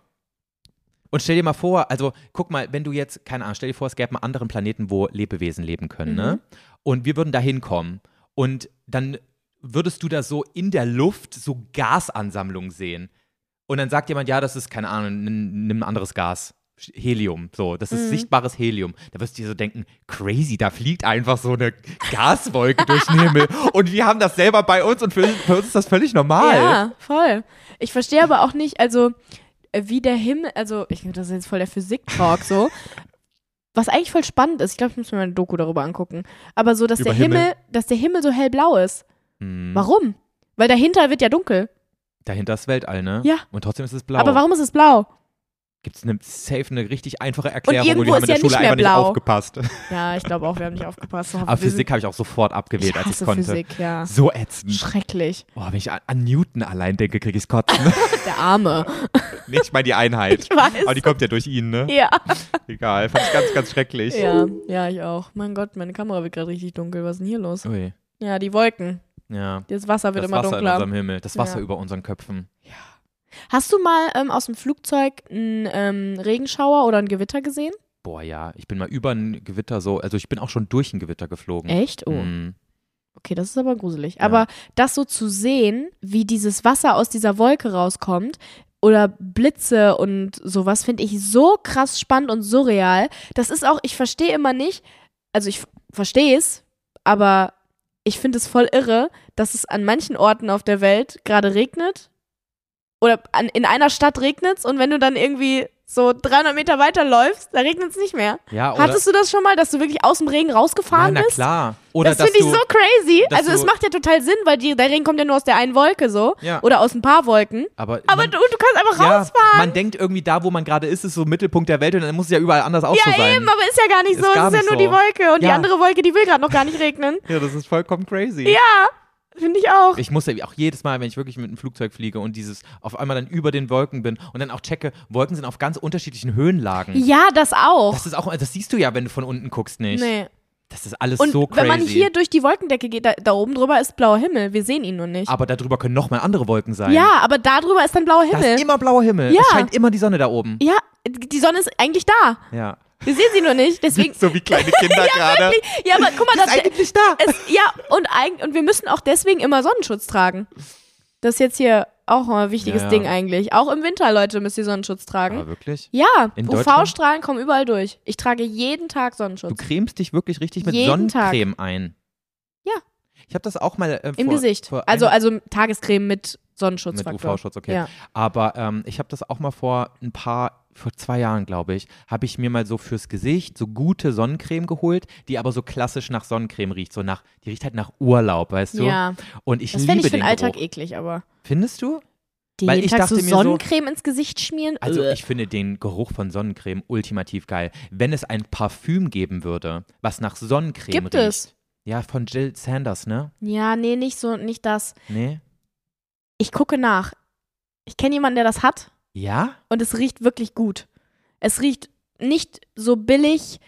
Und stell dir mal vor, also guck mal, wenn du jetzt, keine Ahnung, stell dir vor, es gäbe einen anderen Planeten, wo Lebewesen leben können, ne? Und wir würden da hinkommen. Und dann würdest du da so in der Luft so Gasansammlungen sehen. Und dann sagt jemand, ja, das ist, keine Ahnung, nimm nimm ein anderes Gas. Helium, so, das ist sichtbares Helium. Da wirst du dir so denken, crazy, da fliegt einfach so eine Gaswolke durch den Himmel und wir haben das selber bei uns und für, für uns ist das völlig normal. Ja, voll. Ich verstehe aber auch nicht, also äh, wie der Himmel, also ich das ist jetzt voll der Physik-Talk so. Was eigentlich voll spannend ist, ich glaube, ich muss mir mal eine Doku darüber angucken. Aber so, dass Über der Himmel, Himmel? dass der Himmel so hellblau ist. Mhm. Warum? Weil dahinter wird ja dunkel. Dahinter ist Weltall, ne? Ja. Und trotzdem ist es blau. Aber warum ist es blau? Gibt es eine safe, eine richtig einfache Erklärung irgendwo wir haben ist in der ja Schule nicht mehr einfach blau. nicht aufgepasst. Ja, ich glaube auch, wir haben nicht aufgepasst. So, Aber wir Ah, Physik habe ich auch sofort abgewählt, sind, ich als ich hasse konnte. Physik, ja. So ätzend. Schrecklich. Boah, wenn ich an, an Newton allein denke, kriege ich Kotzen. [LAUGHS] Der Arme. nicht mal die Einheit. Ich weiß. Aber Ah, die kommt ja durch ihn, ne? [LAUGHS] Ja. Egal, fand ich ganz, ganz schrecklich. ja. Ja, ich auch. Mein Gott, meine Kamera wird gerade richtig dunkel. Was ist denn hier los? Ui. Ja, die Wolken. Ja. Das Wasser wird Das immer Wasser in dunkler. unserem Himmel, das Wasser Ja. über unseren Köpfen. Hast du mal ähm, aus dem Flugzeug einen ähm, Regenschauer oder ein Gewitter gesehen? Boah, ja. Ich bin mal über ein Gewitter so, also ich bin auch schon durch ein Gewitter geflogen. Echt? Oh, Mhm. okay, das ist aber gruselig. Aber das so zu sehen, wie dieses Wasser aus dieser Wolke rauskommt oder Blitze und sowas, finde ich so krass spannend und surreal. Das ist auch, ich verstehe immer nicht, also ich verstehe es, aber ich finde es voll irre, dass es an manchen Orten auf der Welt gerade regnet. Oder an, in einer Stadt regnet es und wenn du dann irgendwie so 300 Meter weiter läufst, da regnet es nicht mehr. Ja, oder? Hattest du das schon mal, dass du wirklich aus dem Regen ja, rausgefahren na bist? klar. Oder das dass finde ich du, so crazy. dass Also es du- macht ja total Sinn, weil die, der Regen kommt ja nur aus der einen Wolke so. Ja. Oder aus ein paar Wolken. Aber, Aber man, du, du kannst einfach ja, rausfahren. man denkt irgendwie, da wo man gerade ist, ist so Mittelpunkt der Welt und dann muss es ja überall anders auch ja, so sein. eben, aber ist ja gar nicht Ist so. gar es ist ja nicht nur so. die Wolke. Und die Ja. andere Wolke, die will gerade noch gar nicht regnen. [LAUGHS] Ja, das ist vollkommen crazy. Ja, finde ich auch. Ich muss ja auch jedes Mal, wenn ich wirklich mit einem Flugzeug fliege und dieses auf einmal dann über den Wolken bin und dann auch checke, Wolken sind auf ganz unterschiedlichen Höhenlagen. ja, das auch. Das ist auch, das siehst du ja, wenn du von unten guckst, nicht? nee. Das ist alles Und so crazy. wenn man hier durch die Wolkendecke geht, da, da oben drüber ist blauer Himmel. Wir sehen ihn nur nicht. aber darüber können nochmal andere Wolken sein. ja, aber da drüber ist dann blauer Da Himmel. ist immer blauer Himmel. Ja. Es scheint immer die Sonne da oben. ja, die Sonne ist eigentlich da. Ja. Wir sehen sie nur nicht. Deswegen. So wie kleine Kinder gerade. [LAUGHS] Ja, aber guck mal, das, Eigentlich da. es, ja, und, eig- und wir müssen auch deswegen immer Sonnenschutz tragen. Das ist jetzt hier auch ein wichtiges Ja, ja. Ding eigentlich. Auch im Winter, Leute, müsst ihr Sonnenschutz Aber tragen. wirklich? Ja, In Deutschland? UV-Strahlen kommen überall durch. Ich trage jeden Tag Du Sonnenschutz. cremst dich wirklich richtig mit Jeden Tag. Sonnencreme ein. Ja. Ich habe das auch mal äh, Im vor, Gesicht. Vor Also, äh einer- also Tagescreme mit mit Sonnenschutzfaktor. UV-Schutz, okay. Ja. Aber ähm, ich habe das auch mal vor ein paar, vor zwei Jahren, glaube ich, habe ich mir mal so fürs Gesicht so gute Sonnencreme geholt, die aber so klassisch nach Sonnencreme riecht. So nach, die riecht halt nach Urlaub, weißt du? Ja, Und ich das liebe fände ich für den den Alltag Geruch. eklig, aber. Findest du? Die Weil jeden ich Tag dachte so mir so- Sonnencreme ins Gesicht schmieren. äh, Also Ugh. ich finde den Geruch von Sonnencreme ultimativ geil. Wenn es ein Parfüm geben würde, was nach Sonnencreme Gibt riecht. es. Ja, von Jill Sanders, ne? ja, nee, nicht so, nicht das. Nee? Ich gucke nach. Ich kenne jemanden, der das hat. Ja? und es riecht wirklich gut. Es riecht nicht so billig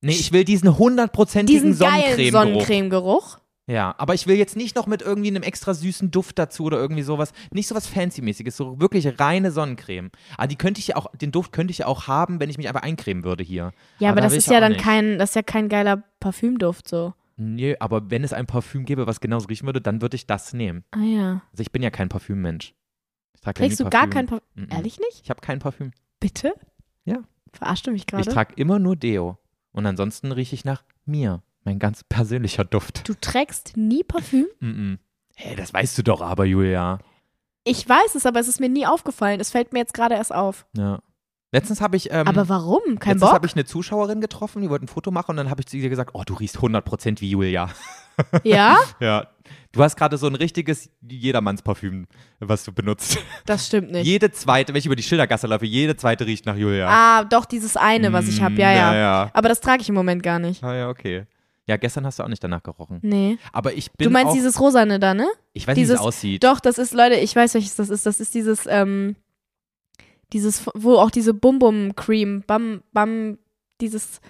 Nee, ich will diesen hundertprozentigen diesen geilen Sonnencreme-Geruch. Sonnencreme-Geruch. Ja, aber ich will jetzt nicht noch mit irgendwie einem extra süßen Duft dazu oder irgendwie sowas. Nicht sowas Fancy-mäßiges, so wirklich reine Sonnencreme. Aber die könnte ich ja auch, den Duft könnte ich ja auch haben, wenn ich mich einfach eincremen würde hier. Ja, aber, da das will ist ich auch ja dann nicht. kein, das ist ja kein geiler Parfümduft so. Nee, aber wenn es ein Parfüm gäbe, was genauso riechen würde, dann würde ich das nehmen. Ah ja. Also ich bin ja kein Parfümmensch. Ich trage ja Trägst nie du gar Parfüm. kein Parfüm? Mhm. Ehrlich nicht? Ich habe kein Parfüm. Bitte? Ja. Verarschst du mich Ich gerade? trage immer nur Deo. Und ansonsten rieche ich nach mir. Mein ganz persönlicher Duft. Du trägst nie Parfüm? Mhm. Hey, das weißt du doch aber, Julia. Ich weiß es, aber es ist mir nie aufgefallen. Es fällt mir jetzt gerade erst auf. Ja. Letztens habe ich. Ähm, aber warum? Kein Letztens Bock? habe ich eine Zuschauerin getroffen, die wollte ein Foto machen und dann habe ich zu ihr gesagt, oh, du riechst 100% wie Julia. Ja, [LAUGHS] Ja. Du hast gerade so ein richtiges Jedermannsparfüm, was du benutzt. das stimmt nicht. Jede zweite, wenn ich über die Schildergasse laufe, jede zweite riecht nach Julia. Ah, doch, dieses eine, was ich habe. Ja, Mm, ja. Ja, Aber das trage ich im Moment gar nicht. ja. Ah, ja, okay. Ja, gestern hast du auch nicht danach gerochen. Nee. Aber ich bin Hm. Du meinst auch, dieses Rosane da, ne? ich weiß dieses- nicht, wie es aussieht. Doch, das ist, Leute, ich weiß, welches das ist. Das ist dieses, ähm, dieses, wo auch diese Bum-Bum-Cream, Bam, Bam, dieses,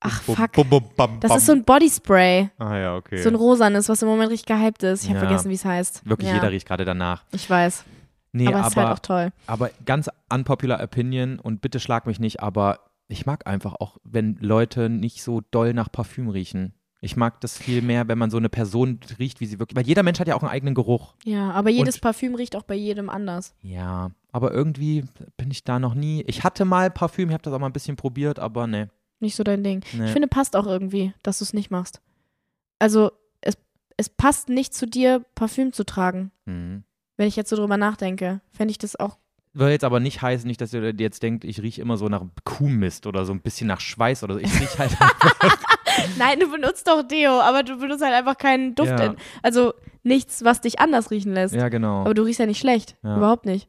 ach Bum, fuck. bum, bum, bam, Das bam. ist so ein Bodyspray, Ah ja, okay. so ein rosanes, was im Moment richtig gehypt ist. Ich habe Ja. vergessen, wie es heißt. Wirklich, ja, jeder riecht gerade danach. Ich weiß, Nee, aber aber, es ist halt auch toll. Aber ganz unpopular Opinion und bitte schlag mich nicht, aber ich mag einfach auch, wenn Leute nicht so doll nach Parfüm riechen. Ich mag das viel mehr, wenn man so eine Person riecht, wie sie wirklich. Weil jeder Mensch hat ja auch einen eigenen Geruch. Ja, aber jedes Und- Parfüm riecht auch bei jedem anders. Ja, aber irgendwie bin ich da noch nie. Ich hatte mal Parfüm, ich habe das auch mal ein bisschen probiert, aber ne. Nicht so dein Ding. Nee. Ich finde, passt auch irgendwie, dass du es nicht machst. Also, es, es passt nicht zu dir, Parfüm zu tragen. Mhm. Wenn ich jetzt so drüber nachdenke, fände ich das auch Soll jetzt aber nicht heißen, nicht, dass ihr jetzt denkt, ich rieche immer so nach Kuhmist oder so ein bisschen nach Schweiß oder so. Ich rieche [LAUGHS] halt. Nein, du benutzt doch Deo, aber du benutzt halt einfach keinen Duft. Ja. in- Also nichts, was dich anders riechen lässt. ja, genau. Aber du riechst ja nicht schlecht. Ja. Überhaupt nicht.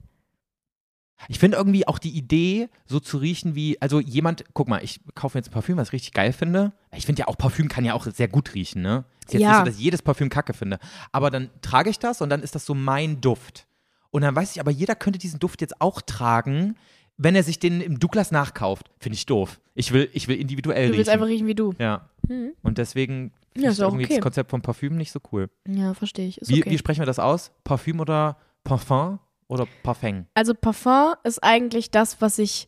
Ich finde irgendwie auch die Idee, so zu riechen wie, also jemand, guck mal, ich kaufe mir jetzt ein Parfüm, was ich richtig geil finde. Ich finde ja auch, Parfüm kann ja auch sehr gut riechen, ne? Ist jetzt Ja. nicht so, dass ich jedes Parfüm kacke finde. Aber dann trage ich das und dann ist das so mein Duft. Und dann weiß ich aber, jeder könnte diesen Duft jetzt auch tragen, wenn er sich den im Douglas nachkauft. Finde ich doof. Ich will, ich will Du individuell riechen. willst einfach riechen wie du. ja. Mhm. Und deswegen Ja, finde ist ich auch irgendwie okay. das Konzept von Parfüm nicht so cool. Ja, verstehe ich. Ist Wie, okay. wie sprechen wir das aus? Parfüm oder Parfum oder Parfum? also Parfum ist eigentlich das, was ich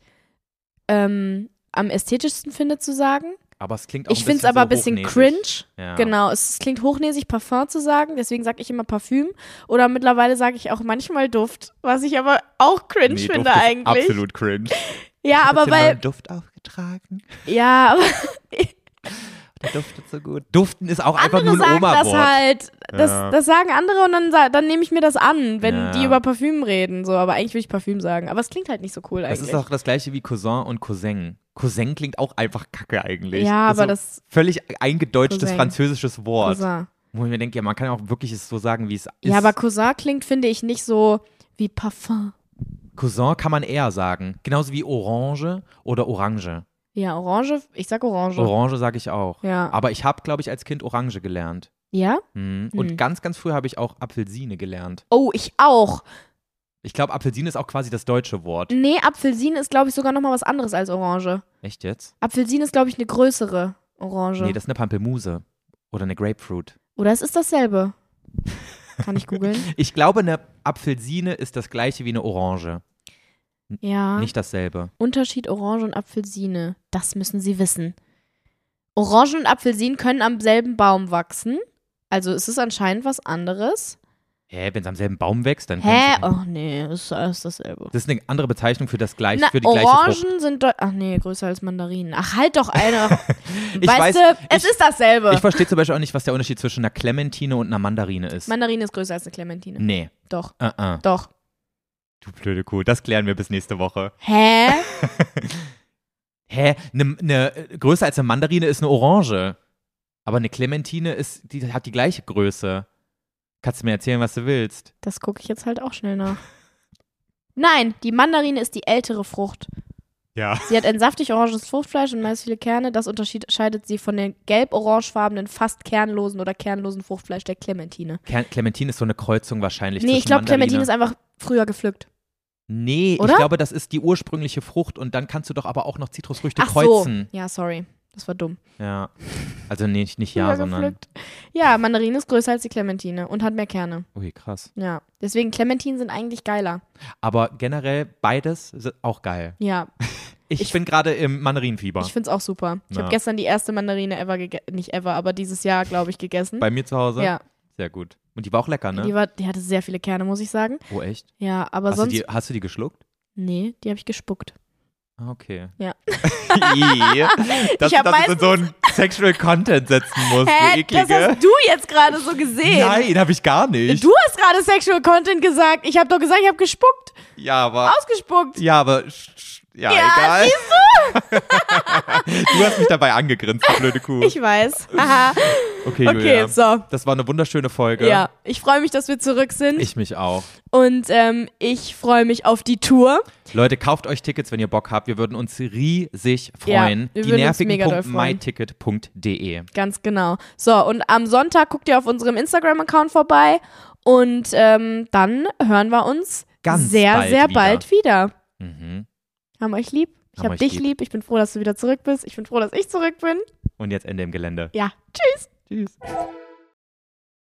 ähm, am ästhetischsten finde zu sagen. Aber es klingt auch Ich ein finde es bisschen aber so ein bisschen hochnäsig. cringe. Ja. Genau, es, es klingt hochnäsig, Parfum zu sagen, deswegen sage ich immer Parfüm. Oder mittlerweile sage ich auch manchmal Duft, was ich aber auch cringe Nee, finde Duft ist eigentlich. Absolut cringe. Ja, aber weil, Duft aufgetragen. ja, aber Der duftet so gut. Duften ist auch einfach nur andere sagen ein das Oma-Wort. halt. Das, Ja. das sagen andere und dann, sa- dann nehme ich mir das an, wenn Ja. die über Parfüm reden. So, aber eigentlich will ich Parfüm sagen. Aber es klingt halt nicht so cool Das eigentlich. ist auch das gleiche wie Cousin und Cousin. Cousin klingt auch einfach kacke eigentlich. ja, Das ist aber so das Völlig eingedeutschtes Cousin. französisches Wort. Cousin. Wo ich mir denke, ja, man kann auch wirklich es so sagen, wie es ist. Ja, aber Cousin klingt, finde ich, nicht so wie Parfum. Cousin kann man eher sagen. Genauso wie Orange oder Orange. Ja, Orange, ich sag Orange. Orange sage ich auch. Ja. Aber ich habe, glaube ich, als Kind Orange gelernt. Ja? Mhm. Und Hm. ganz, ganz früh habe ich auch Apfelsine gelernt. Oh, ich auch. Ich glaube, Apfelsine ist auch quasi das deutsche Wort. Nee, Apfelsine ist, glaube ich, sogar nochmal was anderes als Orange. Echt jetzt? Apfelsine ist, glaube ich, eine größere Orange. Nee, das ist eine Pampelmuse. Oder eine Grapefruit. Oder es ist dasselbe. Kann ich [LAUGHS] googeln? Ich glaube, eine Apfelsine ist das gleiche wie eine Orange. Ja. Nicht dasselbe. Unterschied Orange und Apfelsine. Das müssen Sie wissen. Orangen und Apfelsinen können am selben Baum wachsen. Also ist es anscheinend was anderes. Hä, wenn es am selben Baum wächst, dann Hä? könnte- Ach nee, ist alles dasselbe. Das ist eine andere Bezeichnung für das gleiche, Na, für die gleiche Frucht. Orangen sind deu- Ach nee, größer als Mandarinen. Ach, halt doch eine. [LAUGHS] Ich weißt weiß, du, es ich- ist dasselbe. Ich verstehe zum Beispiel auch nicht, was der Unterschied zwischen einer Clementine und einer Mandarine ist. Mandarine ist größer als eine Clementine. nee. Doch, Uh -uh. doch. Du blöde Kuh, das klären wir bis nächste Woche. Hä? Hä? Eine ne, größer als eine Mandarine ist eine Orange. Aber eine Clementine ist, die hat die gleiche Größe. Kannst du mir erzählen, was du willst? Das gucke ich jetzt halt auch schnell nach. Nein, die Mandarine ist die ältere Frucht. Ja. Sie hat ein saftig oranges Fruchtfleisch und meist viele Kerne. Das unterscheidet sie von den gelb-orangefarbenen, fast kernlosen oder kernlosen Fruchtfleisch der Clementine. Clementine ist so eine Kreuzung wahrscheinlich. nee, zwischen ich glaube, Mandarine- Clementine ist einfach früher gepflückt. Nee, Oder? ich glaube, das ist die ursprüngliche Frucht und dann kannst du doch aber auch noch Zitrusfrüchte Ach kreuzen. so. Ja, sorry. Das war dumm. Ja. Also nee, nicht, nicht ja, Früher sondern. gepflückt. Ja, Mandarine ist größer als die Clementine und hat mehr Kerne. Ui, krass. Ja. Deswegen, Clementinen sind eigentlich geiler. Aber generell beides ist auch geil. Ja, Ich, bin gerade im Mandarinenfieber. ich find's auch super. Ich Ja. habe gestern die erste Mandarine ever gegessen. Nicht ever, aber dieses Jahr, glaube ich, gegessen. Bei mir zu Hause. ja, Sehr gut. Und die war auch lecker, die, ne? war, die hatte sehr viele Kerne, muss ich sagen. Oh, echt? Ja, aber Hast du, sonst. die, hast du die geschluckt? nee, die habe ich gespuckt. Ah, Okay. [LAUGHS] Ja. Ih, dass Ich du hab das in so einen Sexual Content setzen musst, du Hä, das eklige. hast du jetzt gerade so gesehen. Nein, habe ich gar nicht. Du hast gerade Sexual Content gesagt. Ich habe doch gesagt, ich habe gespuckt, Ja, aber. ausgespuckt. Ja, aber. sch- sch- Ja, Ja, egal. [LAUGHS] du hast mich dabei angegrinst, du blöde Kuh. Ich weiß. Haha. okay, Okay, Julia. so. Das war eine wunderschöne Folge. Ja, ich freue mich, dass wir zurück sind Ich mich auch. und ähm, ich freue mich auf die Tour. Leute, kauft euch Tickets, wenn ihr Bock habt. Wir würden uns riesig freuen. wir Die würden uns mega doll nervigen. freuen. myticket.de. Ganz genau. So, und am Sonntag guckt ihr auf unserem Instagram-Account vorbei und ähm, dann hören wir uns Ganz sehr, bald sehr wieder. bald wieder. Mhm. Haben euch lieb. Ich Haben habe euch dich lieb. lieb. Ich bin froh, dass du wieder zurück bist. Ich bin froh, dass ich zurück bin. Und jetzt Ende im Gelände. Ja, tschüss. Tschüss.